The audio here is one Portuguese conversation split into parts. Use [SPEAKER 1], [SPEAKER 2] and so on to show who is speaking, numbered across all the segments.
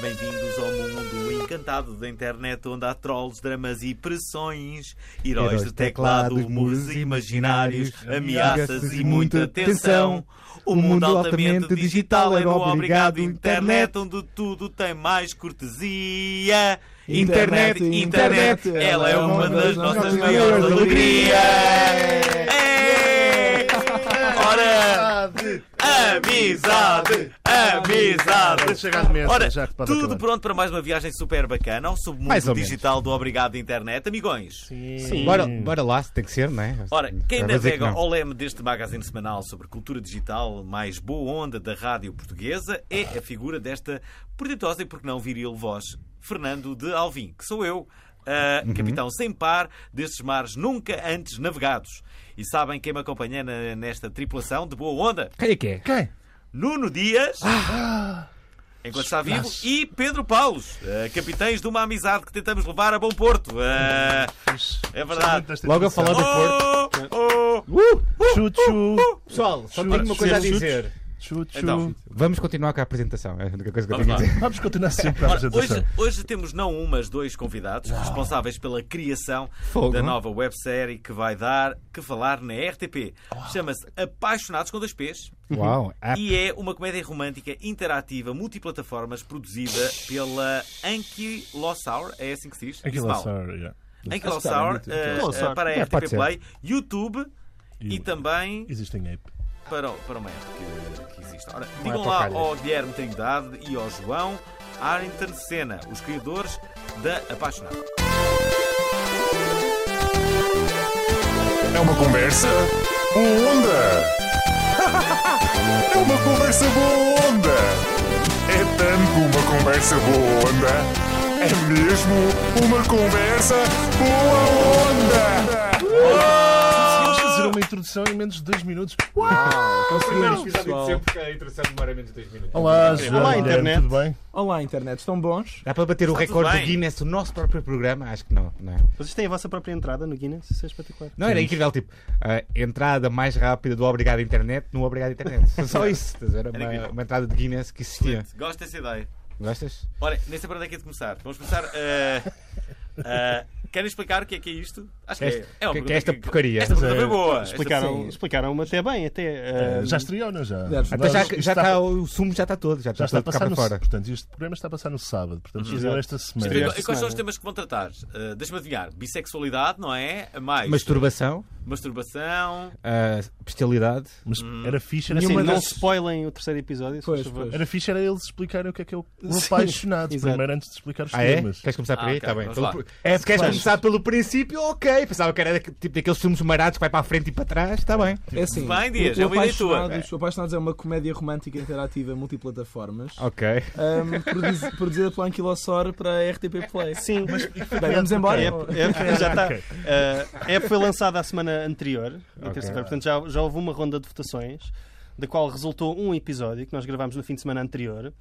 [SPEAKER 1] Bem-vindos ao mundo encantado da internet, onde há trolls, dramas e pressões, heróis,
[SPEAKER 2] Heróis
[SPEAKER 1] de
[SPEAKER 2] de
[SPEAKER 1] teclado,
[SPEAKER 2] teclados,
[SPEAKER 1] muros imaginários, ameaças e muita tensão.
[SPEAKER 2] tensão.
[SPEAKER 1] O mundo altamente digital é no obrigado internet, onde tudo tem mais cortesia. Internet, internet, ela é uma das nossas maiores alegrias. É. Ora, amizade, amizade.
[SPEAKER 3] Chega de mesa,
[SPEAKER 1] Ora,
[SPEAKER 3] já que pode
[SPEAKER 1] tudo
[SPEAKER 3] acabar.
[SPEAKER 1] pronto para mais uma viagem super bacana ao
[SPEAKER 2] Mais
[SPEAKER 1] submundo
[SPEAKER 2] ou menos.
[SPEAKER 1] digital do Obrigado Internet, amigões.
[SPEAKER 3] Sim.
[SPEAKER 2] Bora, bora lá, se tem que ser, não é?
[SPEAKER 1] Ora, quem é
[SPEAKER 2] Vai dizer que
[SPEAKER 1] navega
[SPEAKER 2] não.
[SPEAKER 1] ao leme deste magazine semanal sobre cultura digital mais boa onda da rádio portuguesa é a figura desta portentosa e, por que não, viril voz, Fernando de Alvim, que sou eu, ah,
[SPEAKER 2] Uhum.
[SPEAKER 1] capitão sem par destes mares nunca antes navegados. E sabem quem me acompanha na- nesta tripulação de boa onda?
[SPEAKER 4] Quem é que é?
[SPEAKER 3] Quem?
[SPEAKER 1] Nuno Dias.
[SPEAKER 2] Ah.
[SPEAKER 1] Enquanto está vivo, e Pedro Paulos, eh, capitães de uma amizade que tentamos levar a Bom Porto. Eh, é verdade.
[SPEAKER 2] Logo a falar do Porto.
[SPEAKER 1] Oh, oh.
[SPEAKER 4] Uh,
[SPEAKER 3] Chuchu.
[SPEAKER 5] Pessoal, só tenho uma coisa a dizer.
[SPEAKER 3] Chuchu.
[SPEAKER 1] Então.
[SPEAKER 2] Vamos continuar com a apresentação. É a única coisa que eu
[SPEAKER 1] Vamos
[SPEAKER 2] tenho a
[SPEAKER 1] lá.
[SPEAKER 2] dizer.
[SPEAKER 3] Vamos continuar sempre a
[SPEAKER 1] Ora,
[SPEAKER 3] apresentação.
[SPEAKER 1] hoje, hoje temos não um, mas dois convidados responsáveis pela criação
[SPEAKER 2] Fogo.
[SPEAKER 1] da nova websérie que vai dar que falar na RTP. Chama-se Apaixonados com dois P's
[SPEAKER 2] Uau, ah,
[SPEAKER 1] e é uma comédia romântica interativa multiplataformas produzida pela Ankylosaur. É assim que se diz?
[SPEAKER 3] Aquilo
[SPEAKER 1] Disse
[SPEAKER 3] é
[SPEAKER 1] mal.
[SPEAKER 3] só, yeah.
[SPEAKER 1] Em Calçar,
[SPEAKER 3] Calçar.
[SPEAKER 1] eh, para a
[SPEAKER 2] É, pode
[SPEAKER 1] RTP
[SPEAKER 2] ser.
[SPEAKER 1] Play, YouTube e,
[SPEAKER 3] E-
[SPEAKER 1] também
[SPEAKER 3] Existem app.
[SPEAKER 1] para, o- para o mestre que, que existe. Ora,
[SPEAKER 2] Não é
[SPEAKER 1] digam
[SPEAKER 2] para
[SPEAKER 1] lá
[SPEAKER 2] calhas.
[SPEAKER 1] ao Guilherme Trindade e ao João Arrington Senna, os criadores da Apaixonada.
[SPEAKER 6] É uma conversa boa onda. É uma conversa boa onda. É tanto uma conversa boa onda. É mesmo uma conversa boa onda.
[SPEAKER 3] Conseguimos
[SPEAKER 1] Ah!
[SPEAKER 3] fazer uma introdução em menos de dois minutos. Olá, João.
[SPEAKER 5] Olá,
[SPEAKER 3] Guilherme,
[SPEAKER 5] internet.
[SPEAKER 3] Tudo bem?
[SPEAKER 4] Olá, internet, estão bons?
[SPEAKER 2] dá para bater o
[SPEAKER 1] Está tudo
[SPEAKER 2] recorde
[SPEAKER 1] bem.
[SPEAKER 2] do Guinness, o nosso próprio programa? Acho que não, não é?
[SPEAKER 5] Vocês têm a vossa própria entrada no Guinness? Isso é espetacular.
[SPEAKER 2] Não, era incrível, tipo, a entrada mais rápida do Obrigado Internet no Obrigado Internet. Só isso. estás a ver? Era uma,
[SPEAKER 1] incrível.
[SPEAKER 2] uma entrada de Guinness que existia.
[SPEAKER 1] Gosto dessa ideia.
[SPEAKER 2] Gostas?
[SPEAKER 1] Olha, nem sei para onde é que é de começar. Vamos começar. eh, eh, querem explicar o que é que é isto? Acho que é,
[SPEAKER 2] Este-
[SPEAKER 1] é uma
[SPEAKER 2] que- que
[SPEAKER 1] pergunta
[SPEAKER 2] é esta
[SPEAKER 1] que-
[SPEAKER 2] porcaria. Eh, um
[SPEAKER 1] Esta pergunta foi boa. Esta-
[SPEAKER 5] Explicaram,
[SPEAKER 4] Sim.
[SPEAKER 5] explicaram-me até bem, até. ah,
[SPEAKER 3] Eh, Já estreou, não é já?
[SPEAKER 4] Deve estar.
[SPEAKER 2] Então já,
[SPEAKER 3] Isto
[SPEAKER 2] já está, o sumo já está todo, já
[SPEAKER 3] Já
[SPEAKER 2] está,
[SPEAKER 3] está a
[SPEAKER 2] todo cá
[SPEAKER 3] passar
[SPEAKER 2] para
[SPEAKER 3] no
[SPEAKER 2] fora.
[SPEAKER 3] Portanto, este programa está a passar no sábado. Portanto, estreou
[SPEAKER 5] Exato.
[SPEAKER 3] esta
[SPEAKER 1] Então, e
[SPEAKER 3] semana.
[SPEAKER 5] Estreou-
[SPEAKER 1] quais são os
[SPEAKER 5] semana.
[SPEAKER 1] temas que vão tratar? Eh, Deixa-me adivinhar. Bissexualidade, não é? Mais
[SPEAKER 2] Masturbação,
[SPEAKER 1] masturbação.
[SPEAKER 2] ah, bestialidade.
[SPEAKER 3] Mas
[SPEAKER 1] Uhum.
[SPEAKER 3] era fixe, era
[SPEAKER 5] Sim,
[SPEAKER 3] assim,
[SPEAKER 5] não
[SPEAKER 3] não-
[SPEAKER 5] spoilem o terceiro episódio, se
[SPEAKER 4] Pois,
[SPEAKER 5] faz favor.
[SPEAKER 4] pois.
[SPEAKER 3] Era fixe era eles explicarem o que é que é o o
[SPEAKER 5] Sim.
[SPEAKER 3] apaixonado
[SPEAKER 5] Exato.
[SPEAKER 3] primeiro antes de explicar os
[SPEAKER 2] Ah, é?
[SPEAKER 3] temas.
[SPEAKER 2] Queres começar por
[SPEAKER 1] Ah,
[SPEAKER 2] aí?
[SPEAKER 1] ok,
[SPEAKER 2] Está bem.
[SPEAKER 1] vamos lá.
[SPEAKER 2] Pelo- É, se queres
[SPEAKER 5] Flash.
[SPEAKER 2] começar pelo princípio, ok. Pensava que era tipo daqueles filmes marados que vai para a frente e para trás, está bem.
[SPEAKER 4] É assim.
[SPEAKER 1] Bem, Dias,
[SPEAKER 4] o- o
[SPEAKER 1] é uma ideia tua.
[SPEAKER 4] Apaixonados- O Apaixonados é uma comédia romântica interativa multiplataformas. um,
[SPEAKER 2] Ok.
[SPEAKER 4] ahm, produzi- produzida pela Anquilosaur para a RTP Play.
[SPEAKER 5] Sim, mas
[SPEAKER 4] Bem, vamos embora.
[SPEAKER 5] a app, a app É, já está. Ah, a app foi lançada a semana anterior, na
[SPEAKER 2] Ok.
[SPEAKER 5] terça-feira, portanto já, já houve uma ronda de votações, da qual resultou um episódio que nós gravámos no fim de semana anterior,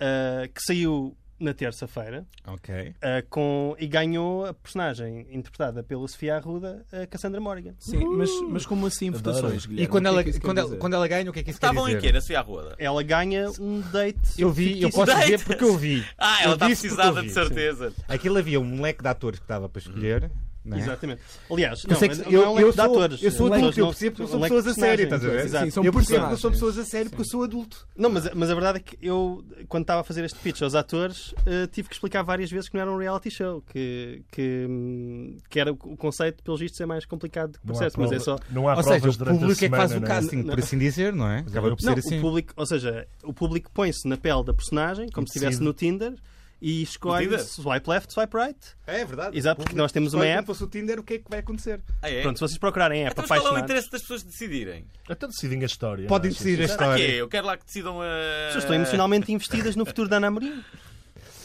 [SPEAKER 5] ah, que saiu na terça-feira
[SPEAKER 2] Ok.
[SPEAKER 5] ah, com, e ganhou a personagem interpretada pela Sofia Arruda, a Cassandra Morgan.
[SPEAKER 4] Sim, mas, mas como assim votações, Guilherme?
[SPEAKER 2] E quando
[SPEAKER 4] O que
[SPEAKER 2] ela,
[SPEAKER 4] é que isso quer
[SPEAKER 2] quando, ela,
[SPEAKER 4] dizer?
[SPEAKER 2] quando ela ganha, o que é que isso
[SPEAKER 1] Estavam
[SPEAKER 2] quer
[SPEAKER 1] em
[SPEAKER 2] dizer?
[SPEAKER 1] quê? Na sua arruda?
[SPEAKER 5] Ela ganha um date.
[SPEAKER 2] Eu vi, eu
[SPEAKER 5] fictício.
[SPEAKER 2] posso
[SPEAKER 1] Deitas.
[SPEAKER 2] dizer porque eu vi.
[SPEAKER 1] Ah, ela
[SPEAKER 2] Eu
[SPEAKER 1] está
[SPEAKER 2] disse porque
[SPEAKER 1] precisada
[SPEAKER 2] eu
[SPEAKER 1] de
[SPEAKER 2] vi,
[SPEAKER 1] certeza.
[SPEAKER 2] Aquilo havia um leque de atores que estava para escolher. Não é?
[SPEAKER 5] Exatamente. Aliás,
[SPEAKER 2] Eu
[SPEAKER 5] não,
[SPEAKER 2] sei que
[SPEAKER 5] não
[SPEAKER 2] eu,
[SPEAKER 5] é um
[SPEAKER 2] eu
[SPEAKER 5] leque de
[SPEAKER 2] sou,
[SPEAKER 5] atores.
[SPEAKER 2] eu sou
[SPEAKER 5] É um leque
[SPEAKER 2] adulto,
[SPEAKER 5] de-
[SPEAKER 2] eu percebo que
[SPEAKER 5] é
[SPEAKER 2] são
[SPEAKER 5] um leque
[SPEAKER 2] pessoas
[SPEAKER 5] de
[SPEAKER 2] a sério, estás a
[SPEAKER 5] personagens,
[SPEAKER 2] ver?
[SPEAKER 5] exato.
[SPEAKER 4] Sim, são
[SPEAKER 2] eu percebo que
[SPEAKER 4] personagens.
[SPEAKER 2] são pessoas a sério porque eu sou adulto.
[SPEAKER 5] Não, mas, mas a verdade é que eu, quando estava a fazer este pitch aos atores, eh, tive que explicar várias vezes que não era um reality show, que, que, hum, que era o, o conceito, pelos vistos, é mais complicado do que
[SPEAKER 3] Não há
[SPEAKER 5] processo, mas é
[SPEAKER 3] prova-
[SPEAKER 5] só.
[SPEAKER 3] Não há
[SPEAKER 2] Ou
[SPEAKER 3] provas
[SPEAKER 2] seja, o
[SPEAKER 3] durante a
[SPEAKER 2] público é que faz o
[SPEAKER 3] semana, não é?
[SPEAKER 2] casting, por assim dizer, não é? Acaba por
[SPEAKER 5] Não,
[SPEAKER 2] ser assim.
[SPEAKER 5] o público, ou seja, o público põe-se na pele da personagem, como se estivesse
[SPEAKER 3] Decide.
[SPEAKER 5] no Tinder, e escolhe
[SPEAKER 1] Tinder?
[SPEAKER 5] swipe left, swipe right.
[SPEAKER 2] É verdade.
[SPEAKER 5] Exato, porque nós temos uma
[SPEAKER 2] Só
[SPEAKER 5] app.
[SPEAKER 2] Se fosse o Tinder, o que é que vai acontecer?
[SPEAKER 1] Ah, é?
[SPEAKER 5] Pronto, se vocês procurarem app
[SPEAKER 1] então, mas qual é o
[SPEAKER 5] apaixonado.
[SPEAKER 1] interesse das pessoas decidirem?
[SPEAKER 3] Até Então decidem a história.
[SPEAKER 2] Podem
[SPEAKER 3] não é?
[SPEAKER 2] decidir a
[SPEAKER 1] Para quê?
[SPEAKER 2] história.
[SPEAKER 1] Eu quero lá que decidam a.
[SPEAKER 5] As pessoas estão emocionalmente investidas no futuro da Ana Amorim,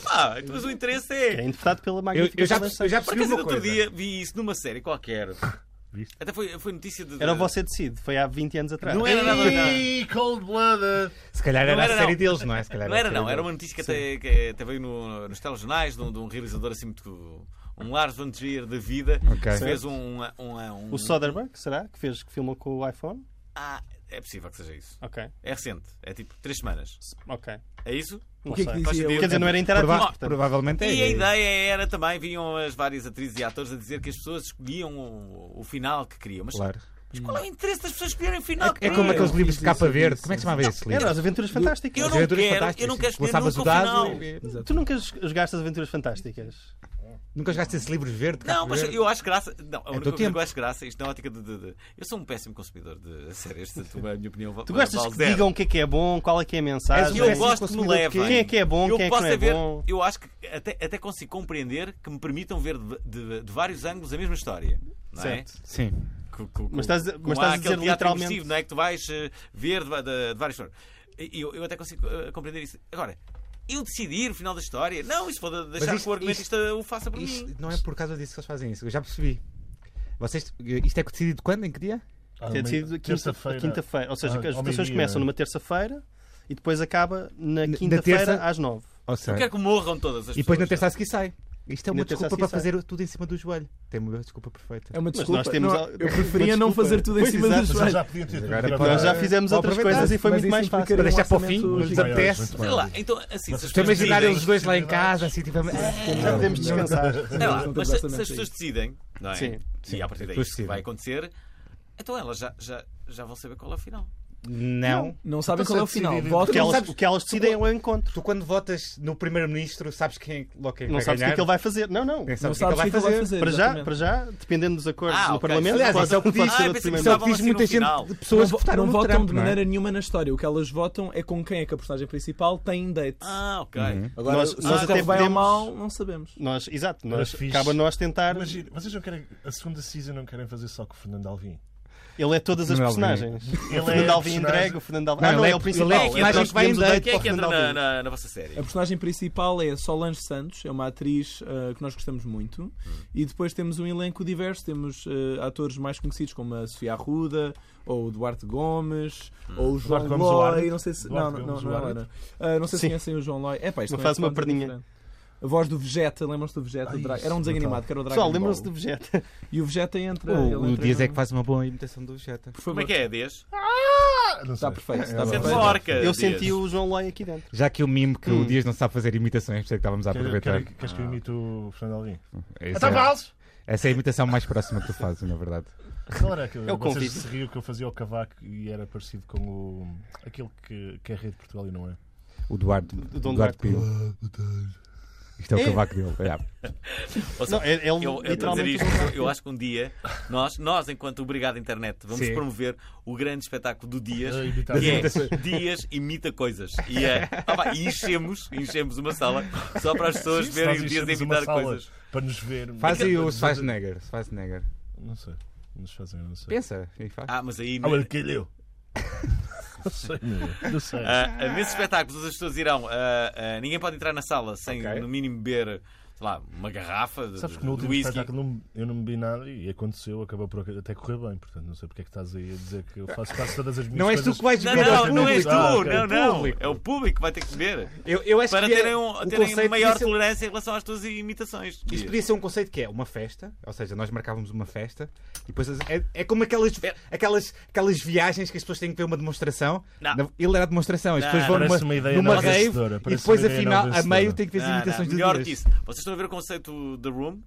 [SPEAKER 1] Ah, então, mas o interesse
[SPEAKER 5] que é
[SPEAKER 1] é.
[SPEAKER 5] interpretado pela
[SPEAKER 2] Eu,
[SPEAKER 5] magnífica
[SPEAKER 2] eu já,
[SPEAKER 5] Isabel
[SPEAKER 2] eu
[SPEAKER 5] Santos.
[SPEAKER 2] já
[SPEAKER 1] Por
[SPEAKER 2] percebi
[SPEAKER 1] acaso,
[SPEAKER 2] uma
[SPEAKER 1] no outro dia
[SPEAKER 2] coisa.
[SPEAKER 1] vi isso numa série qualquer.
[SPEAKER 3] Viste?
[SPEAKER 1] Até foi, foi notícia de.
[SPEAKER 5] Era o Você Decide, foi há 20 anos atrás.
[SPEAKER 1] Não é- era nada. nada.
[SPEAKER 3] Ih, cold-blooded.
[SPEAKER 2] Se calhar
[SPEAKER 1] Não
[SPEAKER 2] era
[SPEAKER 1] era,
[SPEAKER 2] a série
[SPEAKER 1] não.
[SPEAKER 2] deles, não é? Se calhar
[SPEAKER 1] Não era,
[SPEAKER 2] a série
[SPEAKER 1] não. Era uma
[SPEAKER 2] deles.
[SPEAKER 1] notícia que até, que até veio no- nos telejornais de um, de um realizador assim muito. Um Lars von Trier da vida.
[SPEAKER 2] Ok.
[SPEAKER 1] Que fez um. um, um-
[SPEAKER 5] O Soderbergh, será? Que fez que filmou com o iPhone?
[SPEAKER 1] Ah, é possível que seja isso.
[SPEAKER 5] Ok,
[SPEAKER 1] É recente. É tipo três semanas.
[SPEAKER 5] ok.
[SPEAKER 1] É isso?
[SPEAKER 5] Não
[SPEAKER 4] O que é que
[SPEAKER 5] sei.
[SPEAKER 1] Faz
[SPEAKER 4] dizia?
[SPEAKER 1] sentido.
[SPEAKER 5] Quer dizer, não era interativo.
[SPEAKER 2] Prova-
[SPEAKER 5] portanto.
[SPEAKER 2] Provavelmente é.
[SPEAKER 1] E a
[SPEAKER 2] isso.
[SPEAKER 1] ideia era também, vinham as várias atrizes e atores a dizer que as pessoas escolhiam o, o final que queriam. Mas,
[SPEAKER 2] Claro.
[SPEAKER 1] mas qual é o interesse das pessoas escolherem o final que
[SPEAKER 2] É
[SPEAKER 1] queriam?
[SPEAKER 2] como aqueles
[SPEAKER 4] Eu
[SPEAKER 2] livros de
[SPEAKER 4] fiz
[SPEAKER 2] capa
[SPEAKER 4] isso, eu
[SPEAKER 2] verde.
[SPEAKER 4] fiz
[SPEAKER 2] Como é que se
[SPEAKER 4] isso.
[SPEAKER 2] chamava esse
[SPEAKER 5] Eram
[SPEAKER 2] livro?
[SPEAKER 5] as Aventuras Fantásticas.
[SPEAKER 1] Eu não
[SPEAKER 2] Aventuras
[SPEAKER 1] quero,
[SPEAKER 2] Fantásticas.
[SPEAKER 1] eu não quero escolher
[SPEAKER 2] Lançavas
[SPEAKER 1] nunca o
[SPEAKER 2] o dado
[SPEAKER 1] final.
[SPEAKER 2] e-
[SPEAKER 5] Tu nunca jogaste as Aventuras Fantásticas?
[SPEAKER 2] Nunca jogaste esse livro verde?
[SPEAKER 1] Não,
[SPEAKER 2] capa
[SPEAKER 1] mas
[SPEAKER 2] verde?
[SPEAKER 1] eu acho graça. Não,
[SPEAKER 5] É
[SPEAKER 1] a única
[SPEAKER 2] teu
[SPEAKER 1] coisa
[SPEAKER 2] tempo.
[SPEAKER 1] que eu acho graça, é isto na ótica de, de- de- Eu sou um péssimo consumidor de séries, portanto, a minha opinião.
[SPEAKER 5] Tu gostas que digam o que é que é bom, qual é que é
[SPEAKER 2] És
[SPEAKER 5] a
[SPEAKER 2] um
[SPEAKER 5] mensagem?
[SPEAKER 1] Eu
[SPEAKER 2] péssimo
[SPEAKER 1] gosto que me
[SPEAKER 2] consumidor de
[SPEAKER 1] levem.
[SPEAKER 5] quê? Quem é que é bom,
[SPEAKER 1] eu
[SPEAKER 5] quem é que
[SPEAKER 1] posso
[SPEAKER 5] não é
[SPEAKER 1] ver-
[SPEAKER 5] bom?
[SPEAKER 1] Eu acho que até, até consigo compreender que me permitam ver de, de- de vários ângulos a mesma história. Não é?
[SPEAKER 5] Certo.
[SPEAKER 2] Sim.
[SPEAKER 1] Co- co- co-
[SPEAKER 5] Mas estás a-
[SPEAKER 1] como
[SPEAKER 5] mas estás
[SPEAKER 1] há
[SPEAKER 5] a
[SPEAKER 1] aquele
[SPEAKER 5] dizer
[SPEAKER 1] teatro
[SPEAKER 5] literalmente-
[SPEAKER 1] imersivo, não é? Que tu vais eh, ver de, va- de- de várias histórias. E Eu, eu até consigo eh, compreender isso. Agora, eu decidir o final da história. Não, isso pode deixar
[SPEAKER 2] isto-
[SPEAKER 1] que o argumentista o faça por mim.
[SPEAKER 2] Isto não é por causa disso que eles fazem isso. Eu já percebi. Vocês, isto é decidido quando? Em que dia?
[SPEAKER 3] Ah,
[SPEAKER 5] Ter sido
[SPEAKER 3] meio-
[SPEAKER 5] quinta- é Quinta-feira. Ou seja,
[SPEAKER 3] Ah,
[SPEAKER 5] que as
[SPEAKER 3] ao
[SPEAKER 5] votações
[SPEAKER 3] meio-dia,
[SPEAKER 5] começam
[SPEAKER 3] não é?
[SPEAKER 5] numa terça-feira e depois acaba na
[SPEAKER 2] Na
[SPEAKER 5] quinta-feira
[SPEAKER 2] terça?
[SPEAKER 5] às nove.
[SPEAKER 2] Ou
[SPEAKER 1] Eu
[SPEAKER 2] seja,
[SPEAKER 1] quero é que morram todas as
[SPEAKER 2] e depois na
[SPEAKER 1] pessoas.
[SPEAKER 2] terça a seguir sai. Isto é
[SPEAKER 5] Na
[SPEAKER 2] uma
[SPEAKER 5] terça a
[SPEAKER 2] desculpa para
[SPEAKER 5] seguir sai.
[SPEAKER 2] fazer tudo em cima do joelho. Tem uma desculpa perfeita.
[SPEAKER 4] É uma
[SPEAKER 5] nós
[SPEAKER 4] desculpa.
[SPEAKER 5] temos
[SPEAKER 4] Não,
[SPEAKER 5] al-
[SPEAKER 4] Eu preferia
[SPEAKER 5] uma
[SPEAKER 4] não
[SPEAKER 5] desculpa.
[SPEAKER 4] fazer tudo em
[SPEAKER 5] Pois,
[SPEAKER 4] cima
[SPEAKER 5] exato,
[SPEAKER 4] dos
[SPEAKER 3] Vocês
[SPEAKER 4] joelhos.
[SPEAKER 3] já podiam ter
[SPEAKER 2] Agora
[SPEAKER 3] gravado.
[SPEAKER 2] pode-
[SPEAKER 5] Nós já fizemos
[SPEAKER 4] Ao
[SPEAKER 5] outras
[SPEAKER 4] aproveitar,
[SPEAKER 5] coisas e foi
[SPEAKER 4] mas isso
[SPEAKER 5] muito
[SPEAKER 4] é um
[SPEAKER 5] mais
[SPEAKER 4] implica-
[SPEAKER 5] fácil. é
[SPEAKER 2] Para deixar para o fim,
[SPEAKER 4] orçamento
[SPEAKER 2] mas
[SPEAKER 3] gigante.
[SPEAKER 2] apetece.
[SPEAKER 1] Sei lá, então assim, se as
[SPEAKER 2] Estou a
[SPEAKER 1] pessoas
[SPEAKER 2] imaginar
[SPEAKER 1] decidem-
[SPEAKER 2] eles dois lá em casa, assim, tipo.
[SPEAKER 5] Já podemos descansar.
[SPEAKER 1] Sei lá, mas
[SPEAKER 4] Não, não
[SPEAKER 1] se,
[SPEAKER 4] tem
[SPEAKER 1] se as
[SPEAKER 4] orçamento
[SPEAKER 1] pessoas decidem, não é?
[SPEAKER 5] Sim.
[SPEAKER 1] E a partir daí
[SPEAKER 2] pessoas
[SPEAKER 1] isso que vai
[SPEAKER 2] decidem.
[SPEAKER 1] acontecer, então elas já, já, já vão saber qual é o final.
[SPEAKER 2] Não.
[SPEAKER 4] Não sabem
[SPEAKER 3] Então,
[SPEAKER 4] qual é o
[SPEAKER 3] se
[SPEAKER 4] final.
[SPEAKER 3] decidirem-
[SPEAKER 5] O que
[SPEAKER 4] Votam.
[SPEAKER 5] elas-
[SPEAKER 2] sabes-
[SPEAKER 5] O que elas decidem é o encontro.
[SPEAKER 2] Tu, quando votas no primeiro-ministro, sabes quem é logo quem
[SPEAKER 5] Não
[SPEAKER 2] vai
[SPEAKER 5] sabes o que é
[SPEAKER 2] ganhar.
[SPEAKER 5] que ele vai fazer. Não, não.
[SPEAKER 2] Nem sabes o que é
[SPEAKER 4] Não sabes o
[SPEAKER 2] que
[SPEAKER 4] que
[SPEAKER 2] ele vai fazer.
[SPEAKER 5] Para já,
[SPEAKER 4] exatamente.
[SPEAKER 5] para já, dependendo dos acordos
[SPEAKER 1] Ah,
[SPEAKER 5] no
[SPEAKER 1] ok.
[SPEAKER 5] Parlamento,
[SPEAKER 1] Aliás,
[SPEAKER 5] pode,
[SPEAKER 2] isso é o que
[SPEAKER 5] pode
[SPEAKER 2] diz-
[SPEAKER 5] ser
[SPEAKER 1] Ah,
[SPEAKER 5] o
[SPEAKER 1] pensei que
[SPEAKER 5] primeiro.
[SPEAKER 2] Isso é o
[SPEAKER 1] Estavam
[SPEAKER 2] que diz
[SPEAKER 1] assim
[SPEAKER 2] muita
[SPEAKER 1] no
[SPEAKER 2] gente,
[SPEAKER 1] final.
[SPEAKER 2] de pessoas
[SPEAKER 4] não,
[SPEAKER 2] que votaram
[SPEAKER 4] não
[SPEAKER 2] no
[SPEAKER 4] votam
[SPEAKER 2] Trump,
[SPEAKER 4] de
[SPEAKER 2] não é?
[SPEAKER 4] maneira nenhuma na história. O que elas votam é com quem é que a personagem principal tem date.
[SPEAKER 1] Ah, ok.
[SPEAKER 4] Agora,
[SPEAKER 5] Nós-
[SPEAKER 4] se
[SPEAKER 5] nós
[SPEAKER 4] eles
[SPEAKER 5] até
[SPEAKER 4] estão bem ou
[SPEAKER 5] podemos-
[SPEAKER 4] mal, não sabemos.
[SPEAKER 5] Nós, exato,
[SPEAKER 3] Era
[SPEAKER 5] nós,
[SPEAKER 3] fixe.
[SPEAKER 5] cabe a nós tentar.
[SPEAKER 3] Imagina, vocês não querem. A segunda season não querem fazer só com o Fernando Alvim.
[SPEAKER 5] Ele é todas as
[SPEAKER 2] Não é
[SPEAKER 5] personagens.
[SPEAKER 3] Ele
[SPEAKER 5] o Fernando
[SPEAKER 3] é
[SPEAKER 5] Alvim
[SPEAKER 3] personagem.
[SPEAKER 5] entrega, o Fernando Alvim.
[SPEAKER 2] Não,
[SPEAKER 5] Ah, não,
[SPEAKER 2] ele
[SPEAKER 5] é,
[SPEAKER 2] é-
[SPEAKER 5] o principal.
[SPEAKER 2] ele é a
[SPEAKER 5] Então
[SPEAKER 2] personagem
[SPEAKER 5] nós
[SPEAKER 2] que vai em
[SPEAKER 5] podemos dar
[SPEAKER 2] date
[SPEAKER 1] Quem é que
[SPEAKER 5] para o
[SPEAKER 1] entra
[SPEAKER 5] Fernando
[SPEAKER 1] na,
[SPEAKER 5] Alvim.
[SPEAKER 1] na, na vossa série?
[SPEAKER 4] A personagem principal é Solange Santos, é uma atriz ah, que nós gostamos muito. E depois temos um elenco diverso: temos ah, atores mais conhecidos como a Sofia Arruda, ou o Duarte Gomes, ou o João
[SPEAKER 3] Duarte Gomes, o
[SPEAKER 4] Loi.
[SPEAKER 3] árbitro?
[SPEAKER 4] Não sei se, não,
[SPEAKER 3] Duarte
[SPEAKER 4] não, não,
[SPEAKER 3] Gomes,
[SPEAKER 4] não,
[SPEAKER 3] o
[SPEAKER 4] não,
[SPEAKER 3] árbitro?
[SPEAKER 4] Ah, não sei se
[SPEAKER 5] Sim.
[SPEAKER 4] conhecem o João Loi. É, pá, isto
[SPEAKER 5] Não
[SPEAKER 4] não é
[SPEAKER 5] faz uma
[SPEAKER 4] totalmente
[SPEAKER 5] perninha.
[SPEAKER 4] diferente. A voz do Vegeta, lembram-se do Vegeta?
[SPEAKER 3] Ai,
[SPEAKER 4] o dra-
[SPEAKER 3] isso,
[SPEAKER 4] Era um desenho
[SPEAKER 3] brutal.
[SPEAKER 4] animado que era o Dragon
[SPEAKER 5] Pessoal, lembram-se do
[SPEAKER 4] Ball.
[SPEAKER 5] Vegeta.
[SPEAKER 4] E o Vegeta entra. ele
[SPEAKER 2] O, o
[SPEAKER 4] entra
[SPEAKER 2] Dias
[SPEAKER 4] no-
[SPEAKER 2] é que faz uma boa imitação do Vegeta.
[SPEAKER 4] Por favor.
[SPEAKER 1] Como é que é, Dias?
[SPEAKER 3] Ah, não sei.
[SPEAKER 4] Está perfeito.
[SPEAKER 2] É,
[SPEAKER 4] Está
[SPEAKER 1] Sente
[SPEAKER 4] perfeito.
[SPEAKER 1] uma orca.
[SPEAKER 5] Eu
[SPEAKER 1] Dias.
[SPEAKER 5] senti o João Loi aqui dentro.
[SPEAKER 2] Já que o mimo que
[SPEAKER 5] Hum.
[SPEAKER 2] o Dias não sabe fazer imitações, por isso é que estávamos a
[SPEAKER 3] Quer-
[SPEAKER 2] aproveitar.
[SPEAKER 3] quer- Queres que eu imite o Fernando Alvim?
[SPEAKER 2] Essa,
[SPEAKER 3] Então,
[SPEAKER 2] é,
[SPEAKER 3] Vals!
[SPEAKER 2] essa é a imitação mais próxima que tu fazes, na verdade.
[SPEAKER 3] Qual era aquele?
[SPEAKER 5] É o
[SPEAKER 3] Vocês
[SPEAKER 5] convite.
[SPEAKER 3] se riam que eu fazia ao cavaco e era parecido com o. aquele que, que é rei de Portugal e não é?
[SPEAKER 2] O Duarte,
[SPEAKER 5] O Dom
[SPEAKER 2] Duarte
[SPEAKER 5] Duarte.
[SPEAKER 2] Pio. Isto é o
[SPEAKER 5] É.
[SPEAKER 2] cavaco dele. Yeah.
[SPEAKER 1] Ou seja,
[SPEAKER 5] Não, é-
[SPEAKER 3] um
[SPEAKER 1] Eu,
[SPEAKER 5] ele
[SPEAKER 1] eu, vou dizer
[SPEAKER 5] literalmente.
[SPEAKER 1] isto, eu acho que um dia nós, nós enquanto Obrigado Internet, vamos
[SPEAKER 2] Sim.
[SPEAKER 1] promover o grande espetáculo do Dias,
[SPEAKER 3] A imitar
[SPEAKER 2] as
[SPEAKER 1] que é
[SPEAKER 2] imitações.
[SPEAKER 1] Dias imita coisas. E, é, ah, pá, e enchemos, enchemos uma sala só para as pessoas
[SPEAKER 3] Sim, se
[SPEAKER 1] verem
[SPEAKER 3] nós
[SPEAKER 1] o Dias
[SPEAKER 3] enchermos
[SPEAKER 1] imitar
[SPEAKER 3] uma sala
[SPEAKER 1] coisas.
[SPEAKER 3] Para nos ver.
[SPEAKER 2] Faz aí o
[SPEAKER 3] Mas-
[SPEAKER 2] Schwarzenegger. Schwarzenegger.
[SPEAKER 3] Não sei. Nos fazem, não sei.
[SPEAKER 2] Pensa e faz.
[SPEAKER 1] Ah, mas aí.
[SPEAKER 3] Ah, ele calhou. Não sei, meu. Não sei.
[SPEAKER 1] Ah, ah, nesses espetáculos as pessoas irão. ah, ah, ninguém pode entrar na sala sem,
[SPEAKER 2] Ok.
[SPEAKER 1] no mínimo, beber sei lá, uma garrafa de,
[SPEAKER 3] Sabes que no
[SPEAKER 1] de
[SPEAKER 3] último
[SPEAKER 1] whisky.
[SPEAKER 3] espetáculo não- eu não bebi nada e aconteceu, acabou por até correr bem. Portanto, não sei porque é que estás aí a dizer que eu faço quase todas as minhas
[SPEAKER 2] Não és
[SPEAKER 3] coisas.
[SPEAKER 2] tu que vais
[SPEAKER 1] Não,
[SPEAKER 2] beber ao
[SPEAKER 1] não, não és
[SPEAKER 2] público.
[SPEAKER 1] tu,
[SPEAKER 3] Ah, ok.
[SPEAKER 1] não, não.
[SPEAKER 2] Público.
[SPEAKER 1] É o público que vai ter que beber.
[SPEAKER 2] Eu, eu acho
[SPEAKER 1] Para
[SPEAKER 2] que é
[SPEAKER 1] terem, um,
[SPEAKER 2] o
[SPEAKER 1] terem
[SPEAKER 2] conceito
[SPEAKER 1] maior
[SPEAKER 2] disso-
[SPEAKER 1] tolerância em relação às tuas imitações.
[SPEAKER 2] Isto podia ser um conceito que é uma festa, ou seja, nós marcávamos uma festa e depois as- é, é como aquelas, aquelas, aquelas viagens que as pessoas têm que ver uma demonstração.
[SPEAKER 1] Não.
[SPEAKER 2] Na- Ele era a demonstração, as
[SPEAKER 1] Não,
[SPEAKER 2] pessoas vão
[SPEAKER 3] parece
[SPEAKER 2] numa,
[SPEAKER 3] uma ideia
[SPEAKER 2] numa
[SPEAKER 3] não
[SPEAKER 2] rave
[SPEAKER 3] vencedora,
[SPEAKER 2] e
[SPEAKER 3] parece
[SPEAKER 2] depois
[SPEAKER 3] uma ideia
[SPEAKER 2] afinal
[SPEAKER 3] não
[SPEAKER 2] a meio
[SPEAKER 3] vencedora.
[SPEAKER 2] tem que ver as
[SPEAKER 1] Não, não,
[SPEAKER 2] imitações
[SPEAKER 1] melhor
[SPEAKER 2] do
[SPEAKER 1] que
[SPEAKER 2] Dias.
[SPEAKER 1] isso. Vocês estão a ver o conceito The Room?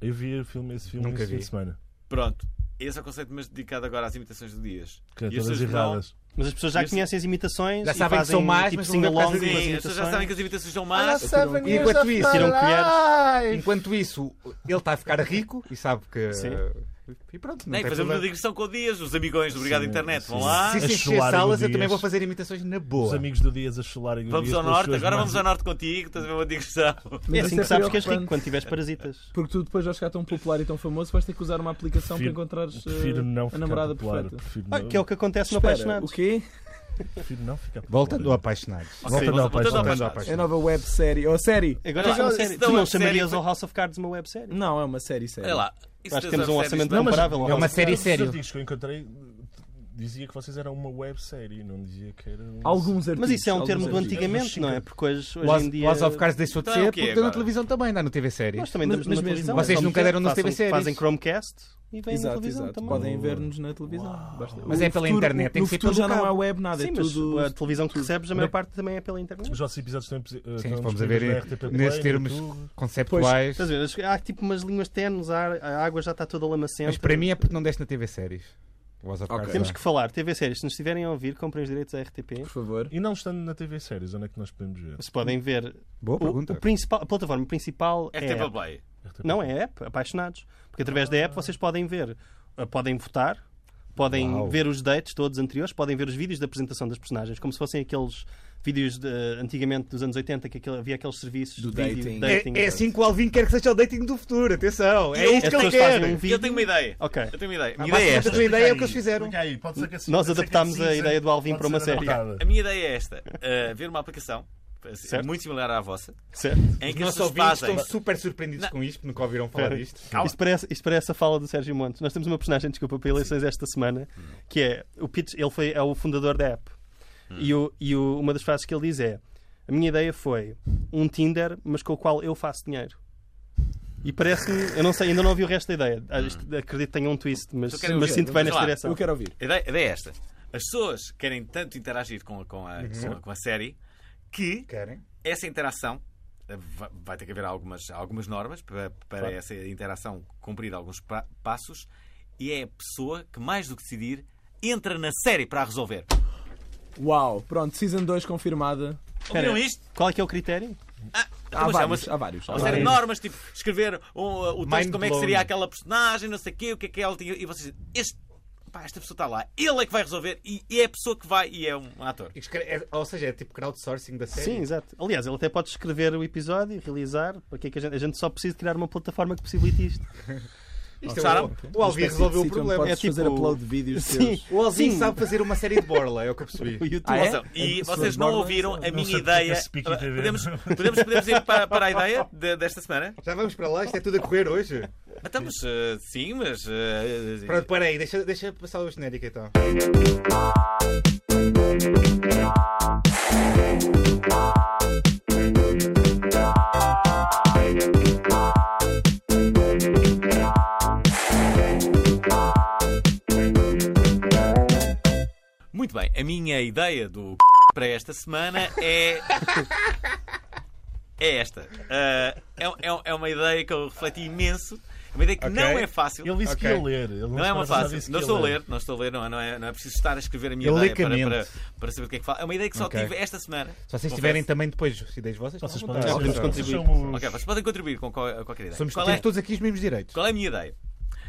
[SPEAKER 3] Eu vi o filme, esse filme
[SPEAKER 2] Nunca
[SPEAKER 3] esse
[SPEAKER 2] vi.
[SPEAKER 3] fim de semana.
[SPEAKER 1] Pronto. Esse é o conceito mais dedicado agora às imitações do Dias.
[SPEAKER 3] Que
[SPEAKER 1] E as
[SPEAKER 3] é todas
[SPEAKER 1] pessoas vão-
[SPEAKER 3] erradas.
[SPEAKER 5] Mas as pessoas já
[SPEAKER 1] Isso-
[SPEAKER 5] conhecem as imitações.
[SPEAKER 2] Já
[SPEAKER 5] e
[SPEAKER 2] sabem que
[SPEAKER 5] fazem,
[SPEAKER 2] são más,
[SPEAKER 5] tipo,
[SPEAKER 2] mas não vão ver
[SPEAKER 5] sing-along
[SPEAKER 2] fazer
[SPEAKER 5] das
[SPEAKER 1] Sim, as
[SPEAKER 5] imitações.
[SPEAKER 1] pessoas já sabem que as imitações são más.
[SPEAKER 2] E enquanto isso,
[SPEAKER 5] Tiram colheres.
[SPEAKER 2] enquanto isso, ele está a ficar rico e sabe que
[SPEAKER 5] Sim.
[SPEAKER 2] eh, E pronto, não
[SPEAKER 1] Nem
[SPEAKER 2] tem
[SPEAKER 1] fazemos uma
[SPEAKER 2] problema.
[SPEAKER 1] digressão com o Dias, os amigões do Obrigado
[SPEAKER 3] Sim,
[SPEAKER 1] Internet.
[SPEAKER 3] sim.
[SPEAKER 1] Vão lá.
[SPEAKER 2] Se
[SPEAKER 3] A
[SPEAKER 2] se encher
[SPEAKER 3] chular
[SPEAKER 2] salas,
[SPEAKER 3] o
[SPEAKER 2] eu também
[SPEAKER 3] Dias.
[SPEAKER 2] vou fazer imitações na
[SPEAKER 3] Os
[SPEAKER 2] boa.
[SPEAKER 3] amigos do Dias a chularem o
[SPEAKER 1] Vamos
[SPEAKER 3] Dias
[SPEAKER 1] ao
[SPEAKER 3] pelas
[SPEAKER 1] norte,
[SPEAKER 3] suas
[SPEAKER 1] agora
[SPEAKER 3] más-
[SPEAKER 1] vamos ao norte contigo, estás a ver uma digressão.
[SPEAKER 4] Mas
[SPEAKER 5] É
[SPEAKER 4] isso
[SPEAKER 5] assim que sabes que és rico
[SPEAKER 4] preocupante,
[SPEAKER 5] quando tiveres parasitas.
[SPEAKER 4] Porque tu depois vais ficar tão um popular e tão famoso vais ter que usar uma aplicação
[SPEAKER 3] Prefiro-
[SPEAKER 4] para encontrares eh,
[SPEAKER 3] Prefiro não
[SPEAKER 4] a
[SPEAKER 3] ficar
[SPEAKER 4] namorada
[SPEAKER 3] popular,
[SPEAKER 4] perfeita.
[SPEAKER 3] Prefiro
[SPEAKER 5] Ah,
[SPEAKER 3] não,
[SPEAKER 5] que é o que acontece no
[SPEAKER 4] Espera,
[SPEAKER 5] apaixonado.
[SPEAKER 4] o quê?
[SPEAKER 3] prefiro não ficar popular.
[SPEAKER 2] Voltando ao apaixonados.
[SPEAKER 1] Ok,
[SPEAKER 3] Voltando
[SPEAKER 1] mas
[SPEAKER 3] ao
[SPEAKER 1] voltando
[SPEAKER 2] Voltando
[SPEAKER 3] Apaixonados.
[SPEAKER 2] ao
[SPEAKER 1] Apaixonados.
[SPEAKER 4] É a
[SPEAKER 2] apaixonados.
[SPEAKER 4] nova websérie. Ou série?
[SPEAKER 5] Agora é
[SPEAKER 1] Agora,
[SPEAKER 5] uma
[SPEAKER 1] isso
[SPEAKER 5] série.
[SPEAKER 1] dá
[SPEAKER 5] Tu
[SPEAKER 1] uma
[SPEAKER 5] não
[SPEAKER 1] série
[SPEAKER 5] chamarias
[SPEAKER 1] foi-
[SPEAKER 5] o House of Cards uma websérie?
[SPEAKER 4] Não, é uma série série.
[SPEAKER 1] Olha lá. isso é
[SPEAKER 5] Acho que
[SPEAKER 1] das
[SPEAKER 5] temos um
[SPEAKER 1] séries
[SPEAKER 5] orçamento
[SPEAKER 1] não-
[SPEAKER 3] mas-
[SPEAKER 5] comparável. ao
[SPEAKER 2] É uma
[SPEAKER 5] House of
[SPEAKER 2] série
[SPEAKER 3] Os
[SPEAKER 2] séria.
[SPEAKER 3] artigos que eu encontrei dizia que vocês eram uma websérie, não dizia que era um...
[SPEAKER 4] Alguns artigos.
[SPEAKER 5] Mas isso é um
[SPEAKER 4] alguns
[SPEAKER 5] termo do
[SPEAKER 4] artigos.
[SPEAKER 5] antigamente, não é? Porque hoje, hoje
[SPEAKER 2] Laws
[SPEAKER 5] em dia.
[SPEAKER 2] Laws of Cars deixou de
[SPEAKER 1] Então é
[SPEAKER 2] ser
[SPEAKER 1] o quê
[SPEAKER 2] porque deu na
[SPEAKER 1] agora?
[SPEAKER 2] televisão também, dá no TV Série.
[SPEAKER 5] Nós também
[SPEAKER 4] Mas-
[SPEAKER 5] damos na
[SPEAKER 4] mas mesmo-
[SPEAKER 5] televisão.
[SPEAKER 2] Vocês
[SPEAKER 5] Vamos
[SPEAKER 2] nunca deram
[SPEAKER 5] ver,
[SPEAKER 2] nas
[SPEAKER 5] façam-
[SPEAKER 2] TV séries.
[SPEAKER 5] Fazem Chromecast e vêm na
[SPEAKER 4] é Exato,
[SPEAKER 5] televisão
[SPEAKER 4] exato.
[SPEAKER 5] também.
[SPEAKER 4] Podem ver-nos na televisão. Basta.
[SPEAKER 2] Mas
[SPEAKER 4] O
[SPEAKER 2] é pela
[SPEAKER 4] futuro-
[SPEAKER 2] internet, tem
[SPEAKER 4] no
[SPEAKER 2] que ser
[SPEAKER 4] futuro
[SPEAKER 2] pelo
[SPEAKER 4] já não
[SPEAKER 2] cabo.
[SPEAKER 4] há web, nada.
[SPEAKER 5] Sim,
[SPEAKER 4] é
[SPEAKER 5] mas
[SPEAKER 4] tudo.
[SPEAKER 5] a televisão que recebes, a maior
[SPEAKER 2] Bem-
[SPEAKER 5] parte também é pela internet.
[SPEAKER 3] Os nossos episódios eh, estão...
[SPEAKER 2] Sim, Então, vamos a ver
[SPEAKER 3] RTP
[SPEAKER 2] nesses termos conceptuais.
[SPEAKER 5] Estás a ver? As- Há tipo umas linhas tenues, a ar- a água já está toda lamacenta.
[SPEAKER 2] Mas para mim é porque não deste na TV Séries. Laws of
[SPEAKER 4] Ok.
[SPEAKER 2] Cars.
[SPEAKER 5] Temos
[SPEAKER 2] dá.
[SPEAKER 5] que falar. TV séries, se nos estiverem a ouvir, comprem os direitos à RTP.
[SPEAKER 4] Por favor.
[SPEAKER 3] E não estando na TV séries, onde é que nós podemos ver?
[SPEAKER 5] Se podem ver.
[SPEAKER 2] Boa
[SPEAKER 5] O, o
[SPEAKER 2] pergunta.
[SPEAKER 5] principal, a plataforma principal é.
[SPEAKER 1] É
[SPEAKER 5] a
[SPEAKER 1] tempo
[SPEAKER 5] app.
[SPEAKER 1] play.
[SPEAKER 3] RTP.
[SPEAKER 5] Não, é a app, apaixonados. Porque através da app vocês podem ver, uh, podem votar, podem
[SPEAKER 2] Uau.
[SPEAKER 5] ver os dates todos anteriores, podem ver os vídeos da apresentação das personagens, como se fossem aqueles vídeos de, antigamente dos anos 80 que aquele- havia aqueles serviços
[SPEAKER 4] Do
[SPEAKER 5] de vídeo,
[SPEAKER 4] dating.
[SPEAKER 2] É, é assim que o Alvin quer que seja o dating do futuro, atenção. É
[SPEAKER 1] Eu-
[SPEAKER 2] isso
[SPEAKER 5] As
[SPEAKER 2] que ele
[SPEAKER 5] pessoas fazem um
[SPEAKER 2] quer.
[SPEAKER 5] vídeo.
[SPEAKER 1] Eu tenho uma ideia.
[SPEAKER 5] Ok.
[SPEAKER 1] Eu tenho uma ideia.
[SPEAKER 2] A
[SPEAKER 1] Minha ideia é esta.
[SPEAKER 2] tua ideia é o que eles fizeram.
[SPEAKER 3] aí, pode ser que assim,
[SPEAKER 5] Nós
[SPEAKER 3] pode ser que
[SPEAKER 5] adaptámos
[SPEAKER 3] assim
[SPEAKER 5] a
[SPEAKER 3] seja-
[SPEAKER 5] ideia do Alvin
[SPEAKER 3] pode
[SPEAKER 5] para uma
[SPEAKER 3] ser
[SPEAKER 5] série.
[SPEAKER 3] adaptada.
[SPEAKER 1] A minha ideia é esta. Uh, ver uma aplicação assim,
[SPEAKER 5] Certo.
[SPEAKER 1] muito similar à vossa,
[SPEAKER 5] Certo.
[SPEAKER 1] em
[SPEAKER 2] Os
[SPEAKER 1] que as
[SPEAKER 2] nossos
[SPEAKER 1] pessoas
[SPEAKER 2] ouvintes
[SPEAKER 1] fazem.
[SPEAKER 2] estão super surpreendidos
[SPEAKER 1] Não.
[SPEAKER 2] com isto, nunca ouviram falar disto.
[SPEAKER 5] Isto parece, isto parece a fala do Sérgio Montes. Nós temos uma personagem, desculpa, para eleições esta semana,
[SPEAKER 1] Hum.
[SPEAKER 5] que é o Pitch, ele foi, é o fundador da app.
[SPEAKER 1] Hum.
[SPEAKER 5] E, o, e o- uma das frases que ele diz é: A minha ideia foi um Tinder, mas com o qual eu faço dinheiro. E parece-me, eu não sei, ainda não ouvi o resto da ideia. Ah, isto- acredito que tenha um twist, mas,
[SPEAKER 1] Eu Hum. quero
[SPEAKER 5] mas
[SPEAKER 1] ouvir,
[SPEAKER 5] sinto bem
[SPEAKER 1] vamos
[SPEAKER 5] nesta
[SPEAKER 1] lá.
[SPEAKER 5] direção.
[SPEAKER 4] Eu quero ouvir.
[SPEAKER 1] A ideia, a ideia é esta. As pessoas querem tanto interagir com, a- com a, com, a, com a série que
[SPEAKER 2] Querem?
[SPEAKER 1] essa interação eh, va- vai ter que haver algumas, algumas normas para, para essa interação cumprir alguns pa- passos e é a pessoa que, mais do que decidir, entra na série para a resolver.
[SPEAKER 4] Uau, pronto, Season 2 confirmada.
[SPEAKER 1] Ouviram
[SPEAKER 5] Espera.
[SPEAKER 1] isto?
[SPEAKER 5] Qual é que é o critério?
[SPEAKER 1] Ah, mas é
[SPEAKER 4] Há
[SPEAKER 1] uma-
[SPEAKER 4] vários, há vários.
[SPEAKER 1] Há
[SPEAKER 4] há
[SPEAKER 1] uma série de
[SPEAKER 4] vários.
[SPEAKER 1] normas, tipo, escrever o, o texto,
[SPEAKER 2] Mind
[SPEAKER 1] como é que
[SPEAKER 2] blown.
[SPEAKER 1] seria aquela personagem, não sei o quê, o que é que ela tinha. E vocês dizem, este, pá, esta pessoa está lá, ele é que vai resolver e, e é a pessoa que vai e é um ator.
[SPEAKER 2] Ou seja, é tipo crowdsourcing da série.
[SPEAKER 5] Sim, exato. Aliás, ele até pode escrever o episódio e realizar. Para que é que a gente, a gente só precisa criar uma plataforma que possibilite isto.
[SPEAKER 2] Isto é
[SPEAKER 1] Gostaram?
[SPEAKER 2] o, o Alvin resolveu o
[SPEAKER 4] Sítio onde
[SPEAKER 2] problema.
[SPEAKER 4] Podes
[SPEAKER 5] É tipo-
[SPEAKER 4] fazer upload de vídeos
[SPEAKER 5] Sim,
[SPEAKER 4] teus.
[SPEAKER 2] O Alvin
[SPEAKER 5] Sim.
[SPEAKER 2] sabe fazer uma série de borla, é o que eu percebi.
[SPEAKER 5] O YouTube.
[SPEAKER 4] Ah, é?
[SPEAKER 1] Ouçam, E
[SPEAKER 4] É,
[SPEAKER 1] vocês
[SPEAKER 4] pessoas
[SPEAKER 1] não
[SPEAKER 4] normais,
[SPEAKER 1] ouviram a
[SPEAKER 3] não
[SPEAKER 1] minha
[SPEAKER 3] sei porque
[SPEAKER 1] ideia.
[SPEAKER 3] é Speak
[SPEAKER 1] Ah,
[SPEAKER 3] TV.
[SPEAKER 1] Podemos, podemos, podemos ir para, para a ideia de- desta semana?
[SPEAKER 2] Já vamos para lá, isto é tudo a correr hoje.
[SPEAKER 1] Ah, Estamos, ah, sim, mas. ah,
[SPEAKER 2] Pronto, para aí, deixa, deixa passar o genérico então.
[SPEAKER 1] Muito bem, a minha ideia do para esta semana é. É esta. Ah, é, é- é uma ideia que eu refleti imenso. É Uma ideia que
[SPEAKER 2] Ok.
[SPEAKER 1] não é fácil.
[SPEAKER 3] Ele disse
[SPEAKER 2] Ok.
[SPEAKER 3] que ia ler. Ele
[SPEAKER 1] Não é uma
[SPEAKER 3] passada
[SPEAKER 1] fácil.
[SPEAKER 3] disse que
[SPEAKER 1] Não
[SPEAKER 3] ia
[SPEAKER 1] estou a ler, não estou a ler, não é, não é, não é preciso estar a escrever a minha
[SPEAKER 2] Eu
[SPEAKER 1] ideia
[SPEAKER 2] leio
[SPEAKER 1] para, para,
[SPEAKER 2] camente.
[SPEAKER 1] para saber o que é que fala. É uma ideia que só
[SPEAKER 2] Ok.
[SPEAKER 1] tive esta semana.
[SPEAKER 2] Se vocês
[SPEAKER 1] Confesso.
[SPEAKER 2] tiverem também depois ideias vossas,
[SPEAKER 3] Vocês
[SPEAKER 2] à
[SPEAKER 1] Ah,
[SPEAKER 3] podem
[SPEAKER 2] vontade.
[SPEAKER 5] podemos
[SPEAKER 3] ser-
[SPEAKER 5] contribuir.
[SPEAKER 3] vocês são um os-
[SPEAKER 1] Ok, vocês podem contribuir com qual- qualquer ideia.
[SPEAKER 2] Somos,
[SPEAKER 1] Qual
[SPEAKER 2] temos
[SPEAKER 1] é-
[SPEAKER 2] todos aqui os mesmos direitos.
[SPEAKER 1] Qual é a minha ideia?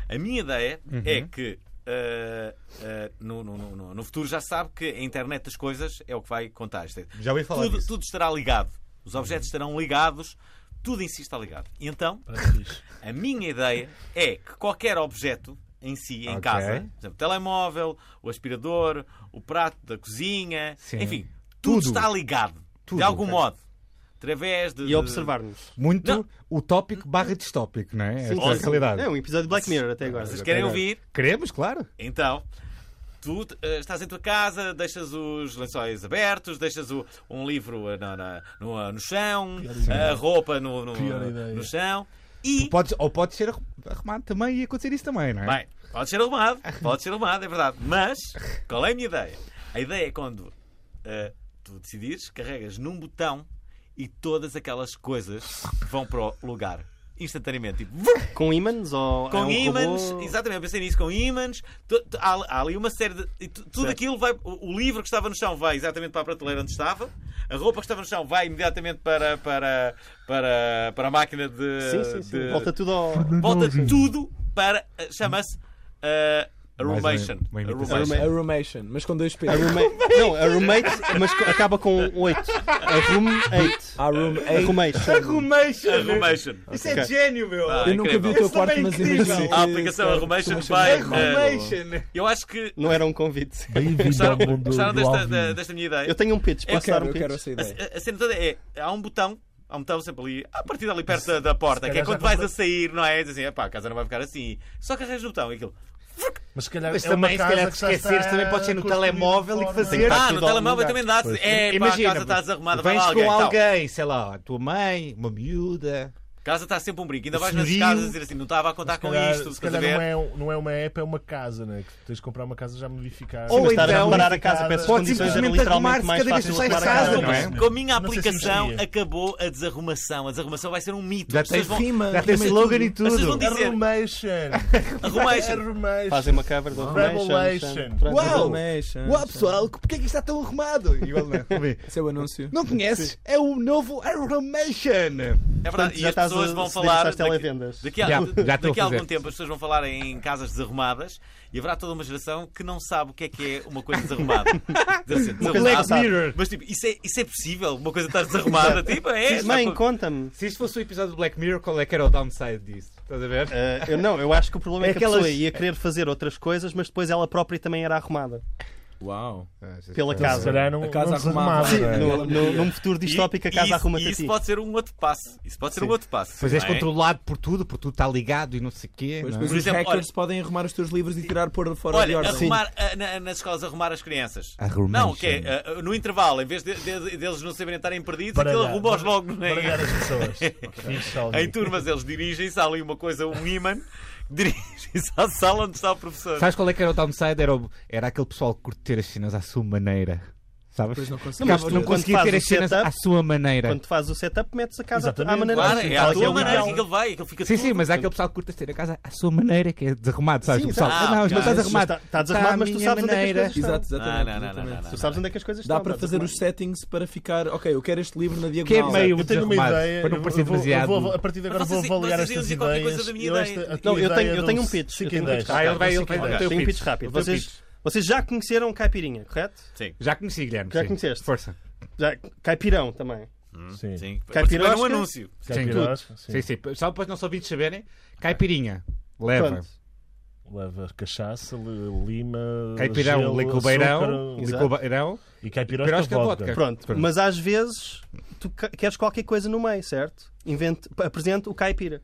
[SPEAKER 1] A minha ideia
[SPEAKER 2] Uhum.
[SPEAKER 1] é que ah, ah, no, no- no- no- no futuro já se sabe que a internet das coisas é o que vai contar. Isto é,
[SPEAKER 2] Já ouvi falar
[SPEAKER 1] tudo,
[SPEAKER 2] disso. Uhum.
[SPEAKER 1] tudo estará ligado. Os objetos estarão ligados, tudo em si está ligado. E então,
[SPEAKER 3] Parece fixe.
[SPEAKER 1] a minha ideia é que qualquer objeto em si, em
[SPEAKER 2] Ok.
[SPEAKER 1] casa, por exemplo, o telemóvel, o aspirador, o prato da cozinha,
[SPEAKER 2] Sim.
[SPEAKER 1] enfim, tudo,
[SPEAKER 2] Tudo.
[SPEAKER 1] está ligado,
[SPEAKER 2] Tudo,
[SPEAKER 1] de algum
[SPEAKER 2] ok.
[SPEAKER 1] modo. Através de.
[SPEAKER 5] E a observar-nos.
[SPEAKER 2] Muito
[SPEAKER 1] Não.
[SPEAKER 2] utópico barra distópico, não é? Esta é a
[SPEAKER 1] Olha,
[SPEAKER 2] realidade.
[SPEAKER 5] É um episódio de Black Mirror até agora. é
[SPEAKER 1] Vocês querem um ouvir?
[SPEAKER 2] Queremos, claro.
[SPEAKER 1] Então, tu eh, estás em tua casa, deixas os lençóis abertos, deixas o- um livro eh, na- na- no, eh, no chão, a roupa no, no-
[SPEAKER 3] Pior ideia.
[SPEAKER 1] no chão e.
[SPEAKER 2] Podes, ou pode ser arru- arrumado também e acontecer isso também, não é?
[SPEAKER 1] Bem, pode ser arrumado, pode ser arrumado, é verdade. Mas, qual é a minha ideia? A ideia é quando eh, tu decidires, carregas num botão e todas aquelas coisas vão para o lugar instantaneamente. Tipo, vum!
[SPEAKER 5] Com ímãs ou é
[SPEAKER 1] Com
[SPEAKER 5] um
[SPEAKER 1] ímãs,
[SPEAKER 5] robô?
[SPEAKER 1] exatamente, eu pensei nisso, com ímãs, tu- tu- há, há ali uma série de. e tu- tudo
[SPEAKER 5] Certo.
[SPEAKER 1] aquilo vai. O, o livro que estava no chão vai exatamente para a prateleira onde estava, a roupa que estava no chão vai imediatamente para, para, para, para a máquina de.
[SPEAKER 5] Sim, sim, sim.
[SPEAKER 1] de-
[SPEAKER 5] Volta tudo ao.
[SPEAKER 1] volta tudo para. eh, chama-se ah, a
[SPEAKER 2] Mais
[SPEAKER 1] roomation.
[SPEAKER 2] uma- uma
[SPEAKER 1] A
[SPEAKER 2] imitação.
[SPEAKER 1] roomation.
[SPEAKER 4] A roomation, mas com dois P.
[SPEAKER 5] A roommate. Não, a roommate, mas co- acaba com 8. A roommate.
[SPEAKER 4] A room
[SPEAKER 5] A
[SPEAKER 4] 8.
[SPEAKER 5] roommate.
[SPEAKER 1] A
[SPEAKER 2] Arrumation!
[SPEAKER 1] roomation.
[SPEAKER 2] Isso é gênio, meu!
[SPEAKER 1] Ah,
[SPEAKER 4] Eu nunca vi o teu
[SPEAKER 2] Esse
[SPEAKER 4] quarto,
[SPEAKER 2] também é
[SPEAKER 4] mas
[SPEAKER 2] incrível.
[SPEAKER 4] imagino.
[SPEAKER 1] A aplicação
[SPEAKER 4] Esse
[SPEAKER 1] Arrumation
[SPEAKER 4] quarto
[SPEAKER 1] vai,
[SPEAKER 4] é
[SPEAKER 2] Arrumation!
[SPEAKER 1] Eu acho que
[SPEAKER 5] Não era um convite.
[SPEAKER 3] Bem-vindo ao
[SPEAKER 1] gostaram,
[SPEAKER 3] mundo do
[SPEAKER 1] gostaram desta, da-
[SPEAKER 3] Alvin.
[SPEAKER 1] desta minha ideia.
[SPEAKER 5] Eu tenho um pitch,
[SPEAKER 4] Eu
[SPEAKER 5] posso dar
[SPEAKER 4] quero,
[SPEAKER 5] um
[SPEAKER 4] eu quero
[SPEAKER 5] pitch?
[SPEAKER 4] essa ideia.
[SPEAKER 1] A, a cena toda é: há um botão. Há um botão sempre ali, a partir dali perto da, da porta,
[SPEAKER 3] Se
[SPEAKER 1] que é
[SPEAKER 3] calhar
[SPEAKER 1] quando
[SPEAKER 3] já
[SPEAKER 1] vais
[SPEAKER 3] compra-
[SPEAKER 1] a sair, não é? Diz assim, "Epá, a casa não vai ficar assim. Só carregas no botão e aquilo.
[SPEAKER 3] Mas se calhar
[SPEAKER 2] Mas
[SPEAKER 3] é uma
[SPEAKER 2] também, se
[SPEAKER 3] casa
[SPEAKER 2] calhar,
[SPEAKER 3] que
[SPEAKER 2] se
[SPEAKER 3] já
[SPEAKER 2] esqueceres,
[SPEAKER 3] está
[SPEAKER 2] também pode ser no
[SPEAKER 3] construída de
[SPEAKER 2] telemóvel e
[SPEAKER 3] forma-
[SPEAKER 2] fazer.
[SPEAKER 1] Ah,
[SPEAKER 5] tudo
[SPEAKER 1] no
[SPEAKER 5] a algum
[SPEAKER 1] telemóvel
[SPEAKER 5] lugar.
[SPEAKER 1] também dá.
[SPEAKER 3] Pois.
[SPEAKER 1] É, pá, a casa está desarrumada, vai
[SPEAKER 2] vens
[SPEAKER 1] lá alguém.
[SPEAKER 2] com
[SPEAKER 1] tal.
[SPEAKER 2] alguém, sei lá, a tua mãe, uma miúda.
[SPEAKER 1] Casa está sempre um brinco. Ainda
[SPEAKER 2] O
[SPEAKER 1] vais nas
[SPEAKER 2] senhorio-
[SPEAKER 1] casas dizer assim, não estava a contar
[SPEAKER 3] Se
[SPEAKER 1] com
[SPEAKER 3] calhar-
[SPEAKER 1] isto,
[SPEAKER 3] se
[SPEAKER 1] estás a
[SPEAKER 3] calhar
[SPEAKER 1] ver?
[SPEAKER 3] não é, um- não é uma app, é uma casa, né? Que tens de comprar uma casa já modificada.
[SPEAKER 2] Ou
[SPEAKER 5] Mas estar a
[SPEAKER 2] então-
[SPEAKER 5] reparar a casa para essas
[SPEAKER 2] Pode
[SPEAKER 5] condições era
[SPEAKER 2] simplesmente
[SPEAKER 5] literalmente
[SPEAKER 2] arrumar-se
[SPEAKER 5] mais
[SPEAKER 2] cada vez que
[SPEAKER 5] fácil
[SPEAKER 2] sai da
[SPEAKER 5] arrumar a
[SPEAKER 2] casa,
[SPEAKER 5] casa,
[SPEAKER 1] Mas
[SPEAKER 2] não é?
[SPEAKER 1] Com a minha
[SPEAKER 3] Não sei se
[SPEAKER 1] aplicação
[SPEAKER 3] mexeria.
[SPEAKER 1] acabou a desarrumação. A desarrumação vai ser um mito.
[SPEAKER 2] Já
[SPEAKER 1] As pessoas
[SPEAKER 2] tem
[SPEAKER 1] vão...
[SPEAKER 4] Rima.
[SPEAKER 2] Já tem
[SPEAKER 4] rima
[SPEAKER 2] slogan e
[SPEAKER 4] tudo.
[SPEAKER 1] Mas vocês
[SPEAKER 2] tudo.
[SPEAKER 1] vão dizer É
[SPEAKER 3] Arrumation!
[SPEAKER 1] arrumation.
[SPEAKER 3] Arrumation!
[SPEAKER 5] Fazem uma cover do
[SPEAKER 3] Revelation.
[SPEAKER 2] Uau!
[SPEAKER 4] Roomation.
[SPEAKER 1] Hum.
[SPEAKER 2] Uau, pessoal, porquê é que isto está tão arrumado? E vamos lá, vamos ver.
[SPEAKER 4] Esse é o anúncio.
[SPEAKER 2] Não conheces? É o novo Arrumation!
[SPEAKER 1] É verdade.
[SPEAKER 5] já
[SPEAKER 1] E as
[SPEAKER 5] estás
[SPEAKER 1] pessoas
[SPEAKER 5] a
[SPEAKER 1] vão
[SPEAKER 5] ceder
[SPEAKER 1] falar.
[SPEAKER 5] às
[SPEAKER 1] daqui-
[SPEAKER 5] televendas.
[SPEAKER 1] Daqui a,
[SPEAKER 2] Já- já
[SPEAKER 1] daqui
[SPEAKER 2] estou a
[SPEAKER 1] a algum
[SPEAKER 2] fazer.
[SPEAKER 1] tempo as pessoas vão falar em casas desarrumadas e haverá toda uma geração que não sabe o que é que é uma coisa desarrumada. Dizer assim,
[SPEAKER 5] Black
[SPEAKER 1] desarrumada.
[SPEAKER 2] Mirror.
[SPEAKER 1] Mas tipo, isso é, isso é possível? Uma coisa estar desarrumada? tipo, é. está
[SPEAKER 5] Mãe,
[SPEAKER 1] tudo-
[SPEAKER 5] conta-me.
[SPEAKER 2] Se isto fosse o episódio do Black Mirror, qual é que era o downside disso? Estás a ver?
[SPEAKER 1] É.
[SPEAKER 5] Ah, eu não, eu acho que o problema
[SPEAKER 2] É
[SPEAKER 5] é, que
[SPEAKER 2] aquelas-
[SPEAKER 5] a pessoa ia querer fazer outras coisas, mas depois ela própria também era arrumada.
[SPEAKER 4] Uau.
[SPEAKER 2] Ah,
[SPEAKER 3] Então,
[SPEAKER 5] Pela
[SPEAKER 3] se
[SPEAKER 5] casa.
[SPEAKER 3] calhar não,
[SPEAKER 4] A casa
[SPEAKER 3] não
[SPEAKER 4] arrumava.
[SPEAKER 3] desarrumava,
[SPEAKER 4] Sim,
[SPEAKER 3] não é?
[SPEAKER 5] No, no- num futuro distópico, a
[SPEAKER 1] E-
[SPEAKER 5] casa
[SPEAKER 1] isso-
[SPEAKER 5] arruma-te
[SPEAKER 1] e
[SPEAKER 5] a
[SPEAKER 1] isso
[SPEAKER 5] ti.
[SPEAKER 1] pode ser um outro passo. Isso pode ser um outro passo.
[SPEAKER 2] Pois és
[SPEAKER 1] não é?
[SPEAKER 2] controlado por tudo, por tudo está ligado e não sei o quê.
[SPEAKER 4] Pois,
[SPEAKER 2] não é?
[SPEAKER 4] pois
[SPEAKER 1] Por
[SPEAKER 4] os
[SPEAKER 1] exemplo,
[SPEAKER 4] hackers
[SPEAKER 1] olha-
[SPEAKER 4] podem arrumar os teus livros e tirar por fora de
[SPEAKER 1] Olha,
[SPEAKER 4] ordem.
[SPEAKER 1] arrumar, ah, na- nas escolas, arrumar as crianças.
[SPEAKER 2] Arrumar,
[SPEAKER 1] Não, que
[SPEAKER 2] sim.
[SPEAKER 1] é, ah, ah, no intervalo, em vez de- de- deles não saberem estarem perdidos,
[SPEAKER 3] Baralhar-
[SPEAKER 1] aquilo arruma-os logo. não é?
[SPEAKER 3] baralhar as pessoas. Que fixe, Alvin.
[SPEAKER 1] Em turmas eles dirigem-se, há ali uma coisa, um imã, dirigem-se à sala onde está o professor.
[SPEAKER 2] Sabes qual é que era o downside? Era, o- era aquele pessoal que curte ter as cenas à sua maneira. Sabes?
[SPEAKER 4] Depois não
[SPEAKER 2] Não,
[SPEAKER 4] consegues.
[SPEAKER 2] mas
[SPEAKER 5] Quando
[SPEAKER 2] não conseguia
[SPEAKER 5] faz
[SPEAKER 2] ter
[SPEAKER 5] o
[SPEAKER 2] as cenas
[SPEAKER 5] setup-
[SPEAKER 2] à sua maneira.
[SPEAKER 5] Quando tu fazes o setup, metes a casa à
[SPEAKER 3] Exatamente,
[SPEAKER 5] maneira
[SPEAKER 1] Claro,
[SPEAKER 5] da gente.
[SPEAKER 1] é à
[SPEAKER 5] Faz
[SPEAKER 1] tua
[SPEAKER 5] um
[SPEAKER 1] maneira que
[SPEAKER 5] ideal.
[SPEAKER 1] ele vai, que ele fica
[SPEAKER 2] Sim,
[SPEAKER 1] todo-
[SPEAKER 2] sim, mas há aquele pessoal que curte ter a casa à sua maneira, que é desarrumado, sabes?
[SPEAKER 5] Sim, tá,
[SPEAKER 2] o pessoal,
[SPEAKER 1] exato.
[SPEAKER 2] ah, não, isto não está
[SPEAKER 4] Ah,
[SPEAKER 2] desarrumado.
[SPEAKER 5] Está está tá, desarrumado,
[SPEAKER 2] Está Tá à
[SPEAKER 5] mas tu
[SPEAKER 2] minha
[SPEAKER 5] sabes onde é que as
[SPEAKER 2] maneira.
[SPEAKER 5] coisas estão.
[SPEAKER 4] Exato,
[SPEAKER 1] Não, não,
[SPEAKER 4] exatamente.
[SPEAKER 1] não,
[SPEAKER 4] exatamente.
[SPEAKER 1] não, não, não.
[SPEAKER 5] Tu sabes onde é que as coisas
[SPEAKER 4] Dá
[SPEAKER 5] estão.
[SPEAKER 4] para
[SPEAKER 5] tá
[SPEAKER 4] fazer os
[SPEAKER 5] desarrumado.
[SPEAKER 4] settings para ficar. Ok, eu quero este livro na
[SPEAKER 2] Que é
[SPEAKER 4] diagonal.
[SPEAKER 2] meio
[SPEAKER 3] Eu tenho uma
[SPEAKER 2] desarrumado,
[SPEAKER 3] ideia.
[SPEAKER 2] para não
[SPEAKER 3] eu
[SPEAKER 2] parecer
[SPEAKER 3] vou- eu
[SPEAKER 2] demasiado.
[SPEAKER 3] vou- a partir de agora
[SPEAKER 1] Mas
[SPEAKER 3] vou
[SPEAKER 1] vocês-
[SPEAKER 3] avaliar
[SPEAKER 1] vocês iam
[SPEAKER 3] estas
[SPEAKER 1] dizer qualquer
[SPEAKER 3] ideias.
[SPEAKER 1] coisa da minha
[SPEAKER 3] Eu esta-
[SPEAKER 1] ideia.
[SPEAKER 3] a tua
[SPEAKER 5] Não, eu tenho-
[SPEAKER 3] ideia
[SPEAKER 5] eu tenho
[SPEAKER 3] do
[SPEAKER 5] um pitch,
[SPEAKER 3] Sick
[SPEAKER 5] eu tenho
[SPEAKER 3] and
[SPEAKER 5] um
[SPEAKER 3] Dash.
[SPEAKER 5] pitch rápido.
[SPEAKER 2] Ah, ele vai- ele vai-
[SPEAKER 3] Sick and
[SPEAKER 2] ele
[SPEAKER 3] Dash.
[SPEAKER 2] tem-
[SPEAKER 5] Tem um
[SPEAKER 2] pitch.
[SPEAKER 5] pitch
[SPEAKER 2] Eu
[SPEAKER 5] rápido.
[SPEAKER 2] dou
[SPEAKER 5] Vocês,
[SPEAKER 2] pitch.
[SPEAKER 5] vocês já conheceram Caipirinha, correto?
[SPEAKER 1] Sim,
[SPEAKER 2] Já conheci, Guilherme.
[SPEAKER 5] Já
[SPEAKER 2] sim.
[SPEAKER 5] conheceste?
[SPEAKER 2] Força.
[SPEAKER 5] Já, caipirão também.
[SPEAKER 3] Sim.
[SPEAKER 1] sim.
[SPEAKER 5] Caipirosca?
[SPEAKER 1] Participar num anúncio.
[SPEAKER 3] Caipirosca, sim.
[SPEAKER 2] Sim, sim. Só para os nossos ouvintes saberem, caipirinha. Leva.
[SPEAKER 5] Pronto.
[SPEAKER 3] Leva cachaça, li- lima,
[SPEAKER 2] Caipirão,
[SPEAKER 3] gelo,
[SPEAKER 2] licubeirão,
[SPEAKER 3] açúcar,
[SPEAKER 2] licubeirão.
[SPEAKER 3] e caipirosca,
[SPEAKER 2] Caipirosca,
[SPEAKER 3] vodka.
[SPEAKER 2] vodka.
[SPEAKER 5] Pronto.
[SPEAKER 2] Pronto.
[SPEAKER 5] Mas às vezes tu ca- queres qualquer coisa no meio, certo? Invente, apresente o caipira.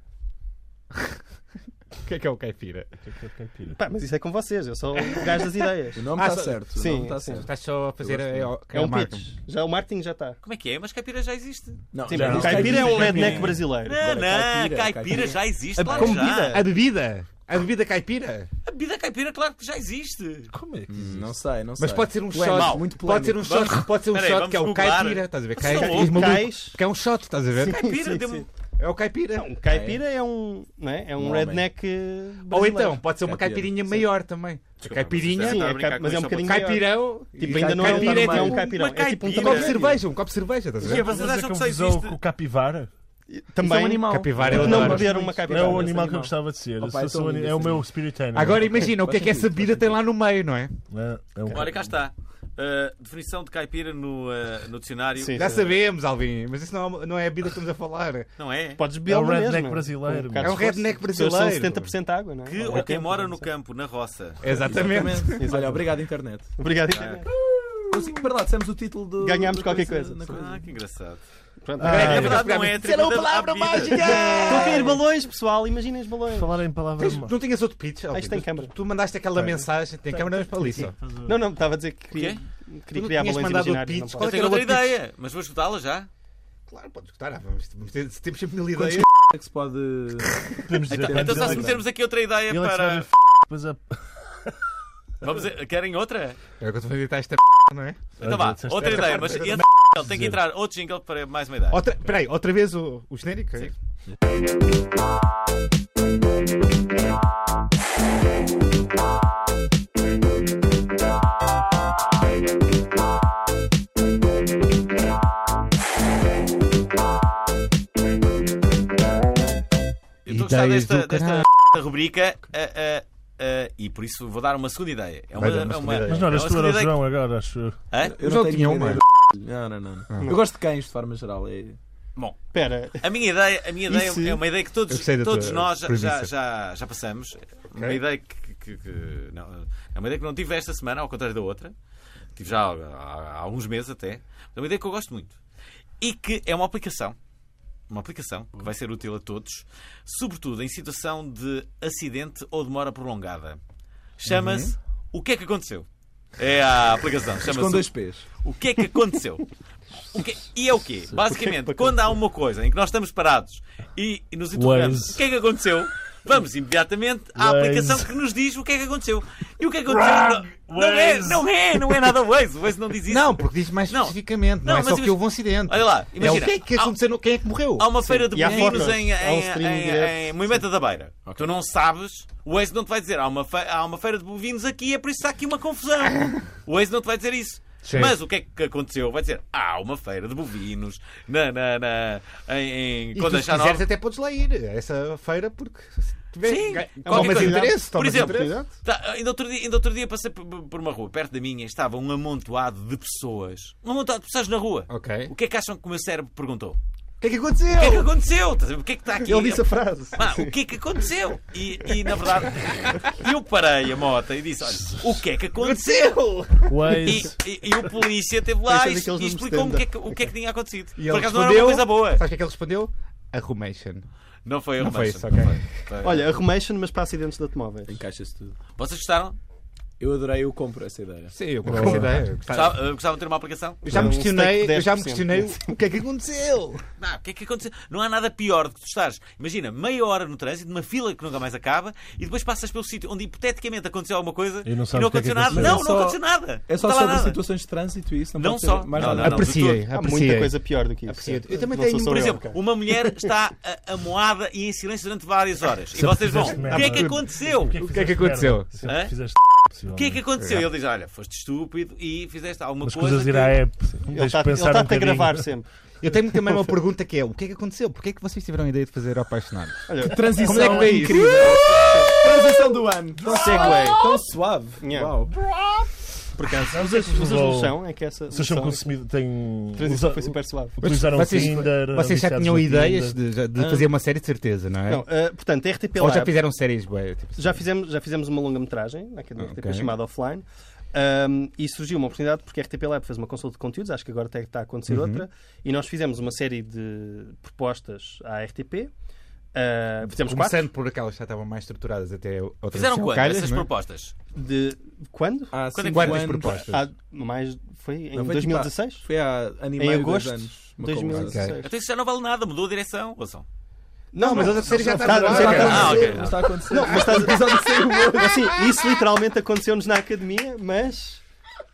[SPEAKER 2] O que é que é o caipira?
[SPEAKER 3] O que é que é caipira?
[SPEAKER 5] Pá, mas isso é com vocês, eu sou o gajo das ideias.
[SPEAKER 4] O nome
[SPEAKER 2] Ah,
[SPEAKER 4] está
[SPEAKER 2] só-
[SPEAKER 4] certo. o
[SPEAKER 5] sim,
[SPEAKER 4] nome tá
[SPEAKER 5] sim.
[SPEAKER 4] certo.
[SPEAKER 2] Estás só a fazer. É,
[SPEAKER 5] É um pitch. Já, o marketing já está.
[SPEAKER 1] Como é que é? Mas caipira já existe.
[SPEAKER 4] Não,
[SPEAKER 5] Sim,
[SPEAKER 4] já
[SPEAKER 5] mas
[SPEAKER 4] não.
[SPEAKER 5] o caipira é um
[SPEAKER 4] Caipira.
[SPEAKER 5] redneck brasileiro.
[SPEAKER 1] Não, não, caipira,
[SPEAKER 4] caipira, caipira.
[SPEAKER 1] já existe.
[SPEAKER 2] A,
[SPEAKER 1] claro
[SPEAKER 2] como
[SPEAKER 1] que
[SPEAKER 2] bebida?
[SPEAKER 1] já.
[SPEAKER 2] a bebida. A bebida caipira.
[SPEAKER 1] A bebida caipira, claro que já existe.
[SPEAKER 3] Como é que
[SPEAKER 4] Hum, Não sei, não sei.
[SPEAKER 2] Mas pode ser um
[SPEAKER 4] Polémico,
[SPEAKER 2] shot.
[SPEAKER 4] Muito
[SPEAKER 2] Pode ser um
[SPEAKER 1] polémico.
[SPEAKER 2] shot, pode ser um
[SPEAKER 1] Peraí,
[SPEAKER 2] shot que é o
[SPEAKER 1] vamos googlar.
[SPEAKER 2] caipira. Estás a ver?
[SPEAKER 1] Vocês são
[SPEAKER 2] Cai-
[SPEAKER 1] loucos.
[SPEAKER 2] maluco.
[SPEAKER 5] Cais.
[SPEAKER 2] Que é um shot, estás a ver?
[SPEAKER 1] Caipira, um-
[SPEAKER 5] sim,
[SPEAKER 1] deu
[SPEAKER 5] sim.
[SPEAKER 2] É o caipira.
[SPEAKER 5] Não, o caipira é um, não é? É um,
[SPEAKER 4] Um homem.
[SPEAKER 5] redneck eh, brasileiro.
[SPEAKER 2] Ou então, pode ser uma
[SPEAKER 4] Caipira,
[SPEAKER 2] caipirinha
[SPEAKER 4] sim.
[SPEAKER 2] maior também. A caipirinha.
[SPEAKER 5] Sim,
[SPEAKER 1] Estava a
[SPEAKER 5] é
[SPEAKER 1] brincar
[SPEAKER 5] ca-
[SPEAKER 1] com
[SPEAKER 5] mas é um
[SPEAKER 1] isso,
[SPEAKER 5] bocadinho maior.
[SPEAKER 2] Caipirão.
[SPEAKER 5] Tipo,
[SPEAKER 2] e
[SPEAKER 5] ainda não é um
[SPEAKER 2] caipira
[SPEAKER 5] tarumã, é um
[SPEAKER 2] tipo-
[SPEAKER 5] caipirão.
[SPEAKER 1] uma
[SPEAKER 5] É tipo um
[SPEAKER 1] caipira.
[SPEAKER 2] Um copo
[SPEAKER 5] tamanho.
[SPEAKER 2] de cerveja, um copo de cerveja, estás a
[SPEAKER 1] E
[SPEAKER 2] ver?
[SPEAKER 1] vocês
[SPEAKER 3] Mas é
[SPEAKER 1] acham que só
[SPEAKER 3] confusão
[SPEAKER 1] existe?
[SPEAKER 3] com o capivara?
[SPEAKER 4] ser um
[SPEAKER 5] Também.
[SPEAKER 4] animal.
[SPEAKER 2] Capivara, eu
[SPEAKER 5] é Não
[SPEAKER 2] adoro.
[SPEAKER 5] beber uma
[SPEAKER 3] Não
[SPEAKER 5] caipira.
[SPEAKER 3] é o
[SPEAKER 4] esse
[SPEAKER 3] animal que eu
[SPEAKER 4] animal.
[SPEAKER 3] gostava de ser.
[SPEAKER 4] Oh,
[SPEAKER 3] Eu
[SPEAKER 4] pá,
[SPEAKER 3] sou-
[SPEAKER 4] é tão
[SPEAKER 3] sou-
[SPEAKER 4] lindo
[SPEAKER 3] É o
[SPEAKER 4] esse
[SPEAKER 3] meu
[SPEAKER 4] animal.
[SPEAKER 3] spirit animal.
[SPEAKER 2] Agora imagina o que é que
[SPEAKER 4] faz
[SPEAKER 2] essa
[SPEAKER 4] sentido,
[SPEAKER 2] bebida
[SPEAKER 4] faz
[SPEAKER 2] tem lá no meio, não é?
[SPEAKER 3] É, é um-
[SPEAKER 1] Ora, cá está. Ah, definição de caipira no, ah, no dicionário.
[SPEAKER 5] Sim.
[SPEAKER 2] Já sabemos, Alvin, mas isso não é, uma- não é a bebida que estamos a falar.
[SPEAKER 1] Não é?
[SPEAKER 5] Podes beber
[SPEAKER 3] É um
[SPEAKER 5] na
[SPEAKER 3] redneck
[SPEAKER 5] mesma.
[SPEAKER 3] brasileiro,
[SPEAKER 5] Um
[SPEAKER 3] meu.
[SPEAKER 5] bocado
[SPEAKER 2] É um
[SPEAKER 5] de esforço.
[SPEAKER 2] redneck
[SPEAKER 5] As pessoas
[SPEAKER 2] brasileiro.
[SPEAKER 5] são 70% água, não é?
[SPEAKER 1] Que ou quem mora no campo, na roça.
[SPEAKER 2] Exatamente.
[SPEAKER 4] Exatamente. Olha, obrigado, internet.
[SPEAKER 5] Obrigado. internet.
[SPEAKER 4] Consegui- Para lá, dissemos o título do.
[SPEAKER 5] Ganhámos
[SPEAKER 4] da
[SPEAKER 5] qualquer coisa.
[SPEAKER 4] na
[SPEAKER 1] Ah, que engraçado.
[SPEAKER 5] Pronto. Ah.
[SPEAKER 3] Ah,
[SPEAKER 1] é
[SPEAKER 3] eu
[SPEAKER 1] verdade, não é?
[SPEAKER 2] Será
[SPEAKER 1] Atribuída
[SPEAKER 2] uma
[SPEAKER 1] à
[SPEAKER 2] palavra
[SPEAKER 1] vida.
[SPEAKER 2] mágica!
[SPEAKER 5] Estão a cair balões, pessoal. Imaginem os balões.
[SPEAKER 3] Falar em palavras...
[SPEAKER 2] Tens- Não tinhas outro pitch, Alvin?
[SPEAKER 5] Isto tem
[SPEAKER 2] Tu-
[SPEAKER 5] câmara.
[SPEAKER 2] Tu mandaste aquela mensagem, tem câmara, mas para ali só.
[SPEAKER 5] Não, não, estava a dizer que queria,
[SPEAKER 1] quê?
[SPEAKER 5] queria
[SPEAKER 2] Tu
[SPEAKER 5] criar
[SPEAKER 2] tinhas
[SPEAKER 5] balões
[SPEAKER 2] mandado o
[SPEAKER 5] imaginários. não
[SPEAKER 2] pitch,
[SPEAKER 5] posso.
[SPEAKER 2] qual
[SPEAKER 1] Eu
[SPEAKER 2] é que
[SPEAKER 1] tenho
[SPEAKER 2] era o
[SPEAKER 1] outra
[SPEAKER 2] outro pitch?
[SPEAKER 1] ideia, mas vou escutá-la já.
[SPEAKER 2] Claro, podes escutar, ah, vamos, vamos ter- temos sempre mil
[SPEAKER 4] Quantos
[SPEAKER 2] ideias.
[SPEAKER 4] c- é que se pode.
[SPEAKER 3] Podemos dizer
[SPEAKER 1] Então,
[SPEAKER 3] quantos
[SPEAKER 1] só
[SPEAKER 3] ele
[SPEAKER 1] se
[SPEAKER 3] é-
[SPEAKER 1] metermos aqui outra ideia
[SPEAKER 3] ele é que se vai
[SPEAKER 1] para.
[SPEAKER 3] ver f***, depois a-
[SPEAKER 1] Vamos a- Querem outra?
[SPEAKER 2] É o que eu estou a editar esta p, não é?
[SPEAKER 1] Então vá,
[SPEAKER 3] disseste-
[SPEAKER 1] outra ideia, mas entre tem que entrar outro jingle para mais uma ideia.
[SPEAKER 2] Outra, peraí, outra vez o, o genérico? é isso?
[SPEAKER 1] Eu estou a gostar
[SPEAKER 2] Ideias
[SPEAKER 1] desta,
[SPEAKER 2] do
[SPEAKER 1] desta
[SPEAKER 2] caralho.
[SPEAKER 1] rubrica. ah, ah, ah, eh, E por isso vou dar uma segunda ideia. É
[SPEAKER 2] Vai dar uma
[SPEAKER 1] é
[SPEAKER 2] segunda ideia.
[SPEAKER 3] Mas não,
[SPEAKER 1] é uma
[SPEAKER 3] eras tu,
[SPEAKER 1] segunda
[SPEAKER 3] era o
[SPEAKER 1] ideia
[SPEAKER 3] João agora, acho eu.
[SPEAKER 1] que- Hã?
[SPEAKER 2] Eu
[SPEAKER 4] não
[SPEAKER 2] já
[SPEAKER 4] tenho
[SPEAKER 2] tinha
[SPEAKER 4] ideia
[SPEAKER 2] uma.
[SPEAKER 4] do- Não, não, não, não. Eu gosto de cães, de forma geral. É...
[SPEAKER 1] Bom,
[SPEAKER 5] Espera,
[SPEAKER 1] a minha ideia, a minha ideia
[SPEAKER 5] Isso-
[SPEAKER 1] é uma ideia que
[SPEAKER 2] Eu
[SPEAKER 1] todos,
[SPEAKER 2] gostei da
[SPEAKER 1] todos
[SPEAKER 2] tua
[SPEAKER 1] nós já, já,
[SPEAKER 2] premissa.
[SPEAKER 1] já, já passamos. Uma ideia que, que- que- não, é uma ideia que não tive esta semana, ao contrário da outra. Tive já há, há- há alguns meses até. É uma ideia que eu gosto muito. E que é uma aplicação. Uma aplicação que vai ser útil a todos, sobretudo em situação de acidente ou demora prolongada. Chama-se
[SPEAKER 2] Uhum.
[SPEAKER 1] O que é que aconteceu? É a aplicação.
[SPEAKER 4] Com
[SPEAKER 1] Chama-se
[SPEAKER 4] dois pés.
[SPEAKER 1] o que é que aconteceu? O que- E é o quê?
[SPEAKER 5] O que
[SPEAKER 1] Basicamente,
[SPEAKER 5] é que
[SPEAKER 1] quando há uma coisa em que nós estamos parados e e nos interrogamos
[SPEAKER 3] Waze.
[SPEAKER 1] o que é que aconteceu, vamos imediatamente à
[SPEAKER 3] Waze.
[SPEAKER 1] aplicação que nos diz o que é que aconteceu. E o que é que aconteceu? Não, não é,
[SPEAKER 3] Waze.
[SPEAKER 1] não é, não é nada o Waze. O Waze não diz isso.
[SPEAKER 2] Não, porque diz mais
[SPEAKER 1] Não.
[SPEAKER 2] especificamente.
[SPEAKER 1] Não,
[SPEAKER 2] Não, é
[SPEAKER 1] mas
[SPEAKER 2] só
[SPEAKER 1] imagina-
[SPEAKER 2] que houve um acidente.
[SPEAKER 1] Olha lá,
[SPEAKER 2] É o
[SPEAKER 1] imagina.
[SPEAKER 2] que é que
[SPEAKER 1] Há- um-
[SPEAKER 2] aconteceu? no- Quem é que morreu?
[SPEAKER 1] Há uma feira de
[SPEAKER 5] E há
[SPEAKER 1] bovinos
[SPEAKER 5] fotos.
[SPEAKER 1] em,
[SPEAKER 5] Há um
[SPEAKER 1] em,
[SPEAKER 5] streaming
[SPEAKER 1] em-
[SPEAKER 5] direto.
[SPEAKER 1] em Moimenta da Beira. Tu não sabes, o Waze não te vai dizer. Há uma, fe- há uma feira de bovinos aqui, é por isso que está aqui uma confusão. O Waze não te vai dizer isso.
[SPEAKER 2] Sim.
[SPEAKER 1] Mas o que é que aconteceu? Vai dizer, há uma feira de bovinos na, na, na, em, em
[SPEAKER 2] E tu, se
[SPEAKER 1] Condeixanova."
[SPEAKER 5] é
[SPEAKER 2] quiseres, até podes lá ir a essa feira, porque se tiver-
[SPEAKER 1] Sim,
[SPEAKER 2] ganha-
[SPEAKER 1] qualquer
[SPEAKER 2] tomas
[SPEAKER 1] coisa.
[SPEAKER 2] interesse.
[SPEAKER 1] Por
[SPEAKER 2] tomas
[SPEAKER 1] exemplo,
[SPEAKER 2] interesse.
[SPEAKER 1] Tá, ainda, outro dia, ainda outro dia passei por- por uma rua perto da minha e estava um amontoado de pessoas. Um amontoado de pessoas na rua.
[SPEAKER 2] Ok.
[SPEAKER 1] O que é que acham que o meu cérebro perguntou?
[SPEAKER 2] O que é que
[SPEAKER 1] O que é que
[SPEAKER 2] aconteceu?
[SPEAKER 1] aconteceu? Estás a ver? O que é que está aqui?
[SPEAKER 5] ele disse a frase.
[SPEAKER 1] Pá, o que é que aconteceu? E, e, na verdade, eu parei a moto e disse: Olha, o que é que aconteceu? E,
[SPEAKER 3] Waze.
[SPEAKER 1] e- e o polícia esteve lá e,
[SPEAKER 5] Pensa naqueles
[SPEAKER 1] e
[SPEAKER 5] números
[SPEAKER 1] explicou-me o que, é que,
[SPEAKER 5] de
[SPEAKER 1] o que é que tinha acontecido.
[SPEAKER 2] E
[SPEAKER 1] Por
[SPEAKER 2] ele
[SPEAKER 1] acaso não era uma coisa boa.
[SPEAKER 2] Sabes o que é que ele respondeu? Arrumation.
[SPEAKER 1] Não foi a
[SPEAKER 2] Não foi
[SPEAKER 1] Romance,
[SPEAKER 2] isso, ok.
[SPEAKER 1] não foi. Foi.
[SPEAKER 5] Olha, arrumation, mas para acidentes de automóveis.
[SPEAKER 4] Encaixa-se tudo.
[SPEAKER 1] Vocês gostaram?
[SPEAKER 4] Eu adorei, eu compro essa ideia.
[SPEAKER 2] Sim, eu gosto dessa ideia. Eu gostava-
[SPEAKER 1] Gostavam, eh, gostavam de ter uma aplicação?
[SPEAKER 2] Eu já me
[SPEAKER 5] Um steak
[SPEAKER 2] questionei,
[SPEAKER 5] de
[SPEAKER 2] eu já me
[SPEAKER 5] 10%.
[SPEAKER 2] questionei o que é que aconteceu.
[SPEAKER 1] Não, o que é que aconteceu? Não há nada pior do que tu estares, imagina, meia hora no trânsito, numa fila que nunca mais acaba, e depois passas pelo sítio onde hipoteticamente aconteceu alguma coisa
[SPEAKER 3] E não sabes o que é que
[SPEAKER 1] aconteceu nada.
[SPEAKER 3] aconteceu.
[SPEAKER 1] Não, não
[SPEAKER 4] É só-
[SPEAKER 1] aconteceu nada.
[SPEAKER 4] É só
[SPEAKER 1] não está lá
[SPEAKER 4] sobre
[SPEAKER 1] nada.
[SPEAKER 4] situações de trânsito e isso? Não,
[SPEAKER 1] Não
[SPEAKER 4] pode
[SPEAKER 1] só.
[SPEAKER 4] Ser mais
[SPEAKER 1] Não,
[SPEAKER 4] nada.
[SPEAKER 1] não, não.
[SPEAKER 2] Apreciei,
[SPEAKER 5] Há
[SPEAKER 2] apreciei.
[SPEAKER 5] muita coisa pior do que isso.
[SPEAKER 2] Apreciei. Eu também
[SPEAKER 5] Não
[SPEAKER 2] tenho,
[SPEAKER 5] sou só
[SPEAKER 1] Por
[SPEAKER 5] eu,
[SPEAKER 1] exemplo,
[SPEAKER 5] cara.
[SPEAKER 1] uma mulher está a- amoada e em silêncio durante várias horas. E vocês vão, o que é que aconteceu?
[SPEAKER 3] O
[SPEAKER 2] que é que aconteceu?
[SPEAKER 1] Hã?
[SPEAKER 3] Sempre fizeste
[SPEAKER 1] O que é que aconteceu? Ele diz, olha, foste estúpido e fizeste alguma
[SPEAKER 3] As
[SPEAKER 1] coisa
[SPEAKER 3] coisas ir
[SPEAKER 1] que-
[SPEAKER 3] à app.
[SPEAKER 5] Ele
[SPEAKER 3] Deixa
[SPEAKER 5] está ele
[SPEAKER 3] pensar um
[SPEAKER 5] está a
[SPEAKER 3] bocadinho.
[SPEAKER 5] gravar sempre.
[SPEAKER 2] Eu tenho também uma pergunta que é: o que é que aconteceu? Porquê é que vocês tiveram a ideia de fazer apaixonados?
[SPEAKER 5] Olha,
[SPEAKER 4] Transição
[SPEAKER 2] Como é que foi isso?
[SPEAKER 4] incrível. Transição do ano. Tão
[SPEAKER 5] Segway.
[SPEAKER 4] suave. Tão suave.
[SPEAKER 5] Yeah.
[SPEAKER 4] Uau.
[SPEAKER 5] por acaso,
[SPEAKER 3] Sabes
[SPEAKER 5] vocês
[SPEAKER 3] esses
[SPEAKER 5] vocês
[SPEAKER 3] vão-
[SPEAKER 5] não são, é que essa
[SPEAKER 3] Vocês são
[SPEAKER 5] noção-
[SPEAKER 3] consumidos. Têm.
[SPEAKER 5] a transição foi super suave.
[SPEAKER 3] Utilizaram o
[SPEAKER 2] vocês,
[SPEAKER 3] Tinder.
[SPEAKER 2] vocês já
[SPEAKER 3] viciados
[SPEAKER 2] tinham
[SPEAKER 3] no
[SPEAKER 2] ideias
[SPEAKER 3] Tinder.
[SPEAKER 2] de, já- de fazer uma série de certeza, não é?
[SPEAKER 5] Não, eh, portanto, a RTP
[SPEAKER 2] Ou já
[SPEAKER 5] Lab,
[SPEAKER 2] fizeram séries, bué, tipo,
[SPEAKER 5] já fizemos, já fizemos uma longa-metragem né, é na Academia RTP
[SPEAKER 2] Ok.
[SPEAKER 5] chamada Offline ahm, e surgiu uma oportunidade porque a RTP Lab fez uma consulta de conteúdos, acho que agora até está a acontecer outra, e nós fizemos uma série de propostas à RTP. ah, fizemos
[SPEAKER 2] começando por aquelas que já estavam mais estruturadas até outras
[SPEAKER 1] Fizeram quando
[SPEAKER 2] chocalhas,
[SPEAKER 1] essas
[SPEAKER 2] não é?
[SPEAKER 1] propostas?
[SPEAKER 5] quatro. De quando?
[SPEAKER 4] Há
[SPEAKER 1] Quando é que
[SPEAKER 4] cinco
[SPEAKER 2] Quantas
[SPEAKER 4] anos.
[SPEAKER 2] propostas?
[SPEAKER 5] Há mais, foi em
[SPEAKER 4] Ah, Não, foi tipo há-
[SPEAKER 5] 2016?
[SPEAKER 4] Foi há ano e
[SPEAKER 5] em
[SPEAKER 4] meio, dois
[SPEAKER 5] agosto
[SPEAKER 4] anos.
[SPEAKER 5] de
[SPEAKER 4] Uma coisa assim.
[SPEAKER 5] 2016.
[SPEAKER 1] Então isso já não vale nada, mudou a direção. Ouçam.
[SPEAKER 2] Não, mas outras séries já
[SPEAKER 5] não,
[SPEAKER 2] estavam
[SPEAKER 5] não,
[SPEAKER 2] lá,
[SPEAKER 5] não,
[SPEAKER 2] cara.
[SPEAKER 1] não, Ah, ok.
[SPEAKER 4] Não está a acontecer.
[SPEAKER 5] Não, mas estás a ser assim, Isso literalmente aconteceu-nos na academia, mas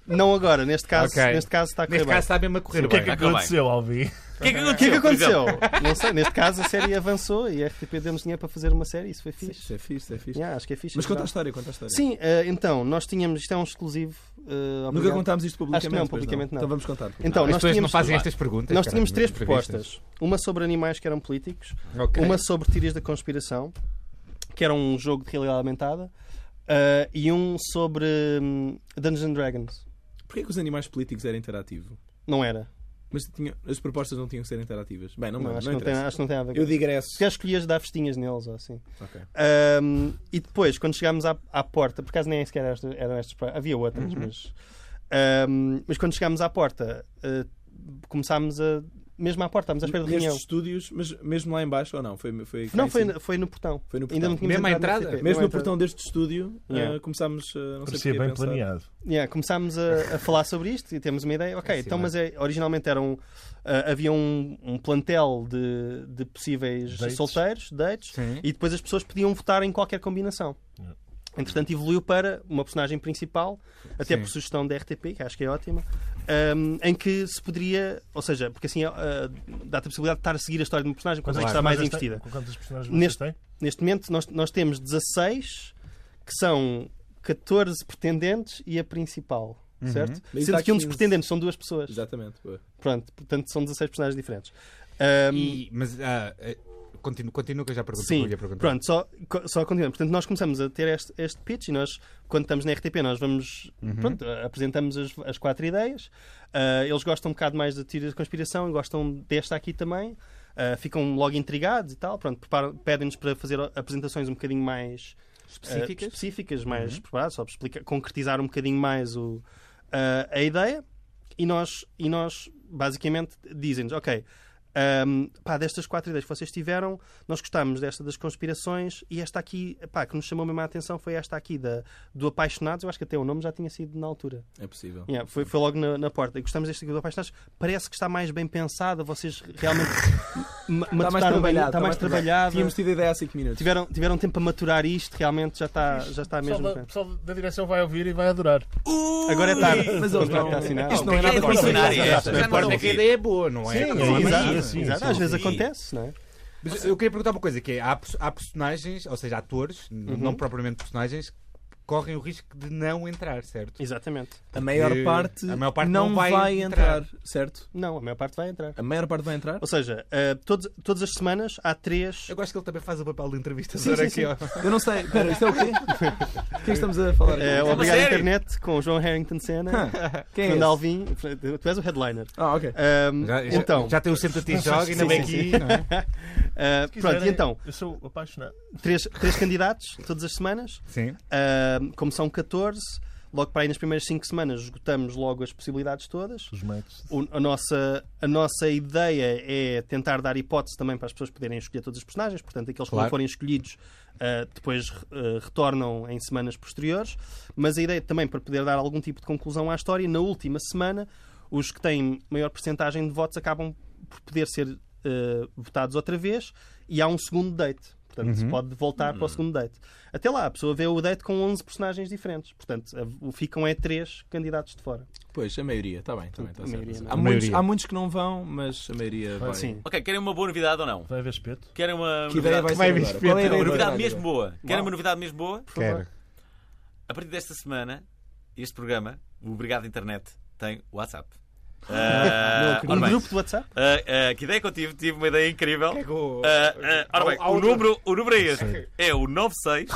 [SPEAKER 5] não agora. Neste caso,
[SPEAKER 2] Ok.
[SPEAKER 5] neste caso está a correr
[SPEAKER 2] Neste
[SPEAKER 5] bem.
[SPEAKER 2] caso está mesmo a correr
[SPEAKER 3] O que é
[SPEAKER 2] bem.
[SPEAKER 3] que
[SPEAKER 1] Acabou bem.
[SPEAKER 3] aconteceu, Alvi?
[SPEAKER 1] O que é que aconteceu?
[SPEAKER 5] O que é que
[SPEAKER 1] por exemplo?
[SPEAKER 5] aconteceu? Não sei, neste caso a série avançou e a RTP deu-nos dinheiro para fazer uma série, isso foi fixe.
[SPEAKER 4] Isso é fixe, isso é fixe.
[SPEAKER 5] Yeah, acho que é fixe.
[SPEAKER 4] Mas
[SPEAKER 5] em
[SPEAKER 4] conta a
[SPEAKER 5] geral.
[SPEAKER 4] história, conta a história.
[SPEAKER 5] Sim, eh, então, nós tínhamos, isto é um exclusivo. eh,
[SPEAKER 4] Nunca
[SPEAKER 5] obrigado.
[SPEAKER 4] contámos isto publicamente.
[SPEAKER 5] Acho que não,
[SPEAKER 4] pois
[SPEAKER 5] publicamente não.
[SPEAKER 4] Então vamos contar.
[SPEAKER 5] Então,
[SPEAKER 2] As
[SPEAKER 5] nós
[SPEAKER 2] pessoas não
[SPEAKER 5] tínhamos,
[SPEAKER 2] fazem estas perguntas.
[SPEAKER 5] nós
[SPEAKER 2] caralho,
[SPEAKER 5] tínhamos três
[SPEAKER 2] nas entrevistas.
[SPEAKER 5] propostas. Uma sobre animais que eram políticos,
[SPEAKER 2] Ok.
[SPEAKER 5] uma sobre teorias da conspiração, que era um jogo de realidade aumentada, eh, e um sobre hum, Dungeons and Dragons.
[SPEAKER 4] Porquê que os animais políticos eram interativo?
[SPEAKER 5] Não era.
[SPEAKER 4] Mas tinha- as propostas não tinham que ser interativas. Bem, não,
[SPEAKER 5] Não,
[SPEAKER 4] não,
[SPEAKER 5] acho,
[SPEAKER 4] não
[SPEAKER 5] que não tem,
[SPEAKER 4] interessa.
[SPEAKER 5] acho que não tem nada a ver é
[SPEAKER 4] Eu
[SPEAKER 5] com isso.
[SPEAKER 4] digresso.
[SPEAKER 5] Se calhar escolhias dar festinhas neles ou assim.
[SPEAKER 4] Ok.
[SPEAKER 5] Ahm, e depois, quando chegámos à, à porta, por acaso nem sequer esta- eram estas, pra- havia outras,
[SPEAKER 4] Uhum.
[SPEAKER 5] mas, ahm, mas quando chegámos à porta, ah, começámos a. Mesmo à porta, estávamos à espera de
[SPEAKER 4] Nestes
[SPEAKER 5] reunião.
[SPEAKER 4] estúdios, mas mesmo lá em baixo ou não? Foi, foi cá
[SPEAKER 5] Não,
[SPEAKER 4] em
[SPEAKER 5] foi,
[SPEAKER 4] cima?
[SPEAKER 5] no- foi no portão.
[SPEAKER 4] Foi no
[SPEAKER 5] Ainda
[SPEAKER 4] portão.
[SPEAKER 5] não tínhamos
[SPEAKER 2] Mesmo à
[SPEAKER 5] entrado
[SPEAKER 2] entrada?
[SPEAKER 5] RTP.
[SPEAKER 4] Mesmo no
[SPEAKER 5] à entrada.
[SPEAKER 4] portão deste estúdio, eh,
[SPEAKER 5] Yeah.
[SPEAKER 4] começámos eh, não sei
[SPEAKER 3] Parecia
[SPEAKER 4] porquê, a
[SPEAKER 3] bem
[SPEAKER 4] pensar.
[SPEAKER 3] planeado.
[SPEAKER 5] Yeah, começámos a, a falar sobre isto e temos uma ideia. Ok,
[SPEAKER 2] Sim,
[SPEAKER 5] então,
[SPEAKER 2] bem.
[SPEAKER 5] mas é- originalmente era um, ah, havia um, um plantel de, de possíveis
[SPEAKER 3] Dates.
[SPEAKER 5] solteiros, dates,
[SPEAKER 2] Sim.
[SPEAKER 5] e depois as pessoas podiam votar em qualquer combinação.
[SPEAKER 3] Yeah.
[SPEAKER 5] Entretanto, evoluiu para uma personagem principal, até
[SPEAKER 2] Sim.
[SPEAKER 5] por sugestão da RTP, que acho que é ótima, ahm, em que se poderia, ou seja, porque assim ah, dá-te a possibilidade de estar a seguir a história de uma personagem quando está mais
[SPEAKER 3] personagens
[SPEAKER 5] investida.
[SPEAKER 3] têm? Quantas personagens
[SPEAKER 5] Neste-
[SPEAKER 3] vocês têm?
[SPEAKER 5] Neste momento, nós, nós temos 16, que são 14 pretendentes e a principal. Certo?
[SPEAKER 4] Mas
[SPEAKER 5] Sendo
[SPEAKER 4] há
[SPEAKER 5] que um dos
[SPEAKER 4] 15.
[SPEAKER 5] pretendentes são duas pessoas.
[SPEAKER 4] Exatamente. boa.
[SPEAKER 5] Um, Pronto, portanto são 16 personagens diferentes. Ahm,
[SPEAKER 2] E- mas ah, eh, continua, continua que eu já perguntei.
[SPEAKER 5] Sim,
[SPEAKER 2] eu ia perguntar.
[SPEAKER 5] pronto, só, co- só continuando. Portanto, nós começamos a ter este, este pitch e nós, quando estamos na RTP, nós vamos, pronto, apresentamos as, as quatro ideias. Ah, eles gostam um bocado mais da teoria da conspiração e gostam desta aqui também. Ah, ficam logo intrigados e tal. Pronto, preparam- pedem-nos para fazer apresentações um bocadinho mais ah,
[SPEAKER 2] Específicas?
[SPEAKER 5] específicas, mais preparadas, só para explicar, concretizar um bocadinho mais o, ah, a ideia. E nós, e nós basicamente dizem-nos, ok, ahm, pá, destas quatro ideias que vocês tiveram, nós gostámos desta das conspirações e esta aqui, pá, que nos chamou mesmo a atenção foi esta aqui da, do Apaixonados, eu acho que até o nome já tinha sido na altura.
[SPEAKER 4] É possível.
[SPEAKER 5] Yeah, foi, foi logo na, na porta. E gostamos deste aqui do Apaixonados, parece que está mais bem pensada, vocês realmente
[SPEAKER 4] Está Tá
[SPEAKER 5] ma-
[SPEAKER 4] mais
[SPEAKER 5] maturaram bem-
[SPEAKER 4] trabalhado.
[SPEAKER 5] está mais tá trabalhado.
[SPEAKER 4] Tínhamos tido ideia há 5 minutos.
[SPEAKER 5] Tiveram, tiveram tempo para maturar isto, realmente já está, já está
[SPEAKER 3] O pessoal
[SPEAKER 5] mesmo.
[SPEAKER 3] da- o pessoal da direção vai ouvir e vai adorar.
[SPEAKER 5] Agora é tarde.
[SPEAKER 4] Mas eles não.
[SPEAKER 5] Está assinado.
[SPEAKER 4] Isto não é
[SPEAKER 1] Quem é
[SPEAKER 4] nada
[SPEAKER 1] que
[SPEAKER 4] para
[SPEAKER 1] vai
[SPEAKER 4] assinar.
[SPEAKER 1] assinar esta? Já
[SPEAKER 2] Não
[SPEAKER 1] não
[SPEAKER 2] importa que a
[SPEAKER 1] ouvi.
[SPEAKER 2] ideia é boa, não é?
[SPEAKER 3] Sim,
[SPEAKER 2] Não
[SPEAKER 3] sim,
[SPEAKER 2] nada.
[SPEAKER 3] sim, sim,
[SPEAKER 5] Exato,
[SPEAKER 3] sim,
[SPEAKER 5] às
[SPEAKER 3] sim.
[SPEAKER 5] vezes
[SPEAKER 1] sim.
[SPEAKER 5] acontece, não é?
[SPEAKER 2] Mas eu queria perguntar uma coisa: que é, há, perso- há personagens, ou seja, atores, não propriamente personagens, que correm o risco de não entrar, certo?
[SPEAKER 5] Exatamente.
[SPEAKER 4] A maior
[SPEAKER 2] Porque
[SPEAKER 4] parte,
[SPEAKER 2] a maior parte
[SPEAKER 4] não,
[SPEAKER 2] não
[SPEAKER 4] vai,
[SPEAKER 2] vai
[SPEAKER 4] entrar.
[SPEAKER 2] entrar.
[SPEAKER 4] certo?
[SPEAKER 5] Não, a maior parte vai entrar.
[SPEAKER 4] A maior parte vai entrar.
[SPEAKER 5] Ou seja, eh, todas- todas as semanas há três.
[SPEAKER 2] Eu gosto que ele também faz o papel de
[SPEAKER 5] Sim,
[SPEAKER 2] entrevistador
[SPEAKER 5] sim,
[SPEAKER 2] aqui,
[SPEAKER 5] sim.
[SPEAKER 2] ó.
[SPEAKER 4] Eu não sei. Espera, isto é o quê? O que é que estamos a falar aqui?
[SPEAKER 5] É, o Obrigado
[SPEAKER 1] sério?
[SPEAKER 5] Internet com o João Harrington Senna,
[SPEAKER 4] Quem é
[SPEAKER 5] Fernando
[SPEAKER 4] esse?
[SPEAKER 5] Alvim. Tu és o headliner.
[SPEAKER 4] Ah, ok.
[SPEAKER 5] Ahm,
[SPEAKER 2] Já, já-
[SPEAKER 5] então,
[SPEAKER 2] já tem o centro de jogo e não
[SPEAKER 5] Sim,
[SPEAKER 2] vem
[SPEAKER 5] sim,
[SPEAKER 2] aqui. não é?
[SPEAKER 5] ah,
[SPEAKER 3] Se é-
[SPEAKER 5] pronto, e
[SPEAKER 3] quiserem,
[SPEAKER 5] então,
[SPEAKER 3] Eu sou apaixonado.
[SPEAKER 5] três, três candidatos todas as semanas.
[SPEAKER 2] Sim.
[SPEAKER 5] Ahm, como são 14, logo para aí nas primeiras 5 semanas esgotamos logo as possibilidades todas.
[SPEAKER 3] Os meios.
[SPEAKER 5] O- a, nossa, a nossa ideia é tentar dar hipótese também para as pessoas poderem escolher todos os personagens, portanto, aqueles que não
[SPEAKER 2] Claro.
[SPEAKER 5] forem escolhidos ah, depois ah, retornam em semanas posteriores. Mas a ideia também para poder dar algum tipo de conclusão à história, na última semana, os que têm maior percentagem de votos acabam por poder ser ah, votados outra vez e há um segundo date. Portanto, se pode voltar para o segundo date. Até lá, a pessoa vê o date com 11 personagens diferentes. Portanto, a- ficam é três candidatos de fora.
[SPEAKER 4] Pois, a maioria. Está bem, está bem. Tá
[SPEAKER 5] A
[SPEAKER 4] certo.
[SPEAKER 5] maioria, não é?
[SPEAKER 4] há, muitos,
[SPEAKER 2] maioria.
[SPEAKER 4] há muitos que não vão, mas a maioria vai.
[SPEAKER 5] Sim.
[SPEAKER 1] Ok, querem uma boa novidade ou não?
[SPEAKER 3] Vai haver espeto.
[SPEAKER 1] Querem uma
[SPEAKER 4] Que ideia vai
[SPEAKER 1] novidade,
[SPEAKER 4] ser
[SPEAKER 2] Vai
[SPEAKER 4] agora?
[SPEAKER 2] vestir.
[SPEAKER 4] Qual é a
[SPEAKER 1] uma
[SPEAKER 4] ideia
[SPEAKER 1] novidade
[SPEAKER 4] agora?
[SPEAKER 1] mesmo boa? Querem
[SPEAKER 5] Uau.
[SPEAKER 1] uma novidade mesmo boa?
[SPEAKER 5] Por favor.
[SPEAKER 1] A partir desta semana, este programa, o Obrigado Internet, tem WhatsApp. Ah,
[SPEAKER 5] Um
[SPEAKER 1] ora bem,
[SPEAKER 5] grupo de WhatsApp?
[SPEAKER 1] ah, ah, que ideia que eu tive? Tive uma ideia incrível.
[SPEAKER 2] Pegou.
[SPEAKER 1] Ah, ah, ora bem,
[SPEAKER 2] Há- há
[SPEAKER 1] o,
[SPEAKER 2] outra?
[SPEAKER 1] número, o número é este. É o 96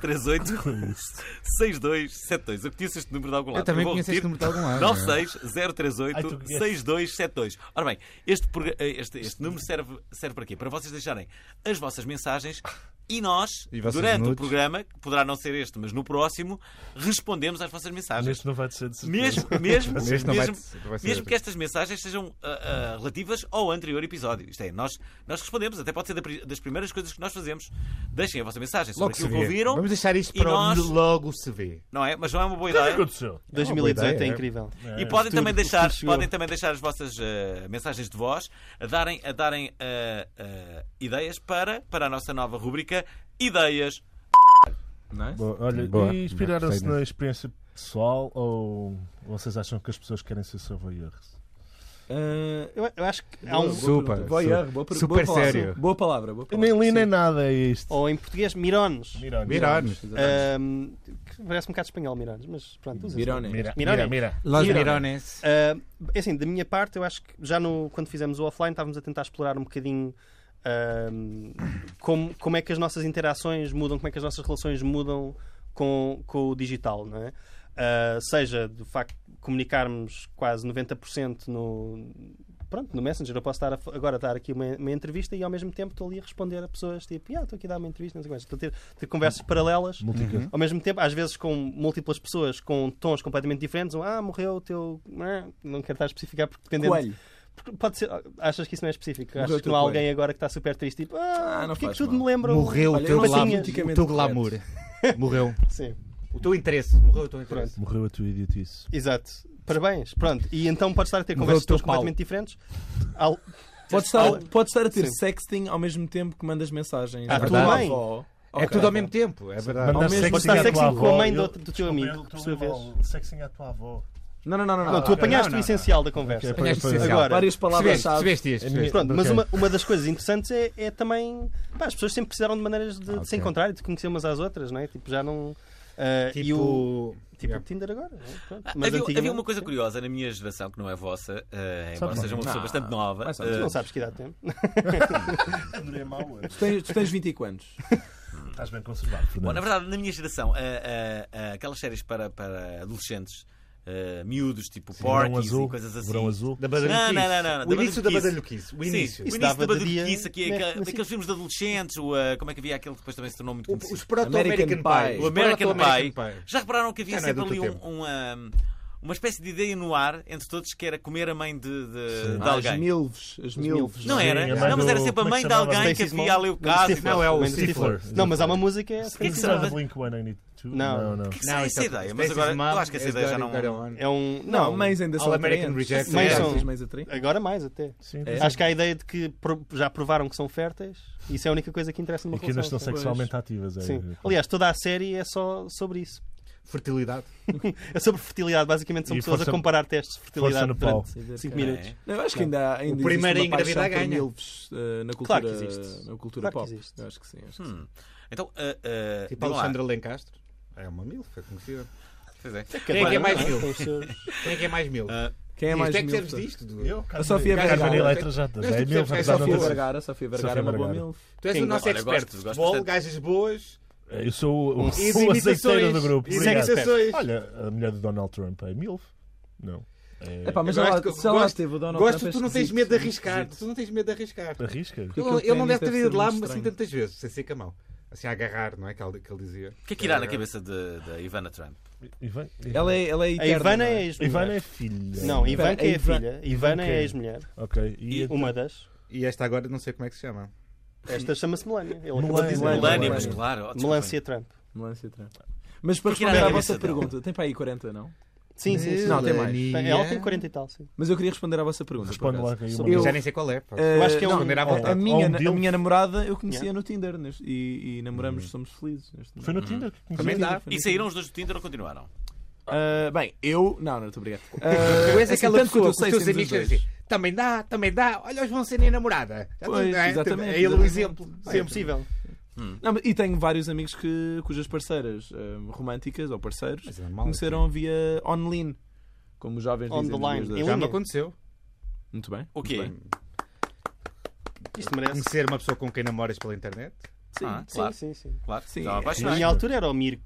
[SPEAKER 1] 038
[SPEAKER 2] é
[SPEAKER 1] 6272. Eu conheço este número de algum lado.
[SPEAKER 2] Eu também
[SPEAKER 1] vou
[SPEAKER 2] conheço este
[SPEAKER 1] repetir.
[SPEAKER 2] número de algum lado. é?
[SPEAKER 1] 96038
[SPEAKER 3] Ai, tu conheces.
[SPEAKER 1] 6272. Ora bem, este, progra- este, este número serve, serve para quê? Para vocês deixarem as vossas mensagens e nós,
[SPEAKER 2] E vocês
[SPEAKER 1] durante o
[SPEAKER 2] nudes.
[SPEAKER 1] programa, que poderá não ser este, mas no próximo, respondemos às vossas mensagens.
[SPEAKER 3] Neste não vai ser de certeza.
[SPEAKER 1] Mesmo, mesmo,
[SPEAKER 2] Neste
[SPEAKER 1] mesmo,
[SPEAKER 2] não vai- vai
[SPEAKER 1] mesmo
[SPEAKER 2] ser outro.
[SPEAKER 1] que estas mensagens sejam ah, ah, relativas ao anterior episódio. Isto é, nós, nós respondemos, até pode ser da pri- das primeiras coisas que nós fazemos. Deixem a vossa mensagem sobre
[SPEAKER 2] Logo se
[SPEAKER 1] aquilo que
[SPEAKER 2] vê.
[SPEAKER 1] ouviram,
[SPEAKER 2] Vamos deixar isto
[SPEAKER 1] e
[SPEAKER 2] para
[SPEAKER 1] nós-
[SPEAKER 2] onde logo se vê.
[SPEAKER 1] não é? Mas não é uma boa
[SPEAKER 3] O que é que
[SPEAKER 1] ideia.
[SPEAKER 3] aconteceu?
[SPEAKER 5] 2018 é,
[SPEAKER 2] ideia, é.
[SPEAKER 5] incrível.
[SPEAKER 1] E podem também, deixar,
[SPEAKER 5] chegou.
[SPEAKER 1] podem também deixar as vossas eh, mensagens de voz, a darem, a darem eh, eh, ideias para, para a nossa nova rubrica Ideias.
[SPEAKER 4] Nice.
[SPEAKER 3] Bom, olha,
[SPEAKER 2] Boa.
[SPEAKER 3] e inspiraram-se
[SPEAKER 2] Gostei
[SPEAKER 3] na experiência pessoal ou vocês acham que as pessoas querem ser surveyors?
[SPEAKER 4] Ah,
[SPEAKER 5] Eu, eu acho que há um.
[SPEAKER 4] boa
[SPEAKER 2] Super,
[SPEAKER 4] pergunta. Boa,
[SPEAKER 2] super,
[SPEAKER 4] erro, boa per-
[SPEAKER 2] super
[SPEAKER 4] boa palavra.
[SPEAKER 2] sério.
[SPEAKER 4] Boa palavra. Boa
[SPEAKER 3] Eu
[SPEAKER 4] palavra.
[SPEAKER 3] nem li
[SPEAKER 4] Sim.
[SPEAKER 3] nem nada é isto.
[SPEAKER 5] Ou em português, Mirones.
[SPEAKER 3] Mirone.
[SPEAKER 2] Mirar-nos.
[SPEAKER 4] Eh,
[SPEAKER 5] Ahm, que parece um bocado espanhol, Mirones, mas pronto, usa
[SPEAKER 4] Mirones.
[SPEAKER 3] Mira,
[SPEAKER 5] Mirone.
[SPEAKER 3] mira, mira.
[SPEAKER 2] Los
[SPEAKER 5] Mira.
[SPEAKER 2] Mirones.
[SPEAKER 5] Ah, assim, da minha parte, eu acho que já no, quando fizemos o offline estávamos a tentar explorar um bocadinho ahm, como, como é que as nossas interações mudam, como é que as nossas relações mudam com, com o digital, não é? Ah, seja do facto de comunicarmos quase 90% no. Pronto, no Messenger eu posso estar a f- agora a dar aqui uma, uma entrevista e ao mesmo tempo estou ali a responder a pessoas tipo, "Ya, estou aqui a dar uma entrevista, não sei o que mais. Estou a ter, ter conversas
[SPEAKER 4] Uhum.
[SPEAKER 5] paralelas
[SPEAKER 3] Multicast.
[SPEAKER 5] ao mesmo tempo, às vezes com múltiplas pessoas com tons completamente diferentes, um, ah, morreu o teu. ah", Não quero estar a especificar porque dependendo.
[SPEAKER 4] Coelho.
[SPEAKER 5] Porque Pode ser, achas que isso não é específico?
[SPEAKER 4] Morreu
[SPEAKER 5] Achas
[SPEAKER 4] o
[SPEAKER 5] que
[SPEAKER 4] teu
[SPEAKER 5] não há
[SPEAKER 4] coelho.
[SPEAKER 5] alguém agora que está super triste, tipo, ah,
[SPEAKER 4] Ah, não
[SPEAKER 5] porque é que
[SPEAKER 4] faz
[SPEAKER 5] tudo
[SPEAKER 4] mal.
[SPEAKER 5] me lembra. um-"
[SPEAKER 2] Morreu
[SPEAKER 4] Olha,
[SPEAKER 2] o teu
[SPEAKER 4] eu
[SPEAKER 5] assim,
[SPEAKER 2] glamour. O teu glamour. Morreu.
[SPEAKER 5] Sim,
[SPEAKER 2] O teu interesse. Morreu o teu interesse.
[SPEAKER 3] Morreu a tua idiotice.
[SPEAKER 5] exato. Parabéns, pronto. E então podes estar a ter
[SPEAKER 2] Morreu
[SPEAKER 5] conversas
[SPEAKER 2] o teu
[SPEAKER 5] tons completamente diferentes. Al-
[SPEAKER 4] Pode estar,
[SPEAKER 5] Al-
[SPEAKER 4] pode estar a ter
[SPEAKER 5] Sim.
[SPEAKER 4] sexting ao mesmo tempo que mandas mensagens.
[SPEAKER 5] Ah,
[SPEAKER 4] à
[SPEAKER 5] tudo
[SPEAKER 4] tua
[SPEAKER 5] bem.
[SPEAKER 4] avó.
[SPEAKER 2] É
[SPEAKER 4] Ok.
[SPEAKER 2] tudo ao mesmo tempo. É
[SPEAKER 5] Ah,
[SPEAKER 2] verdade.
[SPEAKER 3] Mandar
[SPEAKER 4] Ao mesmo-
[SPEAKER 3] sexting
[SPEAKER 5] Pode estar
[SPEAKER 3] à tua
[SPEAKER 5] sexting com a
[SPEAKER 3] avó.
[SPEAKER 5] mãe do
[SPEAKER 3] Eu-
[SPEAKER 5] outro- do teu
[SPEAKER 3] Desculpa,
[SPEAKER 5] amigo,
[SPEAKER 3] eu
[SPEAKER 5] por
[SPEAKER 3] estou
[SPEAKER 5] sua
[SPEAKER 3] mal. Sexting à tua avó.
[SPEAKER 4] Não, não, não, não.
[SPEAKER 5] Não,
[SPEAKER 4] não.
[SPEAKER 5] tu apanhaste
[SPEAKER 2] Ah, não, não,
[SPEAKER 5] o essencial da conversa.
[SPEAKER 3] Ok,
[SPEAKER 2] Apanhaste o
[SPEAKER 3] Agora,
[SPEAKER 2] essencial.
[SPEAKER 4] Várias
[SPEAKER 2] Percebeste,
[SPEAKER 4] palavras-chave.
[SPEAKER 2] percebeste este,
[SPEAKER 3] minha-
[SPEAKER 2] percebeste.
[SPEAKER 5] Pronto, mas
[SPEAKER 2] Ok.
[SPEAKER 5] uma, uma das coisas interessantes é, é também. pá, as pessoas sempre precisaram de maneiras de, de se
[SPEAKER 2] Ok.
[SPEAKER 5] encontrar e de conhecer umas às outras, não é? Tipo, já não. Ah,
[SPEAKER 2] Tipo,
[SPEAKER 5] E o, tipo
[SPEAKER 2] Yeah.
[SPEAKER 5] Tinder agora. não é? Pronto. Mas
[SPEAKER 1] Havia,
[SPEAKER 5] antigamente-
[SPEAKER 1] havia uma coisa curiosa na minha geração, que não é vossa, eh, embora
[SPEAKER 3] Sabes
[SPEAKER 1] seja uma
[SPEAKER 4] não.
[SPEAKER 1] pessoa
[SPEAKER 4] Não.
[SPEAKER 1] bastante nova.
[SPEAKER 4] Mas sabes,
[SPEAKER 1] eh,
[SPEAKER 5] Tu não sabes que idade tem.
[SPEAKER 4] Tu tens, tu tens 20 e quantos?
[SPEAKER 3] Estás bem conservado,
[SPEAKER 1] Bom, na
[SPEAKER 3] Fernando.
[SPEAKER 1] verdade, na minha geração, eh, eh, eh, aquelas séries para, para adolescentes, eh, miúdos, tipo
[SPEAKER 3] Verão
[SPEAKER 1] Porkies e
[SPEAKER 3] um azul,
[SPEAKER 1] coisas assim.
[SPEAKER 3] verão azul.
[SPEAKER 1] Não,
[SPEAKER 2] Da badalhoquice.
[SPEAKER 1] não, não, não,
[SPEAKER 2] O início da
[SPEAKER 1] badalhoquice.
[SPEAKER 2] badalhoquice. O
[SPEAKER 1] Sim,
[SPEAKER 2] início.
[SPEAKER 1] o início
[SPEAKER 5] dava
[SPEAKER 1] da
[SPEAKER 5] de dia-
[SPEAKER 1] badalhoquice, aqui,
[SPEAKER 5] né,
[SPEAKER 1] aqua-
[SPEAKER 5] assim.
[SPEAKER 1] aqueles filmes de adolescentes, o, eh, como é que havia aquele que depois também se tornou muito
[SPEAKER 2] O-
[SPEAKER 1] conhecido?
[SPEAKER 2] Os proto-American
[SPEAKER 4] American
[SPEAKER 2] Pie.
[SPEAKER 4] Pie.
[SPEAKER 1] O
[SPEAKER 2] Os
[SPEAKER 1] American Pie.
[SPEAKER 2] proto-American Pie.
[SPEAKER 1] Já repararam que havia
[SPEAKER 2] Já não é
[SPEAKER 1] sempre
[SPEAKER 2] do
[SPEAKER 1] ali
[SPEAKER 2] teu
[SPEAKER 1] um-
[SPEAKER 2] tempo.
[SPEAKER 1] uma, uma espécie de ideia no ar entre todos que era comer a mãe de, de- de
[SPEAKER 4] Ah, As
[SPEAKER 1] alguém.
[SPEAKER 4] milves. As milves.
[SPEAKER 1] Não é.
[SPEAKER 3] Sim,
[SPEAKER 1] era?
[SPEAKER 3] a mãe
[SPEAKER 1] Não, mas era
[SPEAKER 3] do-
[SPEAKER 1] sempre a
[SPEAKER 3] como é
[SPEAKER 1] mãe
[SPEAKER 3] que
[SPEAKER 1] de
[SPEAKER 3] chamava?
[SPEAKER 1] alguém que
[SPEAKER 5] Stacy
[SPEAKER 1] havia ali o
[SPEAKER 5] Smalls.
[SPEAKER 1] caso.
[SPEAKER 5] Stifler.
[SPEAKER 2] Não, é o
[SPEAKER 5] Mãe do
[SPEAKER 2] Stifler.
[SPEAKER 5] Não, mas há uma música. é-
[SPEAKER 1] que é que
[SPEAKER 3] Não
[SPEAKER 1] será?
[SPEAKER 3] será de Blink 182? não.
[SPEAKER 5] Não.
[SPEAKER 1] Não, é
[SPEAKER 2] é
[SPEAKER 1] essa ideia, mas agora eu acho que essa ideia já não.
[SPEAKER 5] É um.
[SPEAKER 4] Não, mães ainda são
[SPEAKER 2] All American
[SPEAKER 4] atraentes.
[SPEAKER 2] Rejects.
[SPEAKER 4] Mães
[SPEAKER 5] Mães
[SPEAKER 4] são-
[SPEAKER 5] são-
[SPEAKER 4] mães atraentes.
[SPEAKER 5] Agora mais até.
[SPEAKER 3] Sim,
[SPEAKER 4] É.
[SPEAKER 5] Acho que há a ideia de que pro- já provaram que são férteis. Isso é a única coisa que interessa numa
[SPEAKER 3] E que ainda estão
[SPEAKER 5] relação.
[SPEAKER 4] Pois.
[SPEAKER 3] sexualmente ativas. É.
[SPEAKER 5] Sim. Aliás, toda a série é só sobre isso.
[SPEAKER 2] Fertilidade.
[SPEAKER 5] É sobre fertilidade. Basicamente são
[SPEAKER 3] E
[SPEAKER 5] pessoas
[SPEAKER 3] força-
[SPEAKER 5] a comparar testes de
[SPEAKER 3] força
[SPEAKER 5] fertilidade
[SPEAKER 3] no pau.
[SPEAKER 5] durante
[SPEAKER 4] Sei dizer
[SPEAKER 5] 5
[SPEAKER 4] que-
[SPEAKER 5] minutos.
[SPEAKER 1] É.
[SPEAKER 4] Não, eu acho que ainda, ainda existe
[SPEAKER 2] primeiro
[SPEAKER 4] uma
[SPEAKER 2] a engravidar
[SPEAKER 4] paixão por
[SPEAKER 2] ganha.
[SPEAKER 4] milves, eh, na cultura,
[SPEAKER 5] Claro que existe.
[SPEAKER 4] Na cultura
[SPEAKER 5] Claro que
[SPEAKER 4] pop.
[SPEAKER 5] existe.
[SPEAKER 4] Eu acho que sim. acho que sim.
[SPEAKER 1] Hum. Então, ah, ah,
[SPEAKER 2] Tipo
[SPEAKER 1] digam lá.
[SPEAKER 2] Alexandra Lencastre. É uma mil, foi conhecida.
[SPEAKER 1] Pois é.
[SPEAKER 2] Quem é que é mais mil?
[SPEAKER 5] Com os seus-
[SPEAKER 2] Quem é que é mais mil?
[SPEAKER 1] Ah,
[SPEAKER 4] Quem é
[SPEAKER 2] Isto
[SPEAKER 4] mais
[SPEAKER 2] é que
[SPEAKER 4] milf?
[SPEAKER 2] serves disto? Du?
[SPEAKER 3] Eu,
[SPEAKER 4] A Sofia
[SPEAKER 2] Carmen
[SPEAKER 3] Carmen
[SPEAKER 4] Vergara.
[SPEAKER 3] Eletra já já
[SPEAKER 2] Mas
[SPEAKER 3] é
[SPEAKER 2] tu
[SPEAKER 3] mil,
[SPEAKER 2] percebes que é
[SPEAKER 3] apesar
[SPEAKER 2] só
[SPEAKER 4] A
[SPEAKER 3] de
[SPEAKER 4] Sofia
[SPEAKER 3] não ter-
[SPEAKER 2] flores.
[SPEAKER 4] Vergara, a Sofia Vergara
[SPEAKER 3] Sofia
[SPEAKER 4] é uma boa
[SPEAKER 3] Vergara.
[SPEAKER 4] milf.
[SPEAKER 2] Tu és
[SPEAKER 1] Sim,
[SPEAKER 2] o nosso
[SPEAKER 1] olha,
[SPEAKER 2] expert
[SPEAKER 1] gosto,
[SPEAKER 2] de
[SPEAKER 1] gosto
[SPEAKER 2] futebol,
[SPEAKER 1] bastante.
[SPEAKER 2] gajas boas
[SPEAKER 3] É, Eu sou
[SPEAKER 2] e de
[SPEAKER 3] o, o aceiteiro
[SPEAKER 2] imitações.
[SPEAKER 3] do grupo.
[SPEAKER 2] E de
[SPEAKER 3] Obrigado.
[SPEAKER 2] imitações.
[SPEAKER 3] Olha, a mulher do Donald Trump é MILF? Não. É...
[SPEAKER 4] Epá, mas
[SPEAKER 2] Eu
[SPEAKER 4] já lá,
[SPEAKER 2] gosto que-
[SPEAKER 4] já lá
[SPEAKER 2] gosto-
[SPEAKER 4] teve o Donald
[SPEAKER 2] Gosto
[SPEAKER 4] Trump,
[SPEAKER 2] que tu
[SPEAKER 4] é
[SPEAKER 2] não tens
[SPEAKER 4] esquisito,
[SPEAKER 2] medo de
[SPEAKER 4] esquisito.
[SPEAKER 2] arriscar. Tu não tens medo de arriscar.
[SPEAKER 3] Arrisca.
[SPEAKER 4] Porque
[SPEAKER 2] Ele,
[SPEAKER 4] aquele
[SPEAKER 2] ele não
[SPEAKER 4] ténis
[SPEAKER 2] deve ter ido
[SPEAKER 4] ser
[SPEAKER 2] lá
[SPEAKER 4] muito
[SPEAKER 2] assim
[SPEAKER 4] estranho.
[SPEAKER 2] tantas vezes, sem ser com a mão. Assim a agarrar, não é? Que ele, que ele dizia.
[SPEAKER 1] O que é que irá na cabeça de- da Ivana Trump?
[SPEAKER 3] Ivan...
[SPEAKER 4] Ela é, ela é
[SPEAKER 5] A
[SPEAKER 4] eterna,
[SPEAKER 5] Ivana
[SPEAKER 4] não
[SPEAKER 5] é
[SPEAKER 4] é?
[SPEAKER 5] ex-mulher.
[SPEAKER 3] Ivana é filha.
[SPEAKER 5] Não, Ivanka
[SPEAKER 4] a
[SPEAKER 5] é a
[SPEAKER 4] Ivan-
[SPEAKER 5] filha. Ivana
[SPEAKER 3] Ivanka
[SPEAKER 5] é
[SPEAKER 3] é-
[SPEAKER 5] ex-mulher.
[SPEAKER 3] Ok. E,
[SPEAKER 5] Uma das.
[SPEAKER 2] E esta agora não sei como é que se chama.
[SPEAKER 5] Esta chama-se Melania. Ele acabou de
[SPEAKER 3] Melania.
[SPEAKER 4] Melania.
[SPEAKER 5] dizer.
[SPEAKER 1] Melania,
[SPEAKER 4] Melania.
[SPEAKER 1] mas claro. oh, desculpem.
[SPEAKER 5] Melancia Trump.
[SPEAKER 4] Melania Trump. Mas para
[SPEAKER 1] O que é que
[SPEAKER 4] responder
[SPEAKER 1] era
[SPEAKER 4] à
[SPEAKER 1] a
[SPEAKER 4] vossa
[SPEAKER 1] cabeça dela?
[SPEAKER 4] pergunta, tem para aí 40, não?
[SPEAKER 5] Sim, sim, sim.
[SPEAKER 4] Não, tem mais.
[SPEAKER 5] Tem- Ela tem 40 e tal, sim.
[SPEAKER 4] Mas eu queria responder à vossa pergunta. por
[SPEAKER 3] Responde
[SPEAKER 4] acaso.
[SPEAKER 3] lá que aí
[SPEAKER 4] Só-
[SPEAKER 3] uma
[SPEAKER 4] eu-
[SPEAKER 3] vez.
[SPEAKER 2] Já nem sei qual é. pá.
[SPEAKER 4] Eu
[SPEAKER 5] acho que é um-
[SPEAKER 2] Responder à
[SPEAKER 4] a- a,
[SPEAKER 2] vontade.
[SPEAKER 4] minha,
[SPEAKER 3] Ou um
[SPEAKER 4] a minha namorada eu conhecia
[SPEAKER 5] Yeah.
[SPEAKER 4] no Tinder neste- e, e namoramos, somos felizes. neste
[SPEAKER 3] Uhum. Foi
[SPEAKER 4] momento.
[SPEAKER 3] no Tinder que
[SPEAKER 2] Também
[SPEAKER 3] conheci.
[SPEAKER 2] dá.
[SPEAKER 4] Foi no
[SPEAKER 1] E saíram os dois do Tinder ou continuaram?
[SPEAKER 4] Ah, bem, eu. Não, não, estou obrigado.
[SPEAKER 2] Ah, Tu és
[SPEAKER 4] assim,
[SPEAKER 2] aquela
[SPEAKER 4] tanto quanto
[SPEAKER 2] pessoa
[SPEAKER 4] eu
[SPEAKER 2] que os teus
[SPEAKER 4] sei, somos
[SPEAKER 2] amigos
[SPEAKER 4] os dois.
[SPEAKER 2] dizem assim, também dá, também dá, olha, eles vão ser nem namorada. Já tu-
[SPEAKER 4] Pois,
[SPEAKER 2] não é?
[SPEAKER 4] exatamente,
[SPEAKER 2] É ele o
[SPEAKER 4] exatamente.
[SPEAKER 2] exemplo.
[SPEAKER 5] Ah, é
[SPEAKER 2] sempre.
[SPEAKER 5] possível.
[SPEAKER 4] Não, mas- e tenho vários amigos que, cujas parceiras ah, românticas ou parceiros
[SPEAKER 2] Mas é normal,
[SPEAKER 4] conheceram via online. Como os jovens
[SPEAKER 5] On
[SPEAKER 4] dizem.
[SPEAKER 5] the line.
[SPEAKER 4] nos dias de
[SPEAKER 5] Em
[SPEAKER 4] hoje.
[SPEAKER 2] Já me
[SPEAKER 5] linha.
[SPEAKER 2] aconteceu.
[SPEAKER 4] Muito bem.
[SPEAKER 1] O quê?
[SPEAKER 4] muito bem.
[SPEAKER 5] Isto merece.
[SPEAKER 2] Conhecer uma pessoa com quem namoras pela internet.
[SPEAKER 4] Sim.
[SPEAKER 1] Ah,
[SPEAKER 5] Sim,
[SPEAKER 1] claro.
[SPEAKER 5] sim, sim.
[SPEAKER 1] claro.
[SPEAKER 4] Sim,
[SPEAKER 1] Estava
[SPEAKER 4] é-
[SPEAKER 5] Na
[SPEAKER 1] apaixonado.
[SPEAKER 5] minha altura era o Mirk.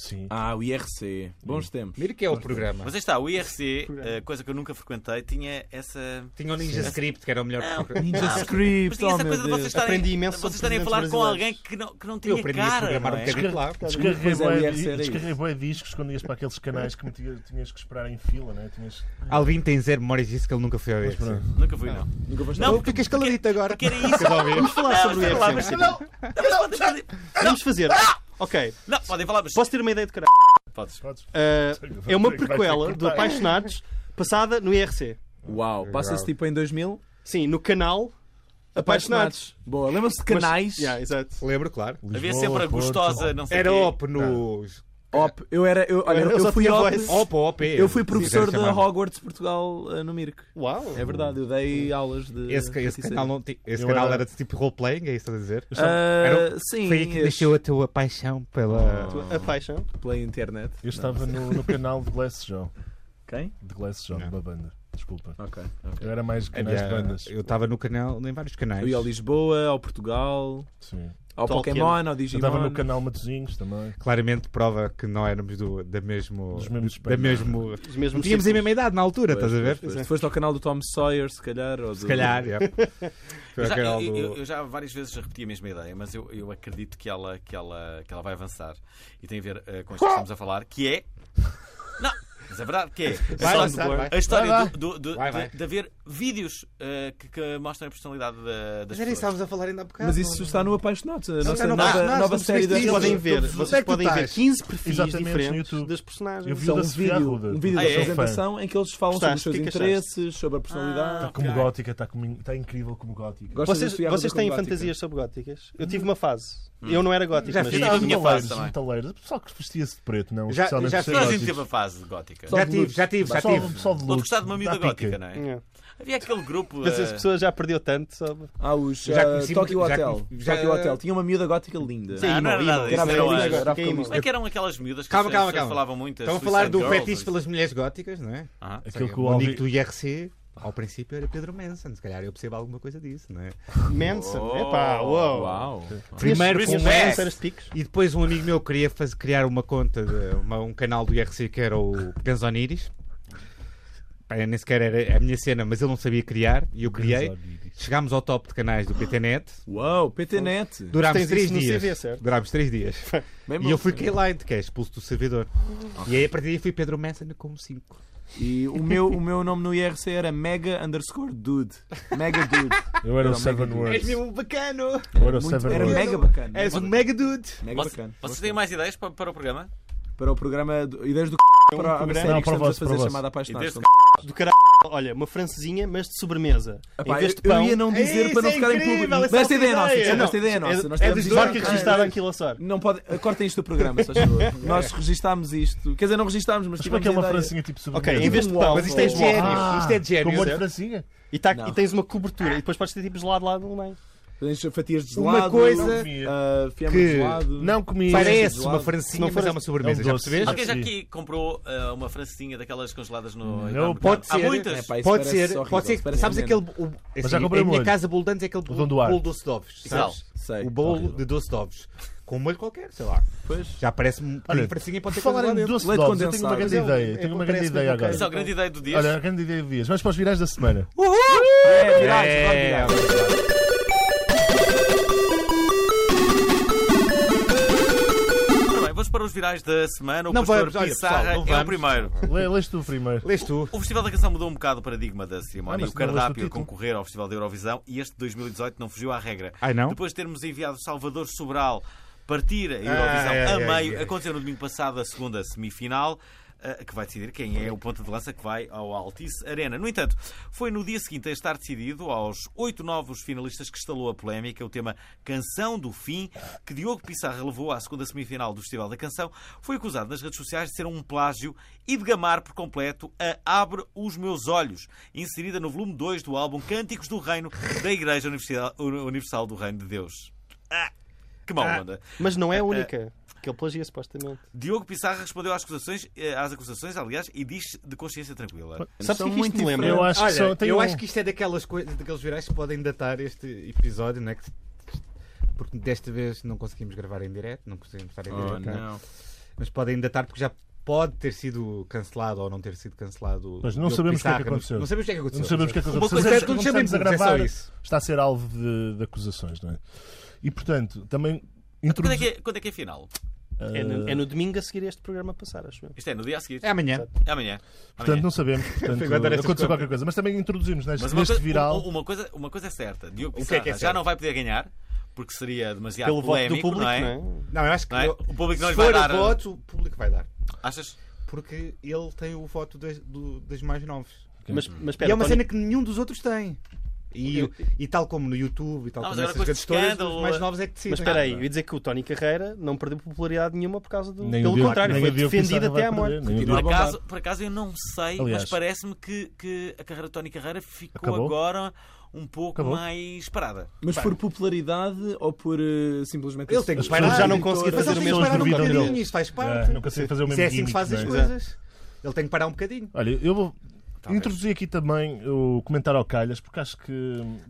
[SPEAKER 3] Sim.
[SPEAKER 4] Ah, o IRC. Bons tempos.
[SPEAKER 2] Mira que é o programa.
[SPEAKER 1] Mas aí está, o IRC,
[SPEAKER 5] Programa.
[SPEAKER 1] eh, coisa que eu nunca frequentei, tinha essa.
[SPEAKER 2] Tinha o Ninja Script, que era o melhor programa.
[SPEAKER 4] Ninja
[SPEAKER 1] Mas
[SPEAKER 4] Script,
[SPEAKER 1] tinha
[SPEAKER 4] oh
[SPEAKER 1] essa
[SPEAKER 4] meu
[SPEAKER 1] coisa de vocês
[SPEAKER 4] Deus.
[SPEAKER 1] estarem,
[SPEAKER 5] Aprendi imenso
[SPEAKER 1] vocês
[SPEAKER 5] sobre
[SPEAKER 1] estarem a falar com
[SPEAKER 5] presidentes brasileiros.
[SPEAKER 1] alguém que não, que não tinha
[SPEAKER 2] Eu aprendi a
[SPEAKER 1] cara.
[SPEAKER 2] programar
[SPEAKER 1] não
[SPEAKER 2] um
[SPEAKER 1] é?
[SPEAKER 2] bocadinho lá.
[SPEAKER 3] Descarreguei
[SPEAKER 4] Pois é, o
[SPEAKER 3] bué-
[SPEAKER 4] IRC era
[SPEAKER 3] descarreguei bué discos quando ias para aqueles canais que me tinha- tinhas que esperar em fila, né? Tinhas...
[SPEAKER 2] Alvin tem zero memórias disso que ele nunca foi a ver.
[SPEAKER 3] pronto.
[SPEAKER 1] Nunca fui, não.
[SPEAKER 4] Nunca foste
[SPEAKER 1] Não,
[SPEAKER 4] lá.
[SPEAKER 1] porque,
[SPEAKER 2] Fica escaladito agora.
[SPEAKER 1] porque era isso.
[SPEAKER 5] Vamos falar sobre o
[SPEAKER 1] espera lá,
[SPEAKER 5] IRC.
[SPEAKER 1] mas
[SPEAKER 5] sim.
[SPEAKER 1] não, Vamos falar-
[SPEAKER 5] Vamos fazer. Ok,
[SPEAKER 1] Não, podem falar, mas.
[SPEAKER 5] posso ter uma ideia de caralho.
[SPEAKER 1] Podes.
[SPEAKER 3] Podes-
[SPEAKER 5] Ah, é uma prequela do
[SPEAKER 3] Vai ter que
[SPEAKER 5] Apaixonados passada no IRC.
[SPEAKER 4] Uau, passa-se tipo em 2000.
[SPEAKER 5] Sim, no canal Apaixonados.
[SPEAKER 4] Boa, lembram-se de
[SPEAKER 5] Mas-
[SPEAKER 4] canais?
[SPEAKER 5] Yeah, exato.
[SPEAKER 2] Lembro, claro. tá.
[SPEAKER 1] Havia
[SPEAKER 3] Lisboa,
[SPEAKER 1] sempre a
[SPEAKER 3] Porto.
[SPEAKER 1] gostosa, não sei
[SPEAKER 2] é- Era
[SPEAKER 1] quê.
[SPEAKER 2] op nos.
[SPEAKER 4] Op, eu era, eu, olha,
[SPEAKER 5] Eu
[SPEAKER 4] eu,
[SPEAKER 5] só
[SPEAKER 4] fui
[SPEAKER 5] tinha
[SPEAKER 4] op,
[SPEAKER 5] voz.
[SPEAKER 2] Op, op. é.
[SPEAKER 4] eu fui professor
[SPEAKER 2] quiser
[SPEAKER 4] da
[SPEAKER 2] chamar.
[SPEAKER 4] Hogwarts Portugal eh, no Mirk.
[SPEAKER 5] Uau!
[SPEAKER 4] É verdade, eu dei aulas de.
[SPEAKER 2] Esse, ca- esse
[SPEAKER 4] feitiçaria.
[SPEAKER 2] canal, não ti- esse
[SPEAKER 3] Eu
[SPEAKER 2] canal
[SPEAKER 3] era-
[SPEAKER 2] era de tipo role-playing, é isso que estás a dizer?
[SPEAKER 4] Ah,
[SPEAKER 2] Era
[SPEAKER 4] sim,
[SPEAKER 2] Foi aí que
[SPEAKER 4] esse-
[SPEAKER 2] nasceu a tua paixão pela.
[SPEAKER 5] A paixão.
[SPEAKER 4] pela internet.
[SPEAKER 5] é?
[SPEAKER 3] Eu estava no, no canal de Glass João.
[SPEAKER 4] Quem?
[SPEAKER 3] De Glass João,
[SPEAKER 2] Não.
[SPEAKER 3] da banda. Desculpa.
[SPEAKER 4] Ok.
[SPEAKER 3] Eu era mais de canais de
[SPEAKER 2] Havia-
[SPEAKER 3] bandas.
[SPEAKER 2] É, Eu estava no canal, em vários canais.
[SPEAKER 4] Eu ia a Lisboa, ao Portugal,
[SPEAKER 3] Sim.
[SPEAKER 4] ao
[SPEAKER 5] Tolkien.
[SPEAKER 4] Pokémon, ao
[SPEAKER 3] Eu
[SPEAKER 4] Digimon.
[SPEAKER 3] estava no canal Matozinhos também.
[SPEAKER 2] Claramente prova que não éramos do, da mesmo.
[SPEAKER 3] Dos mesmos
[SPEAKER 2] da
[SPEAKER 3] espelhos.
[SPEAKER 2] mesmo.
[SPEAKER 5] Os
[SPEAKER 2] Não
[SPEAKER 5] mesmos
[SPEAKER 2] tínhamos a
[SPEAKER 5] círculos.
[SPEAKER 2] mesma idade na altura,
[SPEAKER 4] Pois,
[SPEAKER 2] estás a ver?
[SPEAKER 4] pois, pois. Tu foste ao canal do Tom Sawyer, se calhar. Ou
[SPEAKER 2] Se calhar, é.
[SPEAKER 1] Eu
[SPEAKER 2] Foi o
[SPEAKER 1] já,
[SPEAKER 2] canal
[SPEAKER 1] eu-
[SPEAKER 2] do-
[SPEAKER 1] eu- eu já várias vezes repeti a mesma ideia, mas eu, eu acredito que ela, que, ela, que ela vai avançar. E tem a ver eh, com isto que estamos a falar, que é. Não, mas é verdade que é.
[SPEAKER 2] Vai
[SPEAKER 1] a
[SPEAKER 2] avançar,
[SPEAKER 1] história,
[SPEAKER 2] vai.
[SPEAKER 1] a história
[SPEAKER 2] Vai,
[SPEAKER 1] do- do- do-
[SPEAKER 2] Vai, vai.
[SPEAKER 1] de, de haver vídeos eh, que, que mostram a personalidade da, das
[SPEAKER 2] Mas era isso que
[SPEAKER 1] pessoas.
[SPEAKER 2] estávamos a falar ainda há bocado. é?
[SPEAKER 4] Mas isso está no Apaixonados, a nossa
[SPEAKER 2] no
[SPEAKER 4] nova,
[SPEAKER 2] Apaixonados,
[SPEAKER 4] nova
[SPEAKER 2] não
[SPEAKER 4] série
[SPEAKER 2] esqueceste
[SPEAKER 4] da
[SPEAKER 5] Vocês
[SPEAKER 2] disso.
[SPEAKER 5] podem
[SPEAKER 2] Eu-
[SPEAKER 5] ver,
[SPEAKER 2] eu- onde é
[SPEAKER 5] vocês
[SPEAKER 2] que tu
[SPEAKER 5] podem ver
[SPEAKER 2] estás?
[SPEAKER 5] 15 perfis
[SPEAKER 3] Exatamente, no
[SPEAKER 5] diferentes
[SPEAKER 3] YouTube.
[SPEAKER 5] das
[SPEAKER 3] Eu
[SPEAKER 5] personagens.
[SPEAKER 3] vi-
[SPEAKER 4] Só
[SPEAKER 3] o da
[SPEAKER 4] um
[SPEAKER 3] Sofia
[SPEAKER 4] vídeo,
[SPEAKER 3] Arruda.
[SPEAKER 4] um vídeo da
[SPEAKER 1] Ah, é?
[SPEAKER 4] apresentação em que eles falam
[SPEAKER 5] Gostaste?
[SPEAKER 4] sobre os
[SPEAKER 5] O
[SPEAKER 4] seus
[SPEAKER 5] que é que achaste?
[SPEAKER 4] interesses, sobre a personalidade.
[SPEAKER 1] Ah,
[SPEAKER 3] Como
[SPEAKER 1] ok.
[SPEAKER 3] gótica, está, como, está incrível como gótica.
[SPEAKER 4] Gostas da
[SPEAKER 5] Vocês,
[SPEAKER 4] Sofia Arruda
[SPEAKER 5] vocês
[SPEAKER 4] como
[SPEAKER 5] têm
[SPEAKER 4] gótica?
[SPEAKER 5] fantasias sobre góticas? Eu tive uma fase.
[SPEAKER 1] Hum.
[SPEAKER 5] Eu não era gótico,
[SPEAKER 2] Já
[SPEAKER 5] mas
[SPEAKER 1] fiz.
[SPEAKER 3] E
[SPEAKER 1] Sim, a minha
[SPEAKER 3] metaleiros,
[SPEAKER 1] fase também.
[SPEAKER 3] metaleiros. O pessoal que vestia-se de preto, não.
[SPEAKER 2] Já-
[SPEAKER 3] especialmente
[SPEAKER 2] já
[SPEAKER 3] os
[SPEAKER 2] fiz.
[SPEAKER 1] Toda a gente
[SPEAKER 3] góticos.
[SPEAKER 1] teve a fase gótica.
[SPEAKER 4] Só-
[SPEAKER 2] Já tive, já tive, já
[SPEAKER 3] Pessoal-
[SPEAKER 2] tive.
[SPEAKER 3] pessoal de
[SPEAKER 1] Pode
[SPEAKER 3] luto,
[SPEAKER 1] gostar de uma miúda
[SPEAKER 3] dá pica.
[SPEAKER 1] gótica, não é?
[SPEAKER 5] É.
[SPEAKER 1] Havia aquele grupo.
[SPEAKER 5] Mas as
[SPEAKER 1] eh,
[SPEAKER 5] pessoas já perdeu tanto. Só...
[SPEAKER 4] Ah, os
[SPEAKER 2] Eu já
[SPEAKER 4] ah,
[SPEAKER 2] conheci-
[SPEAKER 4] Tokyo
[SPEAKER 2] já
[SPEAKER 4] Hotel.
[SPEAKER 2] conheci- já-
[SPEAKER 4] Tokyo Hotel. Tinha uma miúda gótica linda.
[SPEAKER 1] Ah, não era nada disso,
[SPEAKER 4] Era a
[SPEAKER 1] era um
[SPEAKER 4] Feliz,
[SPEAKER 1] anjo.
[SPEAKER 4] era a Feliz.
[SPEAKER 1] Como é que eram aquelas miúdas que
[SPEAKER 2] Calma,
[SPEAKER 1] as
[SPEAKER 2] calma,
[SPEAKER 1] pessoas
[SPEAKER 2] calma.
[SPEAKER 1] falavam muito? as
[SPEAKER 2] Estão a falar
[SPEAKER 1] Suicide
[SPEAKER 2] do
[SPEAKER 1] Girls, é?
[SPEAKER 2] fetiche
[SPEAKER 1] ou
[SPEAKER 2] pelas mulheres góticas, não é?
[SPEAKER 1] Ah,
[SPEAKER 3] Aquilo
[SPEAKER 2] Sei,
[SPEAKER 3] que o
[SPEAKER 2] o amigo
[SPEAKER 3] Alvin.
[SPEAKER 2] do IRC, ao princípio, era Pedro Manson. Se calhar eu percebo alguma coisa disso, não é?
[SPEAKER 5] Manson.
[SPEAKER 1] Oh,
[SPEAKER 5] Epá, uau.
[SPEAKER 4] Uau.
[SPEAKER 2] Primeiro
[SPEAKER 5] Tinhas-
[SPEAKER 2] com
[SPEAKER 5] tinhas
[SPEAKER 2] S.
[SPEAKER 5] Manson, eras de picos?
[SPEAKER 2] E depois um amigo meu queria fazer, criar uma conta, de, uma- um canal do IRC que era o Canzoniris. Pá, Nem sequer era a minha cena, mas ele não sabia criar e eu criei. Chegámos ao top de canais do PTNet.
[SPEAKER 4] Uau, PTNet.
[SPEAKER 2] Durámos
[SPEAKER 5] Tens
[SPEAKER 2] três
[SPEAKER 5] isso no
[SPEAKER 2] dias.
[SPEAKER 5] CV, certo?
[SPEAKER 2] Durámos três dias.
[SPEAKER 4] Bem
[SPEAKER 2] E eu
[SPEAKER 4] bom.
[SPEAKER 2] fui K-Line, que é expulso do servidor. E aí a partir daí fui Pedro Manson com 5.
[SPEAKER 4] E o meu, o meu nome no IRC era Mega underscore Dude. Mega Dude.
[SPEAKER 3] Eu era o
[SPEAKER 4] Era o
[SPEAKER 3] Seven
[SPEAKER 4] Mega
[SPEAKER 3] Words.
[SPEAKER 2] bacano!
[SPEAKER 3] Eu era o
[SPEAKER 4] Muito-
[SPEAKER 3] Seven
[SPEAKER 4] era
[SPEAKER 3] Words.
[SPEAKER 4] mega bacana.
[SPEAKER 5] É
[SPEAKER 2] És um mega
[SPEAKER 4] Mega-
[SPEAKER 2] dude!
[SPEAKER 4] Mega
[SPEAKER 1] Você,
[SPEAKER 4] bacana.
[SPEAKER 1] vocês têm mais ideias para, para o programa?
[SPEAKER 4] Para o programa do- Ideias do c... para a série
[SPEAKER 3] Não,
[SPEAKER 4] que
[SPEAKER 3] para
[SPEAKER 4] estamos
[SPEAKER 3] o
[SPEAKER 4] a
[SPEAKER 3] vosso, para o
[SPEAKER 4] fazer
[SPEAKER 3] vosso.
[SPEAKER 4] chamada Apaixonados.
[SPEAKER 1] Ideias do
[SPEAKER 5] Do caralho. Olha, uma francesinha, mas de sobremesa.
[SPEAKER 4] Epá,
[SPEAKER 5] em vez de
[SPEAKER 4] eu-
[SPEAKER 5] pão.
[SPEAKER 4] eu ia não dizer
[SPEAKER 2] Isso
[SPEAKER 4] para não
[SPEAKER 2] é
[SPEAKER 4] ficar
[SPEAKER 2] incrível,
[SPEAKER 4] em público.
[SPEAKER 2] essa
[SPEAKER 4] Mas esta ideia é nossa,
[SPEAKER 5] ideia.
[SPEAKER 4] sim, esta ideia é nossa.
[SPEAKER 5] É,
[SPEAKER 4] Nós
[SPEAKER 5] é
[SPEAKER 4] temos
[SPEAKER 5] dos
[SPEAKER 4] isto-
[SPEAKER 5] dois que
[SPEAKER 4] Ah,
[SPEAKER 5] registaram aquilo a só.
[SPEAKER 4] Não pode... Cortem isto do programa, se faz favor. Nós registámos isto. Quer dizer, não registámos, mas
[SPEAKER 3] Mas como é
[SPEAKER 4] tivemos
[SPEAKER 3] que é uma
[SPEAKER 4] ideia.
[SPEAKER 3] francinha tipo sobremesa?
[SPEAKER 5] Ok, em vez de pão.
[SPEAKER 2] Mas isto é
[SPEAKER 5] com-
[SPEAKER 2] gênio,
[SPEAKER 3] Ah,
[SPEAKER 2] isto é
[SPEAKER 3] Com molho
[SPEAKER 2] gênio.
[SPEAKER 3] de francinha?
[SPEAKER 5] E, tá-
[SPEAKER 4] Não.
[SPEAKER 5] e tens uma cobertura. E depois podes ter tipo gelado lá no meio.
[SPEAKER 4] Tens fatias de
[SPEAKER 2] Uma
[SPEAKER 4] gelado.
[SPEAKER 2] coisa
[SPEAKER 4] ah, fiambre
[SPEAKER 2] que
[SPEAKER 4] de gelado.
[SPEAKER 3] Não comi.
[SPEAKER 2] Parece
[SPEAKER 4] gelado.
[SPEAKER 2] uma
[SPEAKER 5] Se
[SPEAKER 2] francinha,
[SPEAKER 5] não
[SPEAKER 2] mas
[SPEAKER 5] for-
[SPEAKER 2] é uma sobremesa,
[SPEAKER 3] é um
[SPEAKER 2] já
[SPEAKER 3] doce.
[SPEAKER 2] percebeste?
[SPEAKER 1] Alguém já
[SPEAKER 3] percebi.
[SPEAKER 1] aqui comprou ah, uma francesinha daquelas congeladas no.
[SPEAKER 3] Não,
[SPEAKER 1] no
[SPEAKER 2] pode
[SPEAKER 1] mercado? Há
[SPEAKER 2] ser.
[SPEAKER 1] muitas.
[SPEAKER 4] É pá, isso
[SPEAKER 2] Pode
[SPEAKER 4] parece
[SPEAKER 2] ser,
[SPEAKER 4] horrível,
[SPEAKER 2] pode ser.
[SPEAKER 4] parece
[SPEAKER 2] Sabes
[SPEAKER 4] veneno.
[SPEAKER 2] aquele. O, assim,
[SPEAKER 3] já
[SPEAKER 2] a
[SPEAKER 3] comprei
[SPEAKER 2] minha
[SPEAKER 3] molho.
[SPEAKER 2] casa abundante é aquele
[SPEAKER 3] O Dom
[SPEAKER 2] bolo,
[SPEAKER 3] Duarte.
[SPEAKER 2] bolo doce de ovos.
[SPEAKER 1] E
[SPEAKER 2] sabes?
[SPEAKER 4] Sei.
[SPEAKER 2] O bolo
[SPEAKER 3] Horrível.
[SPEAKER 2] de doce de ovos. Com um molho qualquer, sei lá.
[SPEAKER 4] Pois.
[SPEAKER 2] Já parece um
[SPEAKER 3] Olha,
[SPEAKER 2] bocadinho francinha e pode ter
[SPEAKER 3] Falar
[SPEAKER 2] coisa lá
[SPEAKER 3] em
[SPEAKER 2] dentro.
[SPEAKER 3] doce de
[SPEAKER 4] Leite
[SPEAKER 3] ovos, eu tenho uma
[SPEAKER 4] condensado.
[SPEAKER 3] grande
[SPEAKER 2] Mas é um-
[SPEAKER 3] ideia.
[SPEAKER 2] é
[SPEAKER 3] Tenho uma
[SPEAKER 2] parece
[SPEAKER 3] grande
[SPEAKER 2] mesmo
[SPEAKER 3] ideia
[SPEAKER 2] que é
[SPEAKER 3] agora.
[SPEAKER 1] Isso é a grande ideia do dia.
[SPEAKER 3] Olha, a grande ideia de dias. Vamos para os virais da semana.
[SPEAKER 4] É, virais, claro, virais.
[SPEAKER 1] Ora bem, vamos para os virais da semana. O
[SPEAKER 2] Não
[SPEAKER 1] pastor
[SPEAKER 2] vamos, olha,
[SPEAKER 1] Pissarra
[SPEAKER 2] pessoal, não
[SPEAKER 1] é o
[SPEAKER 2] vamos.
[SPEAKER 1] primeiro.
[SPEAKER 3] Lê- Lês tu o primeiro.
[SPEAKER 2] Lês tu.
[SPEAKER 1] O Festival da Canção mudou um bocado o paradigma da cerimónia
[SPEAKER 3] Ah,
[SPEAKER 1] e o
[SPEAKER 3] mas não leste o
[SPEAKER 1] cardápio a
[SPEAKER 3] título.
[SPEAKER 1] concorrer ao Festival da Eurovisão e este 2018 não fugiu à regra.
[SPEAKER 2] Ai, não?
[SPEAKER 1] Depois de termos enviado Salvador Sobral partir a Eurovisão
[SPEAKER 2] ai,
[SPEAKER 1] a
[SPEAKER 2] ai,
[SPEAKER 1] meio,
[SPEAKER 2] ai.
[SPEAKER 1] aconteceu no domingo passado a segunda semifinal. ah, Que vai decidir quem é o ponta de lança que vai ao Altice Arena. No entanto, foi no dia seguinte a estar decidido, aos oito novos finalistas, que estalou a polémica, o tema Canção do Fim, que Diogo Pissarra levou à segunda semifinal do Festival da Canção, foi acusado nas redes sociais de ser um plágio e de gamar por completo a Abre os Meus Olhos, inserida no volume 2 do álbum Cânticos do Reino da Igreja Universidade- Universal do Reino de Deus. Ah, que mal onda.
[SPEAKER 5] Mas não é a única. Porque ele plagia supostamente.
[SPEAKER 1] Diogo Pissarra respondeu às acusações, eh, às acusações, aliás, e diz de consciência tranquila.
[SPEAKER 5] Sabes o
[SPEAKER 4] São
[SPEAKER 5] que é que isto
[SPEAKER 4] muito
[SPEAKER 5] me lembra?
[SPEAKER 3] Eu acho que
[SPEAKER 2] Olha,
[SPEAKER 3] só tem
[SPEAKER 2] eu
[SPEAKER 3] um-
[SPEAKER 2] acho que isto é daquelas coisas, daqueles virais que podem datar este episódio, não é? Que- Porque desta vez não conseguimos gravar em direto, não conseguimos estar em
[SPEAKER 4] Oh,
[SPEAKER 2] direto. não é?
[SPEAKER 4] não.
[SPEAKER 2] Mas podem datar porque já pode ter sido cancelado ou não ter sido cancelado.
[SPEAKER 3] Mas
[SPEAKER 2] o
[SPEAKER 3] não
[SPEAKER 2] Diogo
[SPEAKER 3] sabemos o que é que
[SPEAKER 2] Pissarra.
[SPEAKER 3] aconteceu.
[SPEAKER 2] Não sabemos o que é que aconteceu.
[SPEAKER 3] Não sabemos o que é que
[SPEAKER 1] Uma
[SPEAKER 3] aconteceu.
[SPEAKER 1] coisa
[SPEAKER 3] Mas
[SPEAKER 1] é-
[SPEAKER 3] quando
[SPEAKER 2] não
[SPEAKER 3] estamos a
[SPEAKER 2] sabemos, é só
[SPEAKER 3] gravar,
[SPEAKER 2] isso.
[SPEAKER 3] está a ser alvo de, de acusações, não é? E portanto, também.
[SPEAKER 1] Quando é, que
[SPEAKER 3] Introduzi...
[SPEAKER 1] é, quando é que é a final?
[SPEAKER 5] É no, é no domingo a seguir a este programa passar, acho eu.
[SPEAKER 1] Isto é no dia a seguir.
[SPEAKER 2] É amanhã.
[SPEAKER 1] É amanhã.
[SPEAKER 3] Portanto,
[SPEAKER 1] Amanhã.
[SPEAKER 3] não sabemos.
[SPEAKER 2] Agora
[SPEAKER 3] Portanto,
[SPEAKER 2] era
[SPEAKER 3] aconteceu
[SPEAKER 2] estas
[SPEAKER 3] qualquer
[SPEAKER 2] coisas.
[SPEAKER 3] coisa. Mas também introduzimos neste,
[SPEAKER 1] Mas uma,
[SPEAKER 3] neste
[SPEAKER 1] coisa,
[SPEAKER 3] viral.
[SPEAKER 1] uma- uma coisa, uma coisa é certa. Diogo
[SPEAKER 2] O que é
[SPEAKER 1] Pissarra
[SPEAKER 2] que é
[SPEAKER 1] já
[SPEAKER 2] certo?
[SPEAKER 1] não vai poder ganhar, porque seria demasiado
[SPEAKER 5] Pelo voto
[SPEAKER 1] Tá polémico,
[SPEAKER 5] do público,
[SPEAKER 1] não é?
[SPEAKER 2] Não, eu acho que
[SPEAKER 1] Não é?
[SPEAKER 2] eu-
[SPEAKER 1] O público não
[SPEAKER 2] se
[SPEAKER 1] lhe vai
[SPEAKER 2] for
[SPEAKER 1] dar-
[SPEAKER 2] o voto, o público vai dar.
[SPEAKER 1] Achas?
[SPEAKER 2] Porque ele tem o voto das, do- das mais novas.
[SPEAKER 5] Mas, mas
[SPEAKER 2] e
[SPEAKER 5] espera,
[SPEAKER 2] é uma
[SPEAKER 5] Tony,
[SPEAKER 2] cena que nenhum dos outros tem. E, e tal como no YouTube e tal
[SPEAKER 1] Não, mas agora
[SPEAKER 2] como nessas
[SPEAKER 1] com
[SPEAKER 2] redes
[SPEAKER 1] este
[SPEAKER 2] todas,
[SPEAKER 1] escândalo, eh,
[SPEAKER 2] os mais novos é que decidem.
[SPEAKER 5] Mas espera aí, eu ia dizer que o Tony Carreira não perdeu popularidade nenhuma por causa do.
[SPEAKER 3] Nem o
[SPEAKER 5] Pelo
[SPEAKER 3] Diogo-
[SPEAKER 5] contrário,
[SPEAKER 3] nem
[SPEAKER 5] foi
[SPEAKER 3] o Diogo
[SPEAKER 5] defendido
[SPEAKER 3] Pissarra
[SPEAKER 5] até à
[SPEAKER 3] vai perder,
[SPEAKER 5] morte.
[SPEAKER 3] nem o
[SPEAKER 1] Por
[SPEAKER 4] Não,
[SPEAKER 3] Diogo-
[SPEAKER 4] bom,
[SPEAKER 1] acaso, por acaso eu não sei, mas
[SPEAKER 3] Aliás.
[SPEAKER 1] parece-me que, que a carreira de Tony Carreira ficou
[SPEAKER 3] Acabou?
[SPEAKER 1] agora um pouco
[SPEAKER 3] Acabou?
[SPEAKER 1] mais parada.
[SPEAKER 4] Mas por popularidade ou por eh, simplesmente...
[SPEAKER 2] Ele tem que
[SPEAKER 4] As
[SPEAKER 2] parar.
[SPEAKER 4] pessoas
[SPEAKER 2] Já não
[SPEAKER 4] editoras-
[SPEAKER 5] conseguia
[SPEAKER 2] Mas
[SPEAKER 5] fazer
[SPEAKER 2] ele
[SPEAKER 5] o
[SPEAKER 2] tem que
[SPEAKER 5] mesmo
[SPEAKER 2] parar um
[SPEAKER 3] duvidam
[SPEAKER 2] bocadinho,
[SPEAKER 3] dele.
[SPEAKER 2] isto faz parte.
[SPEAKER 3] É, não consigo fazer o
[SPEAKER 2] Se
[SPEAKER 3] mesmo
[SPEAKER 2] é assim que se faz as
[SPEAKER 3] gimmick, não é?
[SPEAKER 2] coisas. Ele tem que parar um bocadinho.
[SPEAKER 3] Olha, eu vou
[SPEAKER 1] Talvez.
[SPEAKER 3] introduzir aqui também o comentário ao Calhas, porque acho que.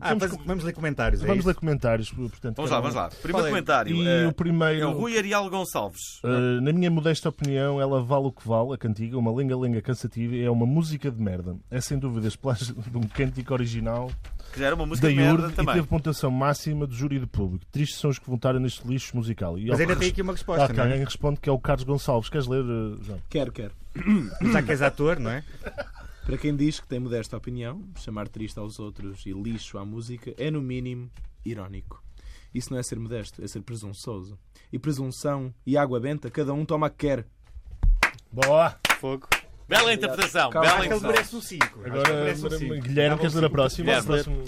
[SPEAKER 2] Ah,
[SPEAKER 3] vamos,
[SPEAKER 2] mas vamos ler comentários. é
[SPEAKER 3] vamos
[SPEAKER 2] isso?
[SPEAKER 3] ler comentários. Portanto,
[SPEAKER 1] Vamos lá,
[SPEAKER 3] cada um.
[SPEAKER 1] vamos lá. Primeiro
[SPEAKER 2] Qual é?
[SPEAKER 1] comentário.
[SPEAKER 3] E
[SPEAKER 1] eh,
[SPEAKER 3] o primeiro.
[SPEAKER 1] É o Rui Ariel Gonçalves.
[SPEAKER 3] Uh, na minha modesta opinião, ela vale o que vale, a cantiga, uma lenga-lenga cansativa e é uma música de merda. É sem dúvida plágio de um cântico original
[SPEAKER 1] Que já era uma música
[SPEAKER 3] da
[SPEAKER 1] de merda
[SPEAKER 3] IURD e
[SPEAKER 1] também.
[SPEAKER 3] teve pontuação máxima do júri de público. Tristes são os que votaram neste lixo musical. E
[SPEAKER 2] Mas
[SPEAKER 3] ao
[SPEAKER 2] ainda
[SPEAKER 3] que
[SPEAKER 2] tem
[SPEAKER 3] res-
[SPEAKER 2] aqui uma
[SPEAKER 3] Ah,
[SPEAKER 2] resposta,
[SPEAKER 3] que
[SPEAKER 2] não é?
[SPEAKER 3] alguém responde que é o Carlos Gonçalves. Queres ler, uh, João?
[SPEAKER 4] Quero, quero.
[SPEAKER 2] Já que és ator, não é?
[SPEAKER 4] Para quem diz que tem modesta opinião, chamar triste aos outros e lixo à música é, no mínimo, irónico. Isso não é ser modesto, é ser presunçoso. E presunção e água benta, cada um toma a que quer.
[SPEAKER 3] Boa!
[SPEAKER 5] Fogo.
[SPEAKER 1] Bela interpretação,
[SPEAKER 4] Calma,
[SPEAKER 1] bela
[SPEAKER 2] Acho é que ele
[SPEAKER 1] interpretação.
[SPEAKER 2] merece um 5.
[SPEAKER 3] Agora, Guilherme, queres ler a próxima?
[SPEAKER 1] Guilherme.
[SPEAKER 3] O próximo-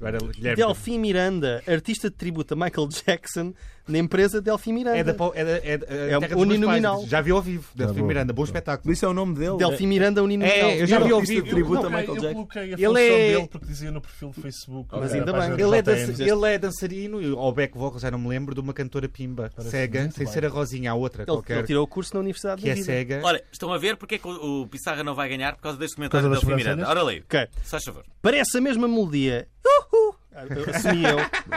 [SPEAKER 2] Agora,
[SPEAKER 3] né?
[SPEAKER 2] Guilherme.
[SPEAKER 5] Delfim Miranda, artista de tributo a Michael Jackson, na empresa Delfim Miranda.
[SPEAKER 2] É da po- é da- é da- é
[SPEAKER 5] É
[SPEAKER 2] da terra dos meus
[SPEAKER 5] uninominal.
[SPEAKER 2] pais. Já vi ao vivo, Delfim
[SPEAKER 3] bom.
[SPEAKER 2] Miranda. Bom espetáculo.
[SPEAKER 4] Isso é o nome dele?
[SPEAKER 5] Delfim Miranda uninominal.
[SPEAKER 2] É, eu já vi ao
[SPEAKER 4] Artista de
[SPEAKER 2] vivo.
[SPEAKER 4] tributo
[SPEAKER 3] eu
[SPEAKER 4] a Michael
[SPEAKER 3] bloqueei- eu
[SPEAKER 4] Jackson.
[SPEAKER 3] bloqueei a
[SPEAKER 2] Ele
[SPEAKER 3] função
[SPEAKER 2] é-
[SPEAKER 3] dele porque dizia no perfil do Facebook.
[SPEAKER 5] Mas
[SPEAKER 3] na
[SPEAKER 5] ainda
[SPEAKER 3] página
[SPEAKER 5] bem.
[SPEAKER 3] do
[SPEAKER 2] Ele é,
[SPEAKER 3] JN.
[SPEAKER 2] dan- ele é dançarino, e- ou back vocal, já não me lembro, de uma cantora pimba cega, sem ser a Rosinha, a outra
[SPEAKER 5] Ele,
[SPEAKER 2] qualquer,
[SPEAKER 5] ele tirou o curso na Universidade
[SPEAKER 2] que
[SPEAKER 5] da
[SPEAKER 2] é
[SPEAKER 5] vida.
[SPEAKER 2] cega.
[SPEAKER 1] Olha, estão a ver porque é que o o Pissarra não vai ganhar por causa deste comentário
[SPEAKER 3] Por
[SPEAKER 1] da
[SPEAKER 3] causa
[SPEAKER 1] Delfim
[SPEAKER 3] das
[SPEAKER 1] Miranda. Ora leio.
[SPEAKER 5] Ok.
[SPEAKER 1] Se faz favor.
[SPEAKER 5] Parece a mesma melodia. Uhul! Ah, eu- Assumi eu.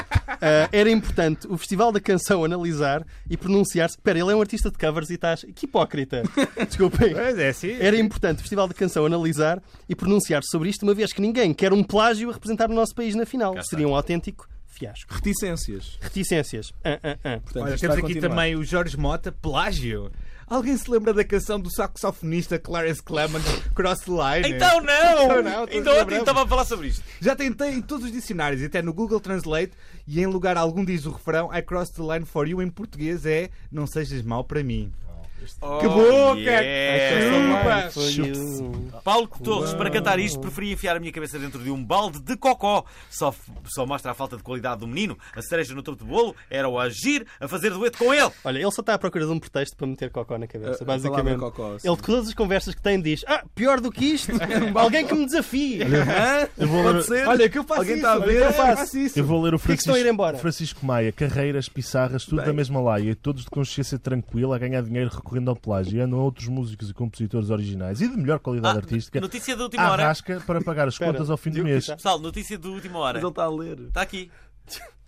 [SPEAKER 5] Ah, era importante o Festival da Canção analisar e pronunciar-se. Espera, ele é um artista de covers e estás. Que hipócrita! Desculpem.
[SPEAKER 2] Pois é, sim.
[SPEAKER 5] Era importante o Festival da Canção analisar e pronunciar sobre isto, uma vez que ninguém quer um plágio a representar o nosso país na final.
[SPEAKER 1] Cá está.
[SPEAKER 5] Seria um autêntico fiasco.
[SPEAKER 4] Reticências.
[SPEAKER 5] Reticências. Ah, ah, ah.
[SPEAKER 4] Portanto,
[SPEAKER 2] Olha,
[SPEAKER 4] isto
[SPEAKER 2] temos
[SPEAKER 4] vai
[SPEAKER 2] aqui
[SPEAKER 4] continuar.
[SPEAKER 2] também o Jorge Mota, Plágio. Alguém se lembra da canção do saxofonista Clarence Clemens, Cross the Line?
[SPEAKER 1] Então não!
[SPEAKER 2] É. Então não, todos
[SPEAKER 1] Ainda ontem
[SPEAKER 2] lembramos.
[SPEAKER 1] estava a falar sobre isto.
[SPEAKER 2] Já tentei em todos os dicionários, até no Google Translate, e em lugar algum diz o refrão I cross the line for you em português é Não sejas mau para mim. que
[SPEAKER 1] Oh,
[SPEAKER 2] boca! é
[SPEAKER 1] yeah.
[SPEAKER 2] Chupa!
[SPEAKER 5] um-
[SPEAKER 1] Paulo Torres, para cantar isto, preferia enfiar a minha cabeça dentro de um balde de cocó. Só, f- só mostra a falta de qualidade do menino. A cereja no topo do bolo era o agir a fazer dueto com ele.
[SPEAKER 5] Olha, ele só está à procura de um pretexto para meter cocó na cabeça,
[SPEAKER 4] A- a
[SPEAKER 5] basicamente.
[SPEAKER 4] palavra cocó, sim.
[SPEAKER 5] ele, de todas as conversas que tem, diz: Ah, pior do que isto,
[SPEAKER 2] É um
[SPEAKER 5] alguém que me desafie. Hã?
[SPEAKER 3] Eu vou ler-
[SPEAKER 4] Pode ser?
[SPEAKER 2] Olha, que eu faço
[SPEAKER 4] Alguém
[SPEAKER 2] isso,
[SPEAKER 4] está a
[SPEAKER 2] olha
[SPEAKER 4] ver?
[SPEAKER 2] que eu faço isso.
[SPEAKER 3] Eu vou ler o
[SPEAKER 5] que que estão
[SPEAKER 3] Francisco,
[SPEAKER 5] a ir embora?
[SPEAKER 3] Francisco Maia, carreiras, pissarras, tudo da mesma laia, todos de consciência tranquila a ganhar dinheiro recorrendo ao plágio. E andam outros músicos e compositores originais e de melhor qualidade
[SPEAKER 1] Ah,
[SPEAKER 3] artística
[SPEAKER 1] Notícia da última
[SPEAKER 3] à
[SPEAKER 1] hora.
[SPEAKER 3] rasca para pagar as
[SPEAKER 5] Espera,
[SPEAKER 3] contas ao fim do
[SPEAKER 5] Diogo
[SPEAKER 3] mês.
[SPEAKER 5] Pissarra.
[SPEAKER 1] Pessoal, notícia da última hora.
[SPEAKER 4] Mas ele está a ler.
[SPEAKER 1] Está aqui.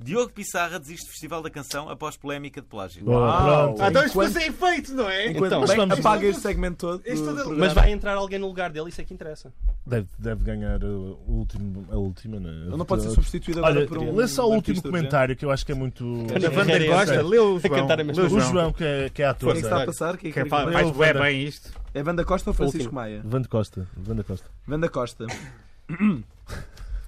[SPEAKER 1] Diogo Pissarra desiste do Festival da Canção após polémica de plágio.
[SPEAKER 3] Oh, pronto.
[SPEAKER 2] Ah, então isto
[SPEAKER 4] Enquanto-
[SPEAKER 2] fazer efeito, não é?
[SPEAKER 4] Enquanto
[SPEAKER 5] Então,
[SPEAKER 4] bem,
[SPEAKER 5] mas vamos-
[SPEAKER 4] apaga este segmento todo.
[SPEAKER 2] Isto
[SPEAKER 4] do
[SPEAKER 2] tudo-
[SPEAKER 4] programa.
[SPEAKER 5] Mas vai entrar alguém no lugar dele, isso é que interessa.
[SPEAKER 3] Deve, deve ganhar uh, o último, a última, né?
[SPEAKER 4] Ele não pode ser substituído agora
[SPEAKER 3] Olha,
[SPEAKER 4] por um.
[SPEAKER 3] lê só o último
[SPEAKER 4] artista do
[SPEAKER 3] comentário que eu acho que é muito.
[SPEAKER 5] Olha,
[SPEAKER 2] Vander
[SPEAKER 5] Era
[SPEAKER 2] Costa,
[SPEAKER 5] essa.
[SPEAKER 2] leu o
[SPEAKER 5] A
[SPEAKER 2] João.
[SPEAKER 5] cantar a mesma
[SPEAKER 2] Leu
[SPEAKER 3] O
[SPEAKER 2] o
[SPEAKER 5] música.
[SPEAKER 2] João.
[SPEAKER 3] João, que é, que é
[SPEAKER 4] género.
[SPEAKER 3] ator.
[SPEAKER 4] O que é que está a passar? Quem é que
[SPEAKER 2] Que fa-
[SPEAKER 4] quer-
[SPEAKER 2] Faz bué
[SPEAKER 3] Vander.
[SPEAKER 2] bem isto.
[SPEAKER 4] É Vanda Costa ou Francisco
[SPEAKER 5] Último.
[SPEAKER 4] Maia?
[SPEAKER 3] Vanda Costa. Vanda Costa.
[SPEAKER 4] Vanda Costa.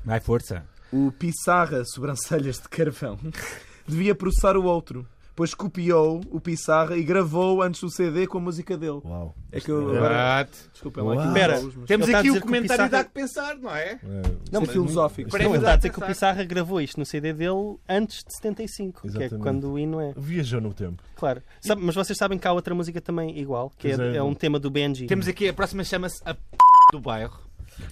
[SPEAKER 2] Vai, força.
[SPEAKER 4] O Pissarra Sobrancelhas de Carvão devia processar o outro, pois copiou o Pissarra e gravou antes o CD com a música dele.
[SPEAKER 3] Uau.
[SPEAKER 4] É que eu agora. é um
[SPEAKER 2] Exato.
[SPEAKER 4] Desculpem lá. aqui
[SPEAKER 3] Uau.
[SPEAKER 5] Espera.
[SPEAKER 4] os-
[SPEAKER 2] Temos
[SPEAKER 5] Ele está a
[SPEAKER 2] aqui
[SPEAKER 5] dizer
[SPEAKER 2] o
[SPEAKER 5] que o
[SPEAKER 2] comentário dá
[SPEAKER 5] Pissarra-
[SPEAKER 2] que pensar, não é?
[SPEAKER 3] É,
[SPEAKER 4] Não, é filosófico.
[SPEAKER 3] Isto
[SPEAKER 5] Não,
[SPEAKER 3] é
[SPEAKER 5] ele
[SPEAKER 3] muito-
[SPEAKER 5] está a dizer que o Pissarra gravou isto no CD dele antes de 75, que é
[SPEAKER 3] Exatamente.
[SPEAKER 5] quando o hino é.
[SPEAKER 3] Viajou no tempo.
[SPEAKER 5] Claro. Sabe- mas vocês sabem que há outra música também igual, que é,
[SPEAKER 3] Pois é.
[SPEAKER 5] é um tema do Benji.
[SPEAKER 2] Temos aqui, a próxima chama-se A P do Bairro.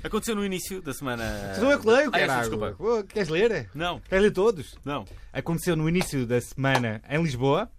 [SPEAKER 1] Aconteceu no início da semana.
[SPEAKER 2] Sou eu que leio,
[SPEAKER 1] Ah, essa,
[SPEAKER 2] é caralho.
[SPEAKER 1] desculpa.
[SPEAKER 2] Oh, Queres ler?
[SPEAKER 1] Não,
[SPEAKER 2] Queres ler todos?
[SPEAKER 1] não.
[SPEAKER 2] aconteceu no início da semana em Lisboa.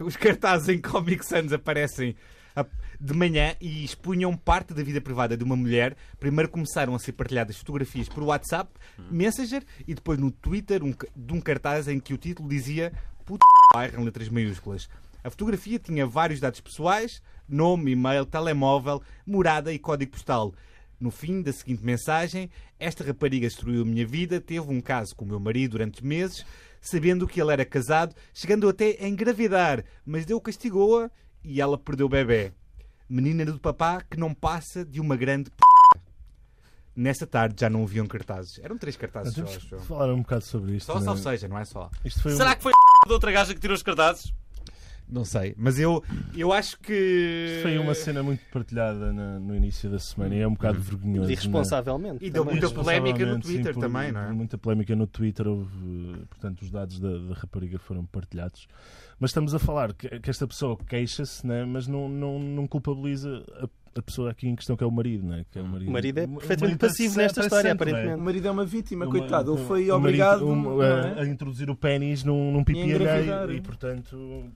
[SPEAKER 2] Os cartazes em Comic Sans aparecem a- de manhã e expunham parte da vida privada de uma mulher. Primeiro começaram a ser partilhadas fotografias por WhatsApp, Messenger e depois no Twitter um ca- de um cartaz em que o título dizia Puto bairro em letras maiúsculas. A fotografia tinha vários dados pessoais, nome, e-mail, telemóvel, morada e código postal. No fim da seguinte mensagem, esta rapariga destruiu a minha vida, teve um caso com o meu marido durante meses, sabendo que ele era casado, chegando até a engravidar, mas Deus castigou-a e ela perdeu o bebê. Menina do papá que não passa de uma grande p... Nessa tarde já não haviam cartazes. Eram três cartazes só,
[SPEAKER 3] Temos
[SPEAKER 2] acho.
[SPEAKER 3] de
[SPEAKER 2] eu.
[SPEAKER 3] falar um bocado sobre isto.
[SPEAKER 2] Só,
[SPEAKER 3] não
[SPEAKER 2] só
[SPEAKER 3] é?
[SPEAKER 2] seja, não é só.
[SPEAKER 3] Isto foi um-
[SPEAKER 1] Será que foi a de outra gaja que tirou os cartazes?
[SPEAKER 2] Não sei, mas eu, eu acho que.
[SPEAKER 3] Isto foi uma cena muito partilhada na- no início da semana e é um bocado
[SPEAKER 2] né?
[SPEAKER 3] vergonhoso.
[SPEAKER 5] Irresponsavelmente.
[SPEAKER 2] E deu
[SPEAKER 5] também.
[SPEAKER 2] muita polémica no
[SPEAKER 3] Irresponsavelmente, sim,
[SPEAKER 2] Twitter
[SPEAKER 3] por-
[SPEAKER 2] também, não é?
[SPEAKER 3] Muita polémica no Twitter, houve, eh, portanto, os dados da, da rapariga foram partilhados. Mas estamos a falar que, que esta pessoa queixa-se, né? mas não, não, não culpabiliza a, a pessoa aqui em questão, que é o marido, né? que é o marido.
[SPEAKER 5] O marido é
[SPEAKER 3] O- o
[SPEAKER 5] perfeitamente
[SPEAKER 3] marido é
[SPEAKER 5] passivo
[SPEAKER 3] sa-
[SPEAKER 5] nesta
[SPEAKER 3] é
[SPEAKER 5] história,
[SPEAKER 3] santo, né?
[SPEAKER 4] O
[SPEAKER 5] aparentemente.
[SPEAKER 4] marido é uma vítima,
[SPEAKER 3] Uma-
[SPEAKER 4] coitado. Ele foi
[SPEAKER 3] o marido-
[SPEAKER 4] obrigado.
[SPEAKER 3] um-
[SPEAKER 4] não
[SPEAKER 3] a,
[SPEAKER 4] é?
[SPEAKER 3] a introduzir o pênis num, num pipi
[SPEAKER 4] E engravidar. é?
[SPEAKER 3] alheio e, portanto,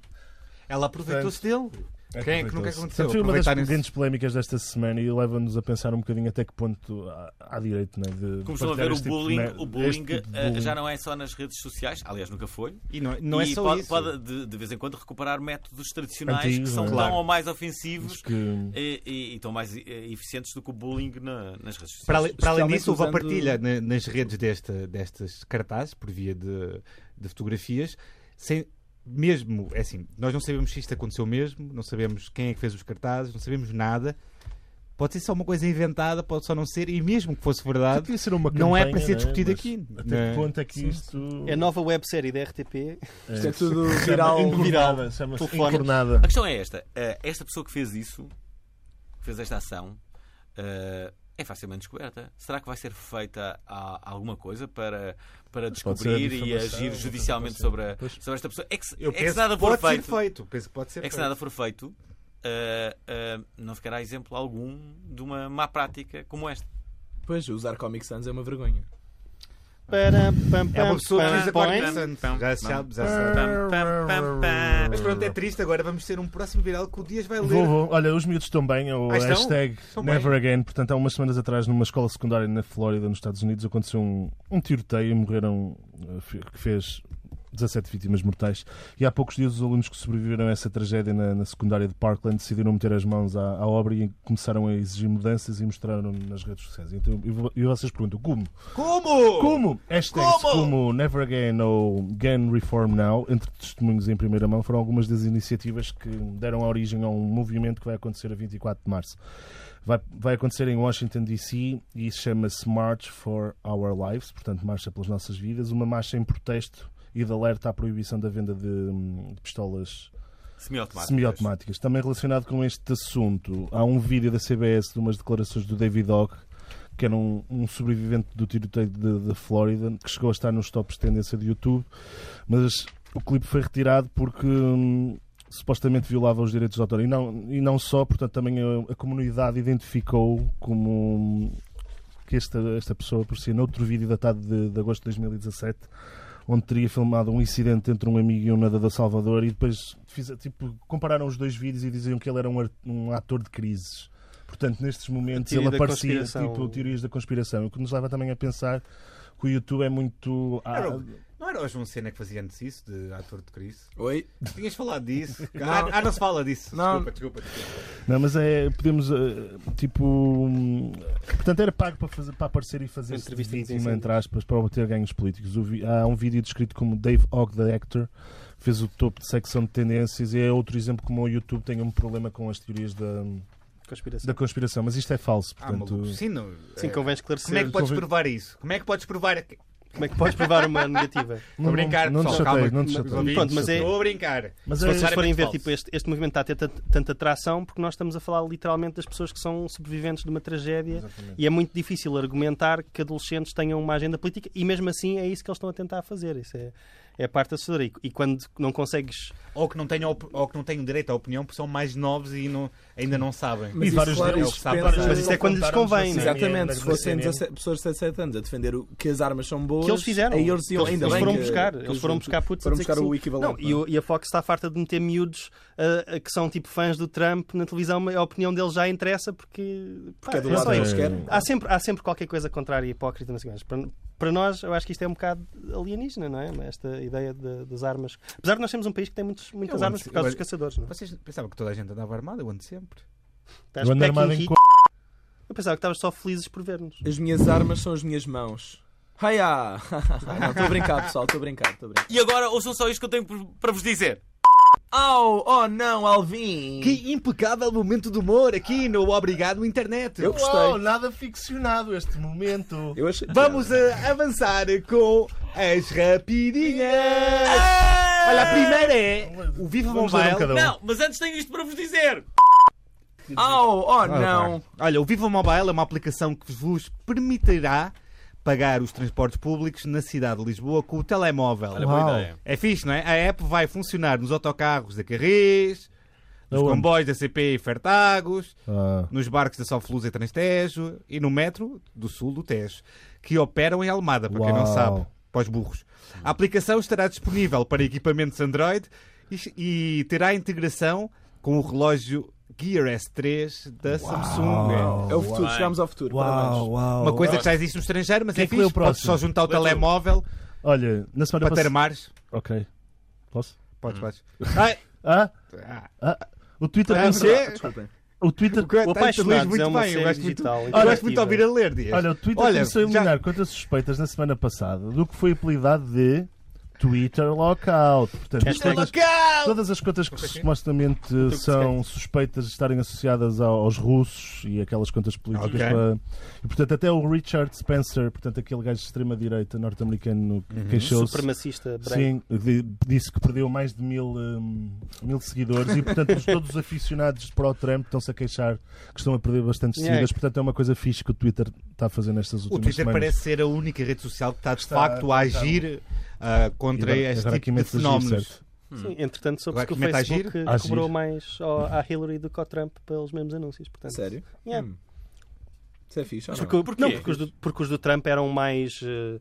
[SPEAKER 2] Ela aproveitou-se dele. Quem é que nunca aconteceu?
[SPEAKER 3] Portanto, foi uma das
[SPEAKER 2] Aproveitarem-se.
[SPEAKER 3] grandes polémicas desta semana e leva-nos a pensar um bocadinho até que ponto há, há direito né, de.
[SPEAKER 1] Começou a
[SPEAKER 3] partilhar
[SPEAKER 1] ver o
[SPEAKER 3] este tipo de
[SPEAKER 1] bullying.
[SPEAKER 3] mer-
[SPEAKER 1] O bullying,
[SPEAKER 3] este tipo de
[SPEAKER 1] eh,
[SPEAKER 3] bullying.
[SPEAKER 1] já não é só nas redes sociais, aliás, nunca foi.
[SPEAKER 2] E não, não é
[SPEAKER 1] e
[SPEAKER 2] só
[SPEAKER 1] pode,
[SPEAKER 2] isso.
[SPEAKER 1] pode, de, de vez em quando recuperar métodos tradicionais
[SPEAKER 3] Antigos,
[SPEAKER 1] que são
[SPEAKER 3] não é?
[SPEAKER 1] tão
[SPEAKER 3] Claro.
[SPEAKER 1] ou mais ofensivos
[SPEAKER 3] Que...
[SPEAKER 1] e, e- e tão mais eh, eficientes do que o bullying na- nas redes sociais.
[SPEAKER 2] Para, ale- para além
[SPEAKER 4] Especialmente
[SPEAKER 2] disso, houve a
[SPEAKER 4] usando-
[SPEAKER 2] partilha na- nas redes desta, destas cartazes, por via de, de fotografias, sem, mesmo, é assim, nós não sabemos se isto aconteceu mesmo, não sabemos quem é que fez os cartazes, não sabemos nada. Pode ser só uma coisa inventada, pode só não ser, e mesmo que fosse
[SPEAKER 3] Isto
[SPEAKER 2] verdade,
[SPEAKER 3] devia ser uma
[SPEAKER 2] não é
[SPEAKER 3] campanha, né?
[SPEAKER 2] para ser discutido
[SPEAKER 3] Mas
[SPEAKER 2] aqui.
[SPEAKER 3] Até
[SPEAKER 2] Não é?
[SPEAKER 3] que ponto é que isto.
[SPEAKER 5] É a nova websérie da RTP.
[SPEAKER 4] Isto é tudo viral.
[SPEAKER 3] Chama- encornada,
[SPEAKER 5] Viral.
[SPEAKER 3] Chama-se
[SPEAKER 5] Telefone.
[SPEAKER 3] encornada.
[SPEAKER 1] A questão é esta: eh, esta pessoa que fez isso, que fez esta ação, eh, é facilmente descoberta. Será que vai ser feita a- alguma coisa para, para
[SPEAKER 3] Pode ser a
[SPEAKER 1] descobrir e
[SPEAKER 3] difamação,
[SPEAKER 1] agir
[SPEAKER 3] outra
[SPEAKER 1] judicialmente
[SPEAKER 3] coisa.
[SPEAKER 1] sobre, a-
[SPEAKER 3] Pois.
[SPEAKER 1] sobre esta pessoa? É que, se-
[SPEAKER 2] Eu
[SPEAKER 1] é que
[SPEAKER 2] penso
[SPEAKER 1] se nada
[SPEAKER 2] que
[SPEAKER 1] for
[SPEAKER 2] pode
[SPEAKER 1] feito,
[SPEAKER 2] ser feito. Penso que pode ser
[SPEAKER 1] é que se
[SPEAKER 2] feito.
[SPEAKER 1] nada for feito, ah, ah, não ficará exemplo algum de uma má prática como esta.
[SPEAKER 4] Pois, usar Comic Sans é uma vergonha.
[SPEAKER 5] Para, pam,
[SPEAKER 2] É uma
[SPEAKER 5] pam,
[SPEAKER 2] pessoa que
[SPEAKER 5] pam,
[SPEAKER 2] usa
[SPEAKER 5] põe.
[SPEAKER 2] Comic Sans.
[SPEAKER 1] Pam,
[SPEAKER 2] Já
[SPEAKER 1] pam,
[SPEAKER 2] sabe, já
[SPEAKER 1] pam,
[SPEAKER 2] sabe.
[SPEAKER 1] pam, pam, pam, pam.
[SPEAKER 2] Mas pronto, é triste. Agora vamos ter um próximo viral que o Dias vai
[SPEAKER 3] Vou,
[SPEAKER 2] ler.
[SPEAKER 3] vou. Olha, os miúdos estão bem, é o
[SPEAKER 2] Ah, estão?
[SPEAKER 3] hashtag
[SPEAKER 2] Estão bem.
[SPEAKER 3] Never Again. Portanto, há umas semanas atrás, numa escola secundária na Flórida, nos Estados Unidos, aconteceu um, um tiroteio e morreram, eh, fe- que fez 17 vítimas mortais. E há poucos dias, os alunos que sobreviveram a essa tragédia na, na secundária de Parkland decidiram meter as mãos à, à obra e começaram a exigir mudanças e mostraram nas redes sociais. Então, e vo- e vocês perguntam, como?
[SPEAKER 2] Como?
[SPEAKER 3] Como? Hashtags como? Never Again ou Gun Reform Now, entre testemunhos em primeira mão, foram algumas das iniciativas que deram origem a um movimento que vai acontecer a 24 de março. Vai, vai acontecer em Washington DC e chama-se March for Our Lives, portanto, Marcha pelas Nossas Vidas, uma marcha em protesto e de alerta à proibição da venda de, hum, de pistolas
[SPEAKER 1] Semiautomáticas.
[SPEAKER 3] semiautomáticas. Também relacionado com este assunto, há um vídeo da CBS de umas declarações do David Ogg, que era um, um sobrevivente do tiroteio de- da Flórida, que chegou a estar nos tops de tendência de YouTube, mas o clipe foi retirado porque hum, supostamente violava os direitos de autor. E não, e não só, portanto, também a, a comunidade identificou como hum, que esta, esta pessoa aparecia noutro vídeo datado de, de agosto de 2017 onde teria filmado um incidente entre um amigo e um nadador Salvador e depois fiz- tipo, compararam os dois vídeos e diziam que ele era um, ar- um ator de crises. Portanto, nestes momentos
[SPEAKER 5] Teoria
[SPEAKER 3] ele
[SPEAKER 5] da
[SPEAKER 3] aparecia
[SPEAKER 5] conspiração.
[SPEAKER 3] tipo teorias da conspiração, o que nos leva também a pensar que o YouTube é muito. ah,
[SPEAKER 2] Era o- Não era o João Cena que fazia antes isso, de ator de Cris?
[SPEAKER 4] Oi?
[SPEAKER 2] Tinhas falado disso. Ah, ah, não se fala disso.
[SPEAKER 4] Não.
[SPEAKER 2] Desculpa, desculpa. desculpa.
[SPEAKER 3] Não, mas é. Podemos. eh, tipo. hum, Portanto, era pago para, fazer, para aparecer e fazer
[SPEAKER 5] Entrevista de
[SPEAKER 3] vítima,
[SPEAKER 5] incêndio.
[SPEAKER 3] entre aspas, para obter ganhos políticos. O vi- Há um vídeo descrito como Dave Ogg, the actor, fez o topo de secção de tendências e é outro exemplo como o YouTube tem um problema com as teorias da, da
[SPEAKER 5] Conspiração.
[SPEAKER 3] conspiração. Mas isto é falso,
[SPEAKER 2] Ah,
[SPEAKER 3] portanto.
[SPEAKER 2] maluco. Sim, não.
[SPEAKER 5] Sim,
[SPEAKER 2] é.
[SPEAKER 5] convém
[SPEAKER 2] Como é que
[SPEAKER 5] esclarecer.
[SPEAKER 2] podes
[SPEAKER 3] Convém-
[SPEAKER 2] provar isso? Como é que podes provar? que-
[SPEAKER 5] Como é que podes provar uma negativa?
[SPEAKER 2] Estou a brincar,
[SPEAKER 3] não, não te
[SPEAKER 2] pessoal,
[SPEAKER 3] chateies,
[SPEAKER 2] calma.
[SPEAKER 3] não te chateies.
[SPEAKER 2] Ouvintes,
[SPEAKER 5] Pronto, mas é-
[SPEAKER 2] Estou a brincar.
[SPEAKER 3] Mas
[SPEAKER 5] Se
[SPEAKER 3] é-
[SPEAKER 5] vocês forem ver,
[SPEAKER 2] falso.
[SPEAKER 5] tipo, este, este movimento está a ter tanta- tanta atração porque nós estamos a falar literalmente das pessoas que são sobreviventes de uma tragédia e é muito difícil argumentar que adolescentes tenham uma agenda política e mesmo assim é isso que eles estão a tentar fazer. Isso é, é a parte assustadora. E, e quando não consegues.
[SPEAKER 2] Ou que não tenham, op- ou que não tenham direito à opinião, porque são mais novos e não- ainda não sabem.
[SPEAKER 4] Mas
[SPEAKER 3] E
[SPEAKER 4] isso,
[SPEAKER 3] vários
[SPEAKER 4] claro,
[SPEAKER 3] deles,
[SPEAKER 4] isso
[SPEAKER 3] vários
[SPEAKER 4] depende-
[SPEAKER 3] deles
[SPEAKER 5] Mas isso é quando lhes
[SPEAKER 3] confrontaram-se
[SPEAKER 5] convém,
[SPEAKER 3] na
[SPEAKER 5] não é?
[SPEAKER 3] CNN,
[SPEAKER 4] Exatamente, se
[SPEAKER 3] na
[SPEAKER 4] fossem
[SPEAKER 3] CNN.
[SPEAKER 4] 17 pessoas de 17 anos a defender o- que as armas são boas,
[SPEAKER 5] Que eles fizeram.
[SPEAKER 4] aí eles iam
[SPEAKER 5] Eles-
[SPEAKER 4] ainda
[SPEAKER 5] eles
[SPEAKER 4] bem
[SPEAKER 5] foram
[SPEAKER 4] que-
[SPEAKER 5] buscar,
[SPEAKER 4] que
[SPEAKER 5] eles foram buscar putos a
[SPEAKER 4] foram
[SPEAKER 5] dizer
[SPEAKER 4] buscar
[SPEAKER 5] que
[SPEAKER 4] o
[SPEAKER 5] sim.
[SPEAKER 4] equivalente. é?
[SPEAKER 5] Não, e, o- e a Fox está farta de meter miúdos ah, ah, que são tipo fãs do Trump na televisão, a opinião deles já interessa porque. pá,
[SPEAKER 4] Que é do
[SPEAKER 5] é
[SPEAKER 4] lado
[SPEAKER 5] só
[SPEAKER 4] que
[SPEAKER 5] isso.
[SPEAKER 4] eles querem.
[SPEAKER 5] Há sempre, há sempre qualquer coisa contrária e hipócrita, mas, mas para, para nós, eu acho que isto é um bocado alienígena, não é? Esta ideia de- das armas. Apesar de nós sermos um país que tem muitos, muitas
[SPEAKER 2] Eu
[SPEAKER 5] armas
[SPEAKER 2] antes-
[SPEAKER 5] por causa
[SPEAKER 2] eu
[SPEAKER 5] dos
[SPEAKER 2] antes-
[SPEAKER 5] caçadores, não é?
[SPEAKER 2] Vocês pensavam que toda a gente andava armada? Eu ando sempre.
[SPEAKER 5] Estás
[SPEAKER 3] Eu ando
[SPEAKER 5] packing
[SPEAKER 3] armado em
[SPEAKER 5] heat.
[SPEAKER 3] co-
[SPEAKER 5] Eu pensava que estavas só felizes por ver-nos.
[SPEAKER 4] As minhas armas são as minhas mãos. Hiya! Não, Estou a brincar, pessoal, estou a brincar, estou a brincar.
[SPEAKER 1] E agora ouçam só isto que eu tenho por- para vos dizer.
[SPEAKER 4] Oh, oh não, Alvin!
[SPEAKER 2] Que impecável momento de humor aqui no Obrigado Internet.
[SPEAKER 4] Eu gostei.
[SPEAKER 3] Uau, nada ficcionado este momento.
[SPEAKER 4] Eu achei...
[SPEAKER 2] Vamos a avançar com as rapidinhas. Olha, a primeira é o Viva
[SPEAKER 3] Vamos ler um
[SPEAKER 2] Mobile.
[SPEAKER 3] cada um.
[SPEAKER 1] Não, mas antes tenho isto para vos dizer.
[SPEAKER 4] Oh, oh
[SPEAKER 3] um.
[SPEAKER 4] não!
[SPEAKER 2] Olha, o Viva Mobile é uma aplicação que vos permitirá pagar os transportes públicos na cidade de Lisboa com o telemóvel.
[SPEAKER 1] Olha, boa
[SPEAKER 3] Uau.
[SPEAKER 1] ideia.
[SPEAKER 2] É fixe, não é? A app vai funcionar nos autocarros da Carris, nos
[SPEAKER 3] Aonde?
[SPEAKER 2] comboios da CP e Fertagos,
[SPEAKER 3] Ah,
[SPEAKER 2] nos barcos da Soflusa e Transtejo e no metro do sul do Tejo, que operam em Almada, para quem não
[SPEAKER 3] Uau.
[SPEAKER 2] sabe, para os burros. A aplicação estará disponível para equipamentos Android e, e terá integração com o relógio Gear S3 da Samsung.
[SPEAKER 4] É o futuro, chegámos ao futuro.
[SPEAKER 3] uau,
[SPEAKER 4] Parabéns.
[SPEAKER 3] uau.
[SPEAKER 2] Uma coisa que já existe no estrangeiro, mas
[SPEAKER 3] Quem
[SPEAKER 2] é
[SPEAKER 3] é que lê
[SPEAKER 2] fixe,
[SPEAKER 3] o
[SPEAKER 2] podes
[SPEAKER 3] próximo?
[SPEAKER 2] só juntar o
[SPEAKER 1] Lê tu.
[SPEAKER 2] telemóvel
[SPEAKER 3] Olha, na semana
[SPEAKER 2] para ter
[SPEAKER 3] passada.
[SPEAKER 2] mares.
[SPEAKER 3] Ok. Posso?
[SPEAKER 2] Podes, podes. Ai,
[SPEAKER 3] Ah?
[SPEAKER 2] Ah.
[SPEAKER 3] Ah, O Twitter
[SPEAKER 2] Ah,
[SPEAKER 3] lançou.
[SPEAKER 2] é?
[SPEAKER 4] Desculpem.
[SPEAKER 3] O Twitter.
[SPEAKER 5] O
[SPEAKER 2] Tá, tu lês
[SPEAKER 5] Apaixonados
[SPEAKER 2] muito
[SPEAKER 5] é uma
[SPEAKER 2] bem, eu
[SPEAKER 5] série
[SPEAKER 2] gosto muito,
[SPEAKER 5] digital.
[SPEAKER 2] eu
[SPEAKER 5] interativa.
[SPEAKER 2] gosto muito de ouvir a ler, Dias.
[SPEAKER 3] Olha, o Twitter começou a eliminar contra suspeitas na semana passada do que foi apelidado de Twitter lockout. Portanto,
[SPEAKER 2] é
[SPEAKER 5] Hashtag-
[SPEAKER 3] todas, todas as contas que supostamente eh, são suspeitas de estarem associadas ao- aos russos e aquelas contas
[SPEAKER 2] Ok.
[SPEAKER 3] políticas. para- E, portanto, até o Richard Spencer, portanto, aquele gajo de extrema-direita norte-americano, que queixou-se.
[SPEAKER 5] Supremacista branco.
[SPEAKER 3] Sim, di- disse que perdeu mais de mil, hum, mil seguidores e, portanto, os- todos os aficionados pró-Trump estão-se a queixar que estão a perder bastantes
[SPEAKER 5] Yeah.
[SPEAKER 3] seguidores. Portanto, é uma coisa fixe que o Twitter está a fazer nestas
[SPEAKER 2] O
[SPEAKER 3] últimas
[SPEAKER 2] Twitter
[SPEAKER 3] semanas.
[SPEAKER 2] parece ser a única rede social que está de
[SPEAKER 3] Está-
[SPEAKER 2] facto a
[SPEAKER 3] está-
[SPEAKER 2] agir ah, contra
[SPEAKER 3] E agora-
[SPEAKER 2] este
[SPEAKER 3] agora aqui
[SPEAKER 2] tipo de
[SPEAKER 3] mete-se a agir,
[SPEAKER 2] fenómenos.
[SPEAKER 3] certo?
[SPEAKER 5] Sim, entretanto, soube
[SPEAKER 2] Agora
[SPEAKER 5] que o
[SPEAKER 2] que mete a agir?
[SPEAKER 5] Facebook
[SPEAKER 3] A agir.
[SPEAKER 5] cobrou mais ao- à Hillary do que ao Trump pelos mesmos anúncios. Portanto.
[SPEAKER 4] Sério?
[SPEAKER 5] Yeah.
[SPEAKER 4] Hum. Isso é fixe. ou não?
[SPEAKER 5] Porque, o-
[SPEAKER 1] Porquê?
[SPEAKER 5] não, porque os, do, porque os do Trump eram mais eh,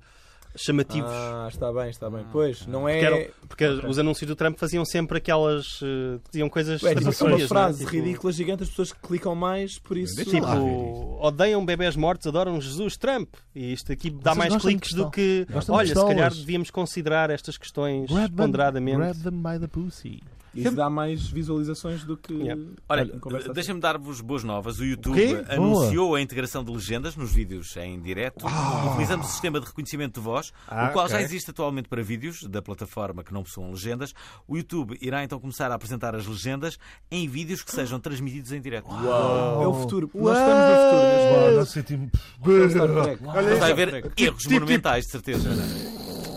[SPEAKER 5] chamativos.
[SPEAKER 4] Ah, está bem, está bem. Pois, não é.
[SPEAKER 5] Porque, eram- porque os anúncios do Trump faziam sempre aquelas. eh, diziam coisas.
[SPEAKER 4] É tipo
[SPEAKER 5] satisfatórias,
[SPEAKER 4] uma
[SPEAKER 5] não é?
[SPEAKER 4] frase
[SPEAKER 5] Tipo-
[SPEAKER 4] ridícula, gigante, as pessoas clicam mais, por isso.
[SPEAKER 2] Deixa lá.
[SPEAKER 5] Tipo, odeiam bebés mortos, adoram Jesus Trump. E isto aqui dá
[SPEAKER 3] Vocês
[SPEAKER 5] mais
[SPEAKER 3] gostam de
[SPEAKER 5] cliques do que.
[SPEAKER 3] Gostam de
[SPEAKER 5] Olha, se calhar
[SPEAKER 3] pistolas.
[SPEAKER 5] devíamos considerar estas questões
[SPEAKER 3] Grab them-
[SPEAKER 5] ponderadamente.
[SPEAKER 3] Grab them by the pussy.
[SPEAKER 4] Isso dá mais visualizações do que.
[SPEAKER 5] Yeah.
[SPEAKER 1] Olha,
[SPEAKER 4] em conversa assim.
[SPEAKER 1] deixa-me dar-vos boas novas. O YouTube
[SPEAKER 2] quê?
[SPEAKER 1] anunciou a integração de legendas nos vídeos em direto, utilizando o sistema de reconhecimento de voz,
[SPEAKER 2] Ah,
[SPEAKER 1] o qual já
[SPEAKER 2] ok.
[SPEAKER 1] existe atualmente para vídeos da plataforma que não possuam legendas. O YouTube irá então começar a apresentar as legendas em vídeos que sejam transmitidos em direto.
[SPEAKER 4] É o futuro. Nós estamos no futuro mesmo.
[SPEAKER 3] Uau, não sei, tipo,
[SPEAKER 4] É o Star Trek.
[SPEAKER 1] Mas vai haver erros monumentais, de certeza. é?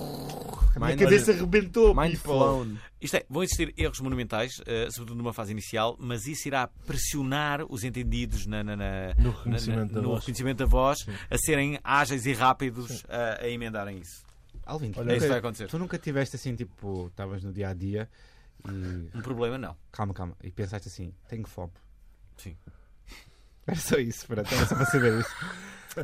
[SPEAKER 2] A minha
[SPEAKER 4] Mind-
[SPEAKER 2] cabeça arrebentou.
[SPEAKER 4] Mind
[SPEAKER 2] people.
[SPEAKER 4] blown.
[SPEAKER 1] Isto é, vão existir erros monumentais, eh, sobretudo numa fase inicial, mas isso irá pressionar os entendidos na- na- na-
[SPEAKER 3] No reconhecimento
[SPEAKER 1] na-
[SPEAKER 3] da
[SPEAKER 1] no
[SPEAKER 3] voz.
[SPEAKER 1] reconhecimento da voz, a serem ágeis e rápidos eh, a, a emendarem isso.
[SPEAKER 2] Alvin, tu
[SPEAKER 1] É
[SPEAKER 2] nunca-
[SPEAKER 1] isso que vai acontecer.
[SPEAKER 2] tu nunca tiveste assim, tipo, estavas no dia a dia e
[SPEAKER 1] Um problema não.
[SPEAKER 2] calma, calma, e pensaste assim, tenho fome.
[SPEAKER 1] Sim.
[SPEAKER 2] Era só isso, pronto, era só para saber isso.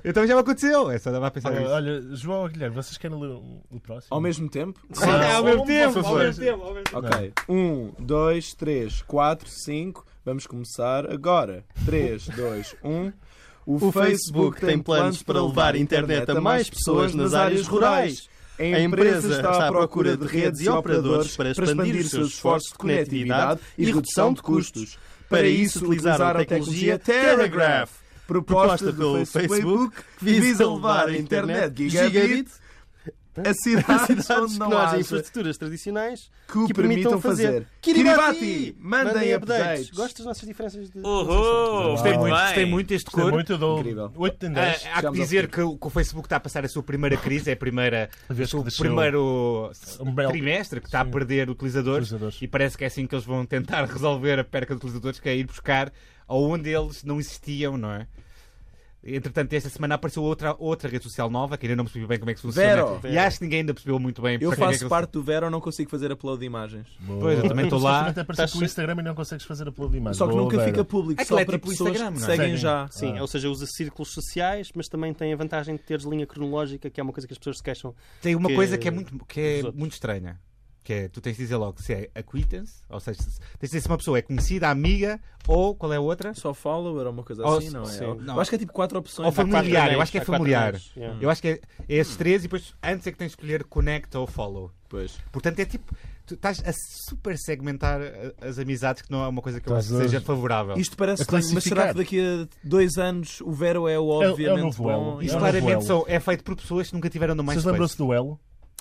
[SPEAKER 2] Eu também já me aconteceu, é só dava a pensar
[SPEAKER 3] Olha,
[SPEAKER 2] nisso.
[SPEAKER 3] olha, João ou Guilherme, vocês querem ler o o próximo?
[SPEAKER 4] Ao mesmo tempo?
[SPEAKER 2] Ah, ao mesmo tempo, ao
[SPEAKER 3] favor.
[SPEAKER 2] mesmo tempo, ao mesmo tempo.
[SPEAKER 4] Ok. 1, 2, 3, 4, 5. Vamos começar agora. um. 3, 2, 1.
[SPEAKER 5] O Facebook tem planos para levar a internet a mais pessoas nas áreas rurais.
[SPEAKER 4] A empresa está à procura de redes e operadores para expandir os seus esforços de conectividade e redução de custos. Para isso, utilizaram a tecnologia Telegraph, proposta pelo Facebook, que visa levar a internet gigabit a cidades
[SPEAKER 5] Cidades
[SPEAKER 4] onde
[SPEAKER 5] que
[SPEAKER 4] não
[SPEAKER 5] não há
[SPEAKER 4] haja
[SPEAKER 5] infraestruturas tradicionais
[SPEAKER 4] que o
[SPEAKER 5] que
[SPEAKER 4] permitam fazer. Kiribati, mandem updates.
[SPEAKER 5] Gosto das nossas diferenças de.
[SPEAKER 1] Uhul!
[SPEAKER 3] Gostei
[SPEAKER 1] é
[SPEAKER 3] muito,
[SPEAKER 1] um bem.
[SPEAKER 2] Gostei muito deste
[SPEAKER 3] Gostei
[SPEAKER 2] cor.
[SPEAKER 3] muito, eu dou
[SPEAKER 4] Incrível.
[SPEAKER 3] 8 em 10.
[SPEAKER 2] Ah, há que
[SPEAKER 4] Chegamos ao
[SPEAKER 2] dizer que o, que o Facebook está a passar a sua primeira crise, é a primeira,
[SPEAKER 3] A vez que
[SPEAKER 2] o
[SPEAKER 3] desceu.
[SPEAKER 2] primeiro
[SPEAKER 3] Um belo-
[SPEAKER 2] trimestre que está a perder utilizadores,
[SPEAKER 3] Utilizadores.
[SPEAKER 2] e parece que é assim que eles vão tentar resolver a perca de utilizadores, que é ir buscar aonde eles não existiam, não é? Entretanto, esta semana apareceu outra, outra rede social nova que ainda não percebi bem como é que funciona.
[SPEAKER 4] Vero.
[SPEAKER 2] E acho que ninguém ainda percebeu muito bem
[SPEAKER 4] Eu
[SPEAKER 2] para que é que
[SPEAKER 4] faço
[SPEAKER 2] eles-
[SPEAKER 4] parte do Vero, não consigo fazer upload de imagens.
[SPEAKER 2] Pois, eu também estou lá. Tá
[SPEAKER 3] Até aparecer com o Instagram e não consegues fazer upload de imagem.
[SPEAKER 4] Só que
[SPEAKER 3] Boa,
[SPEAKER 4] nunca
[SPEAKER 3] Vera.
[SPEAKER 4] fica público,
[SPEAKER 2] Aquilo
[SPEAKER 4] só
[SPEAKER 2] é
[SPEAKER 4] para
[SPEAKER 2] tipo
[SPEAKER 4] pessoas
[SPEAKER 2] Instagram,
[SPEAKER 4] que
[SPEAKER 2] não é?
[SPEAKER 4] seguem já.
[SPEAKER 5] Sim,
[SPEAKER 3] Ah.
[SPEAKER 5] ou seja, usa círculos sociais, mas também tem a vantagem de teres linha cronológica, que é uma coisa que as pessoas se queixam.
[SPEAKER 2] Tem uma
[SPEAKER 5] que-
[SPEAKER 2] coisa que é muito, que
[SPEAKER 5] dos
[SPEAKER 2] é
[SPEAKER 5] outros.
[SPEAKER 2] muito estranha. Que é, tu tens de dizer logo se é acquaintance, ou seja, se- tens de dizer se uma pessoa é conhecida, amiga, ou qual é a outra?
[SPEAKER 4] Só follower ou uma coisa
[SPEAKER 2] Ou-
[SPEAKER 4] assim, não é?
[SPEAKER 5] sim.
[SPEAKER 4] Eu
[SPEAKER 2] Não.
[SPEAKER 4] acho que é tipo quatro opções.
[SPEAKER 2] Ou
[SPEAKER 5] quatro
[SPEAKER 2] familiar, eu
[SPEAKER 5] anéis,
[SPEAKER 2] acho que é
[SPEAKER 5] há quatro
[SPEAKER 2] familiar.
[SPEAKER 5] anéis, yeah.
[SPEAKER 2] Eu acho que é, é esses
[SPEAKER 3] Hum.
[SPEAKER 2] três e depois antes é que tens de escolher connect ou follow.
[SPEAKER 4] Pois.
[SPEAKER 2] Portanto, é tipo, tu estás a super segmentar a- as amizades, que não é uma coisa que eu acho
[SPEAKER 3] Estás
[SPEAKER 2] que
[SPEAKER 3] a-
[SPEAKER 2] seja favorável.
[SPEAKER 4] Isto parece
[SPEAKER 3] A
[SPEAKER 4] bem, mas será
[SPEAKER 3] classificar.
[SPEAKER 4] que daqui a dois anos o Vero é o obviamente
[SPEAKER 3] novo
[SPEAKER 4] bom?
[SPEAKER 3] elo.
[SPEAKER 2] Isto
[SPEAKER 3] é um
[SPEAKER 2] claramente
[SPEAKER 3] duelo.
[SPEAKER 2] são, é feito por pessoas que nunca tiveram no
[SPEAKER 3] Vocês
[SPEAKER 2] MySpace.
[SPEAKER 3] lembram-se do Elo?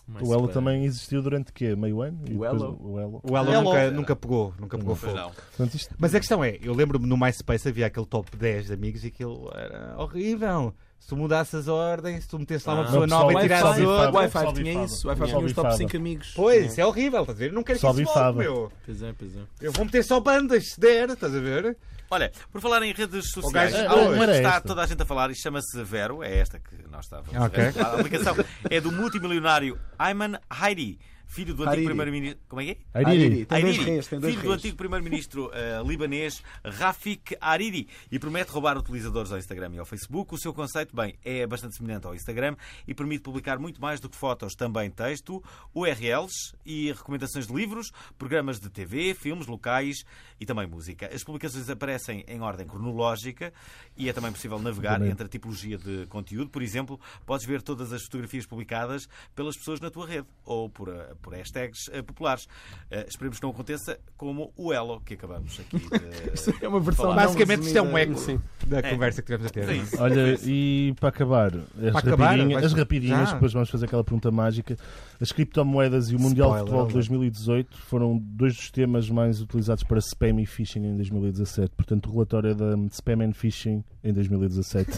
[SPEAKER 4] Mais
[SPEAKER 3] O Elo
[SPEAKER 4] claro.
[SPEAKER 3] também existiu durante quê? Meio ano? E
[SPEAKER 4] O
[SPEAKER 3] depois
[SPEAKER 4] Elo?
[SPEAKER 3] O Elo.
[SPEAKER 2] O Alan
[SPEAKER 5] Elo-
[SPEAKER 2] nunca, nunca pegou, nunca pegou fogo.
[SPEAKER 3] Portanto, isto
[SPEAKER 2] Mas a questão é, eu lembro-me no MySpace havia aquele top 10 de amigos e aquilo era horrível. Se tu mudasses as ordens, se tu metesses lá uma
[SPEAKER 4] Ah.
[SPEAKER 2] pessoa
[SPEAKER 3] Não,
[SPEAKER 2] nova e
[SPEAKER 3] pessoal,
[SPEAKER 2] tirasses
[SPEAKER 3] Wi-Fi.
[SPEAKER 2] outra.
[SPEAKER 4] O
[SPEAKER 3] Fábio,
[SPEAKER 4] Wi-Fi
[SPEAKER 3] só vi
[SPEAKER 4] tinha
[SPEAKER 3] Fábio.
[SPEAKER 4] isso. O Wi-Fi tinha
[SPEAKER 3] Só vi
[SPEAKER 4] os top
[SPEAKER 3] Fábio.
[SPEAKER 4] 5 amigos.
[SPEAKER 2] Pois, isso é horrível, estás a ver? Eu Não quero que
[SPEAKER 3] Só
[SPEAKER 2] isso volte,
[SPEAKER 3] bifava.
[SPEAKER 2] meu.
[SPEAKER 4] Pois é, pois é.
[SPEAKER 2] Eu vou meter só bandas, se der, estás a ver?
[SPEAKER 1] Olha, por falar em redes sociais,
[SPEAKER 2] gajo-
[SPEAKER 1] há
[SPEAKER 2] Era-
[SPEAKER 1] uma que
[SPEAKER 3] era
[SPEAKER 1] está
[SPEAKER 3] Oh, esta.
[SPEAKER 1] toda a gente a falar e chama-se Vero, é esta que nós estávamos a
[SPEAKER 2] Ok.
[SPEAKER 1] ver. A aplicação é do multimilionário Ayman Hairi, filho do antigo
[SPEAKER 4] Hariri.
[SPEAKER 1] primeiro-ministro. Como é que
[SPEAKER 2] Ah,
[SPEAKER 1] é?
[SPEAKER 4] Hariri,
[SPEAKER 3] Hariri.
[SPEAKER 4] Tem dois
[SPEAKER 1] Hariri,
[SPEAKER 4] reis, tem dois
[SPEAKER 1] filho do
[SPEAKER 4] reis.
[SPEAKER 1] antigo primeiro-ministro eh, libanês Rafik Hariri e promete roubar utilizadores ao Instagram e ao Facebook. O seu conceito, bem, é bastante semelhante ao Instagram e permite publicar muito mais do que fotos, também texto, URLs e recomendações de livros, programas de TV, filmes locais e também música. As publicações aparecem em ordem cronológica e é também possível navegar entre a tipologia de conteúdo. Por exemplo, podes ver todas as fotografias publicadas pelas pessoas na tua rede ou por, eh, por hashtags eh, populares. Eh, esperemos que não aconteça como o Elo que acabamos aqui de.
[SPEAKER 4] É uma versão.
[SPEAKER 1] Falar.
[SPEAKER 4] não assim.
[SPEAKER 2] Basicamente, isto é um
[SPEAKER 4] resumida.
[SPEAKER 2] eco
[SPEAKER 5] Sim.
[SPEAKER 2] da
[SPEAKER 1] É.
[SPEAKER 2] conversa que tivemos a ter.
[SPEAKER 1] É
[SPEAKER 2] não é?
[SPEAKER 1] isso.
[SPEAKER 3] Olha, e para acabar, as
[SPEAKER 2] Para acabar,
[SPEAKER 3] rapidinhas,
[SPEAKER 2] vais-
[SPEAKER 3] as rapidinhas
[SPEAKER 2] Já?
[SPEAKER 3] depois vamos fazer aquela pergunta mágica. As criptomoedas e o Mundial
[SPEAKER 2] Spoiler
[SPEAKER 3] de Futebol
[SPEAKER 2] alert.
[SPEAKER 3] de 2018 foram dois dos temas mais utilizados para spam e phishing em 2017. Portanto, o relatório é da Spam and Phishing em 2017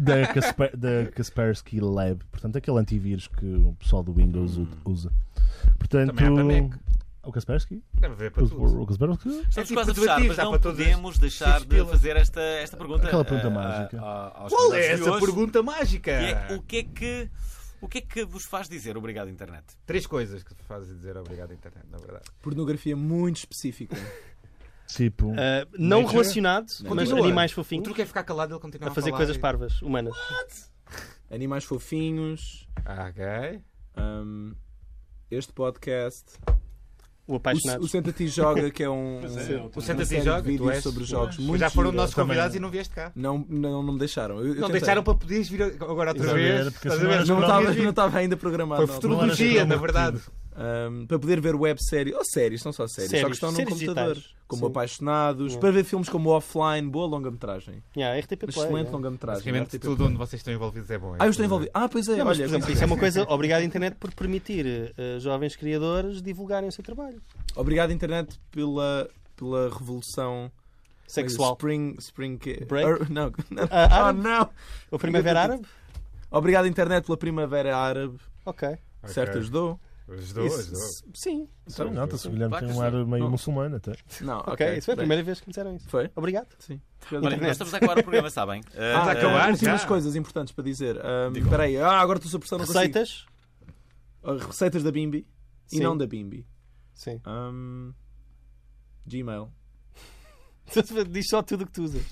[SPEAKER 3] da, Kasper, da Kaspersky Lab. Portanto, aquele antivírus que o pessoal do Windows u- usa. Portanto,
[SPEAKER 2] Hum. Também há para Mac.
[SPEAKER 3] o Kaspersky?
[SPEAKER 2] Deve haver para tudo.
[SPEAKER 3] O, o Kaspersky?
[SPEAKER 1] Estamos
[SPEAKER 2] É tipo
[SPEAKER 1] quase a fechar,
[SPEAKER 2] debatido,
[SPEAKER 1] mas
[SPEAKER 2] dá
[SPEAKER 1] não
[SPEAKER 2] para todas as-
[SPEAKER 1] podemos deixar
[SPEAKER 2] seis
[SPEAKER 1] de
[SPEAKER 2] pilas.
[SPEAKER 1] fazer esta, esta pergunta.
[SPEAKER 3] Aquela pergunta
[SPEAKER 1] eh,
[SPEAKER 3] mágica.
[SPEAKER 1] a- aos
[SPEAKER 2] Qual é
[SPEAKER 1] convidados de
[SPEAKER 2] essa
[SPEAKER 1] hoje,
[SPEAKER 2] pergunta
[SPEAKER 1] que é,
[SPEAKER 2] mágica?
[SPEAKER 1] o que é que. O que é que vos faz dizer obrigado, internet?
[SPEAKER 2] Três coisas que fazem dizer obrigado à internet, na verdade.
[SPEAKER 4] Pornografia muito específica.
[SPEAKER 3] Tipo,
[SPEAKER 5] Ah, não
[SPEAKER 3] Nature?
[SPEAKER 5] relacionado, mas
[SPEAKER 2] Continua.
[SPEAKER 5] animais
[SPEAKER 2] O
[SPEAKER 5] fofinhos
[SPEAKER 2] truque é ficar calado e ele continuar
[SPEAKER 5] a fazer
[SPEAKER 2] falar.
[SPEAKER 5] coisas parvas, humanas.
[SPEAKER 4] Animais fofinhos.
[SPEAKER 2] Ah, ok.
[SPEAKER 4] hum, este podcast.
[SPEAKER 5] O
[SPEAKER 4] O,
[SPEAKER 5] apaixonado.
[SPEAKER 4] o Senta-te e Joga, que é um.
[SPEAKER 2] O
[SPEAKER 4] uma
[SPEAKER 2] Senta-te
[SPEAKER 4] série
[SPEAKER 2] e
[SPEAKER 4] de
[SPEAKER 2] joga, tu
[SPEAKER 4] vídeos
[SPEAKER 2] és.
[SPEAKER 4] sobre jogos muito
[SPEAKER 2] Já foram
[SPEAKER 4] gira.
[SPEAKER 2] nossos
[SPEAKER 3] Também-
[SPEAKER 2] convidados e não vieste cá.
[SPEAKER 4] Não, não, não me deixaram. Eu- eu
[SPEAKER 2] Não
[SPEAKER 4] tentei.
[SPEAKER 2] deixaram para poderes vir agora outra
[SPEAKER 3] Exato,
[SPEAKER 2] vez.
[SPEAKER 3] era porque
[SPEAKER 2] Estás a
[SPEAKER 3] senão
[SPEAKER 2] ver?
[SPEAKER 3] era
[SPEAKER 4] Não
[SPEAKER 2] Não
[SPEAKER 4] estava-
[SPEAKER 2] podias vir.
[SPEAKER 4] não estava ainda
[SPEAKER 2] Foi
[SPEAKER 4] programado. não.
[SPEAKER 2] futurologia, na verdade.
[SPEAKER 4] Um, para poder ver webséries, ou séries, não só séries, só
[SPEAKER 5] Séries,
[SPEAKER 4] que estão num
[SPEAKER 5] séries
[SPEAKER 4] computador,
[SPEAKER 5] digitais.
[SPEAKER 4] como
[SPEAKER 5] Sim.
[SPEAKER 4] Apaixonados,
[SPEAKER 5] Yeah.
[SPEAKER 4] para ver filmes como Offline, boa longa-metragem,
[SPEAKER 5] Yeah, RTP Play,
[SPEAKER 4] excelente
[SPEAKER 5] yeah.
[SPEAKER 4] longa-metragem.
[SPEAKER 2] Basicamente,
[SPEAKER 4] RTP.
[SPEAKER 2] tudo onde vocês estão envolvidos é bom.
[SPEAKER 4] Ah, eu estou envolvido. Ah, pois é,
[SPEAKER 5] Não, mas,
[SPEAKER 4] olha,
[SPEAKER 5] por exemplo, isso é uma coisa. Obrigado, internet, por permitir a jovens criadores divulgarem o seu trabalho
[SPEAKER 4] obrigado internet pela pela revolução
[SPEAKER 5] sexual.
[SPEAKER 4] Spring, spring que-
[SPEAKER 5] Break?
[SPEAKER 4] Ar- não, não.
[SPEAKER 5] Ah,
[SPEAKER 4] Ah,
[SPEAKER 5] árabe?
[SPEAKER 4] não.
[SPEAKER 5] Ou primavera árabe?
[SPEAKER 4] Obrigado internet pela primavera árabe,
[SPEAKER 5] Ok.
[SPEAKER 4] certo ajudou?
[SPEAKER 2] Ajudou,
[SPEAKER 4] Isso-
[SPEAKER 2] ajudou.
[SPEAKER 5] Sim.
[SPEAKER 3] então, nota-se, o Guilherme
[SPEAKER 1] Claro
[SPEAKER 3] tem
[SPEAKER 1] que
[SPEAKER 3] um ar
[SPEAKER 1] sim.
[SPEAKER 3] meio
[SPEAKER 4] Não.
[SPEAKER 3] muçulmano até.
[SPEAKER 4] Não, ok,
[SPEAKER 5] Ok, isso foi a
[SPEAKER 4] bem.
[SPEAKER 5] primeira vez que me disseram isso.
[SPEAKER 4] Foi?
[SPEAKER 5] Obrigado.
[SPEAKER 4] Sim.
[SPEAKER 1] Olha, nós estamos a acabar o programa, sabem?
[SPEAKER 4] Ah,
[SPEAKER 1] Eh,
[SPEAKER 2] acabar,
[SPEAKER 4] ah, últimas
[SPEAKER 2] já.
[SPEAKER 4] coisas importantes para dizer. Um,
[SPEAKER 1] Digam.
[SPEAKER 4] Espera aí, ah, agora estou sob pressão, não consigo.
[SPEAKER 5] Receitas?
[SPEAKER 4] Ah, Receitas da Bimbi e
[SPEAKER 5] Sim.
[SPEAKER 4] não da Bimbi.
[SPEAKER 5] Sim.
[SPEAKER 4] Um, Gmail.
[SPEAKER 5] Diz só tudo o que tu usas.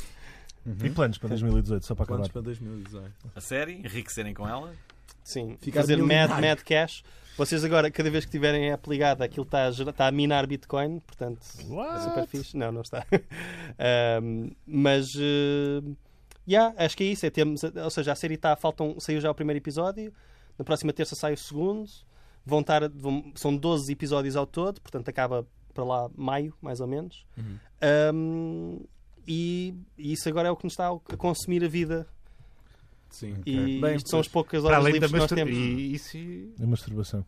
[SPEAKER 3] E planos para 2018, só para acabar.
[SPEAKER 4] Planos para 2018.
[SPEAKER 1] A série, enriquecerem com ela.
[SPEAKER 5] Sim.
[SPEAKER 4] Ficar
[SPEAKER 5] Fazer mad,
[SPEAKER 4] milionário.
[SPEAKER 5] mad cash. Vocês agora, cada vez que tiverem a app ligada, aquilo está a, gerar- está a minar Bitcoin, portanto, é
[SPEAKER 3] What?
[SPEAKER 5] super fixe. Não, não está. Ahm, mas, eh, yeah, acho que é isso. É termos, ou seja, a série está, faltam, saiu já o primeiro episódio, na próxima terça sai o segundo, vão estar, vão- são 12 episódios ao todo, portanto acaba para lá maio, mais ou menos.
[SPEAKER 2] Uhum.
[SPEAKER 5] Ahm, e, e isso agora é o que nos está a consumir a vida.
[SPEAKER 2] Hum.
[SPEAKER 4] Sim.
[SPEAKER 5] E
[SPEAKER 4] Bem,
[SPEAKER 5] isto são as poucas
[SPEAKER 2] Para
[SPEAKER 5] horas
[SPEAKER 2] além da
[SPEAKER 5] livres que nós
[SPEAKER 2] mastur...
[SPEAKER 5] temos.
[SPEAKER 2] E isso. e-
[SPEAKER 3] É masturbação.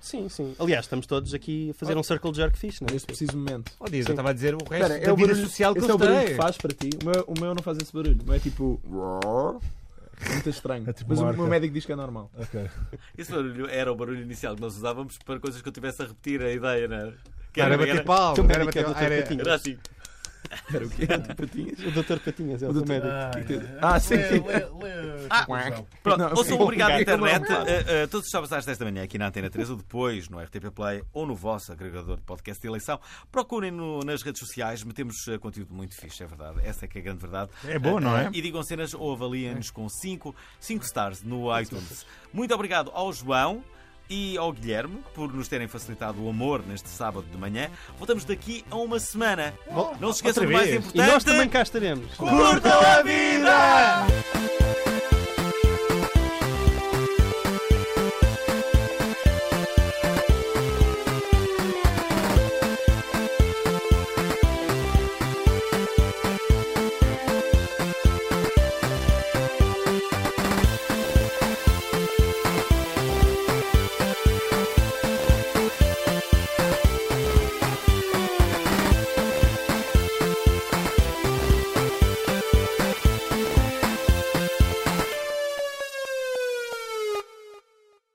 [SPEAKER 5] Sim, sim. Aliás, estamos todos aqui a fazer um circle jerk fixe, não é?
[SPEAKER 4] Neste preciso momento.
[SPEAKER 2] Oh, Dias, eu estava a dizer o resto
[SPEAKER 4] Espera,
[SPEAKER 2] da vida social que
[SPEAKER 4] esse
[SPEAKER 2] eu
[SPEAKER 4] é o barulho
[SPEAKER 2] tenho.
[SPEAKER 4] que faz para ti. O meu, o meu não faz esse barulho. Não é tipo. Muito estranho.
[SPEAKER 3] É tipo
[SPEAKER 4] Mas o
[SPEAKER 3] marca.
[SPEAKER 4] meu médico diz que é normal.
[SPEAKER 3] Ok.
[SPEAKER 1] Esse barulho era o barulho inicial que nós usávamos para coisas que eu tivesse a repetir a ideia, não era? Que
[SPEAKER 2] Era bater
[SPEAKER 5] Teu
[SPEAKER 2] palma, era
[SPEAKER 5] médico é
[SPEAKER 2] bater
[SPEAKER 5] o Dr.
[SPEAKER 2] era-
[SPEAKER 5] Patinhas.
[SPEAKER 1] Era assim.
[SPEAKER 4] Era o quê? Tipo patinhas?
[SPEAKER 5] O Dr. Patinhas é o
[SPEAKER 4] O
[SPEAKER 5] teu
[SPEAKER 4] Dr.
[SPEAKER 5] médico.
[SPEAKER 4] Ah, sim.
[SPEAKER 1] Ah, Pronto,
[SPEAKER 4] Não,
[SPEAKER 1] ouçam
[SPEAKER 4] sim.
[SPEAKER 1] obrigado
[SPEAKER 5] Obrigado.
[SPEAKER 1] internet. Uh, uh, todos os sábados às 10 da manhã aqui na Antena 3 ou depois no RTP Play ou no vosso agregador de podcast de eleição. Procurem no- nas redes sociais, metemos uh, conteúdo muito fixe, é verdade. Essa é que é a grande verdade. eh,
[SPEAKER 2] É bom, não é?
[SPEAKER 1] E digam cenas ou avaliem-nos com 5 cinco stars no iTunes. Muito obrigado ao João. E ao Guilherme por nos terem facilitado o amor neste sábado de manhã. Voltamos daqui a uma semana. Não se esqueçam
[SPEAKER 2] outra
[SPEAKER 1] do mais
[SPEAKER 2] vez.
[SPEAKER 5] E
[SPEAKER 1] importante.
[SPEAKER 5] nós também cá estaremos.
[SPEAKER 1] Curtam a vida!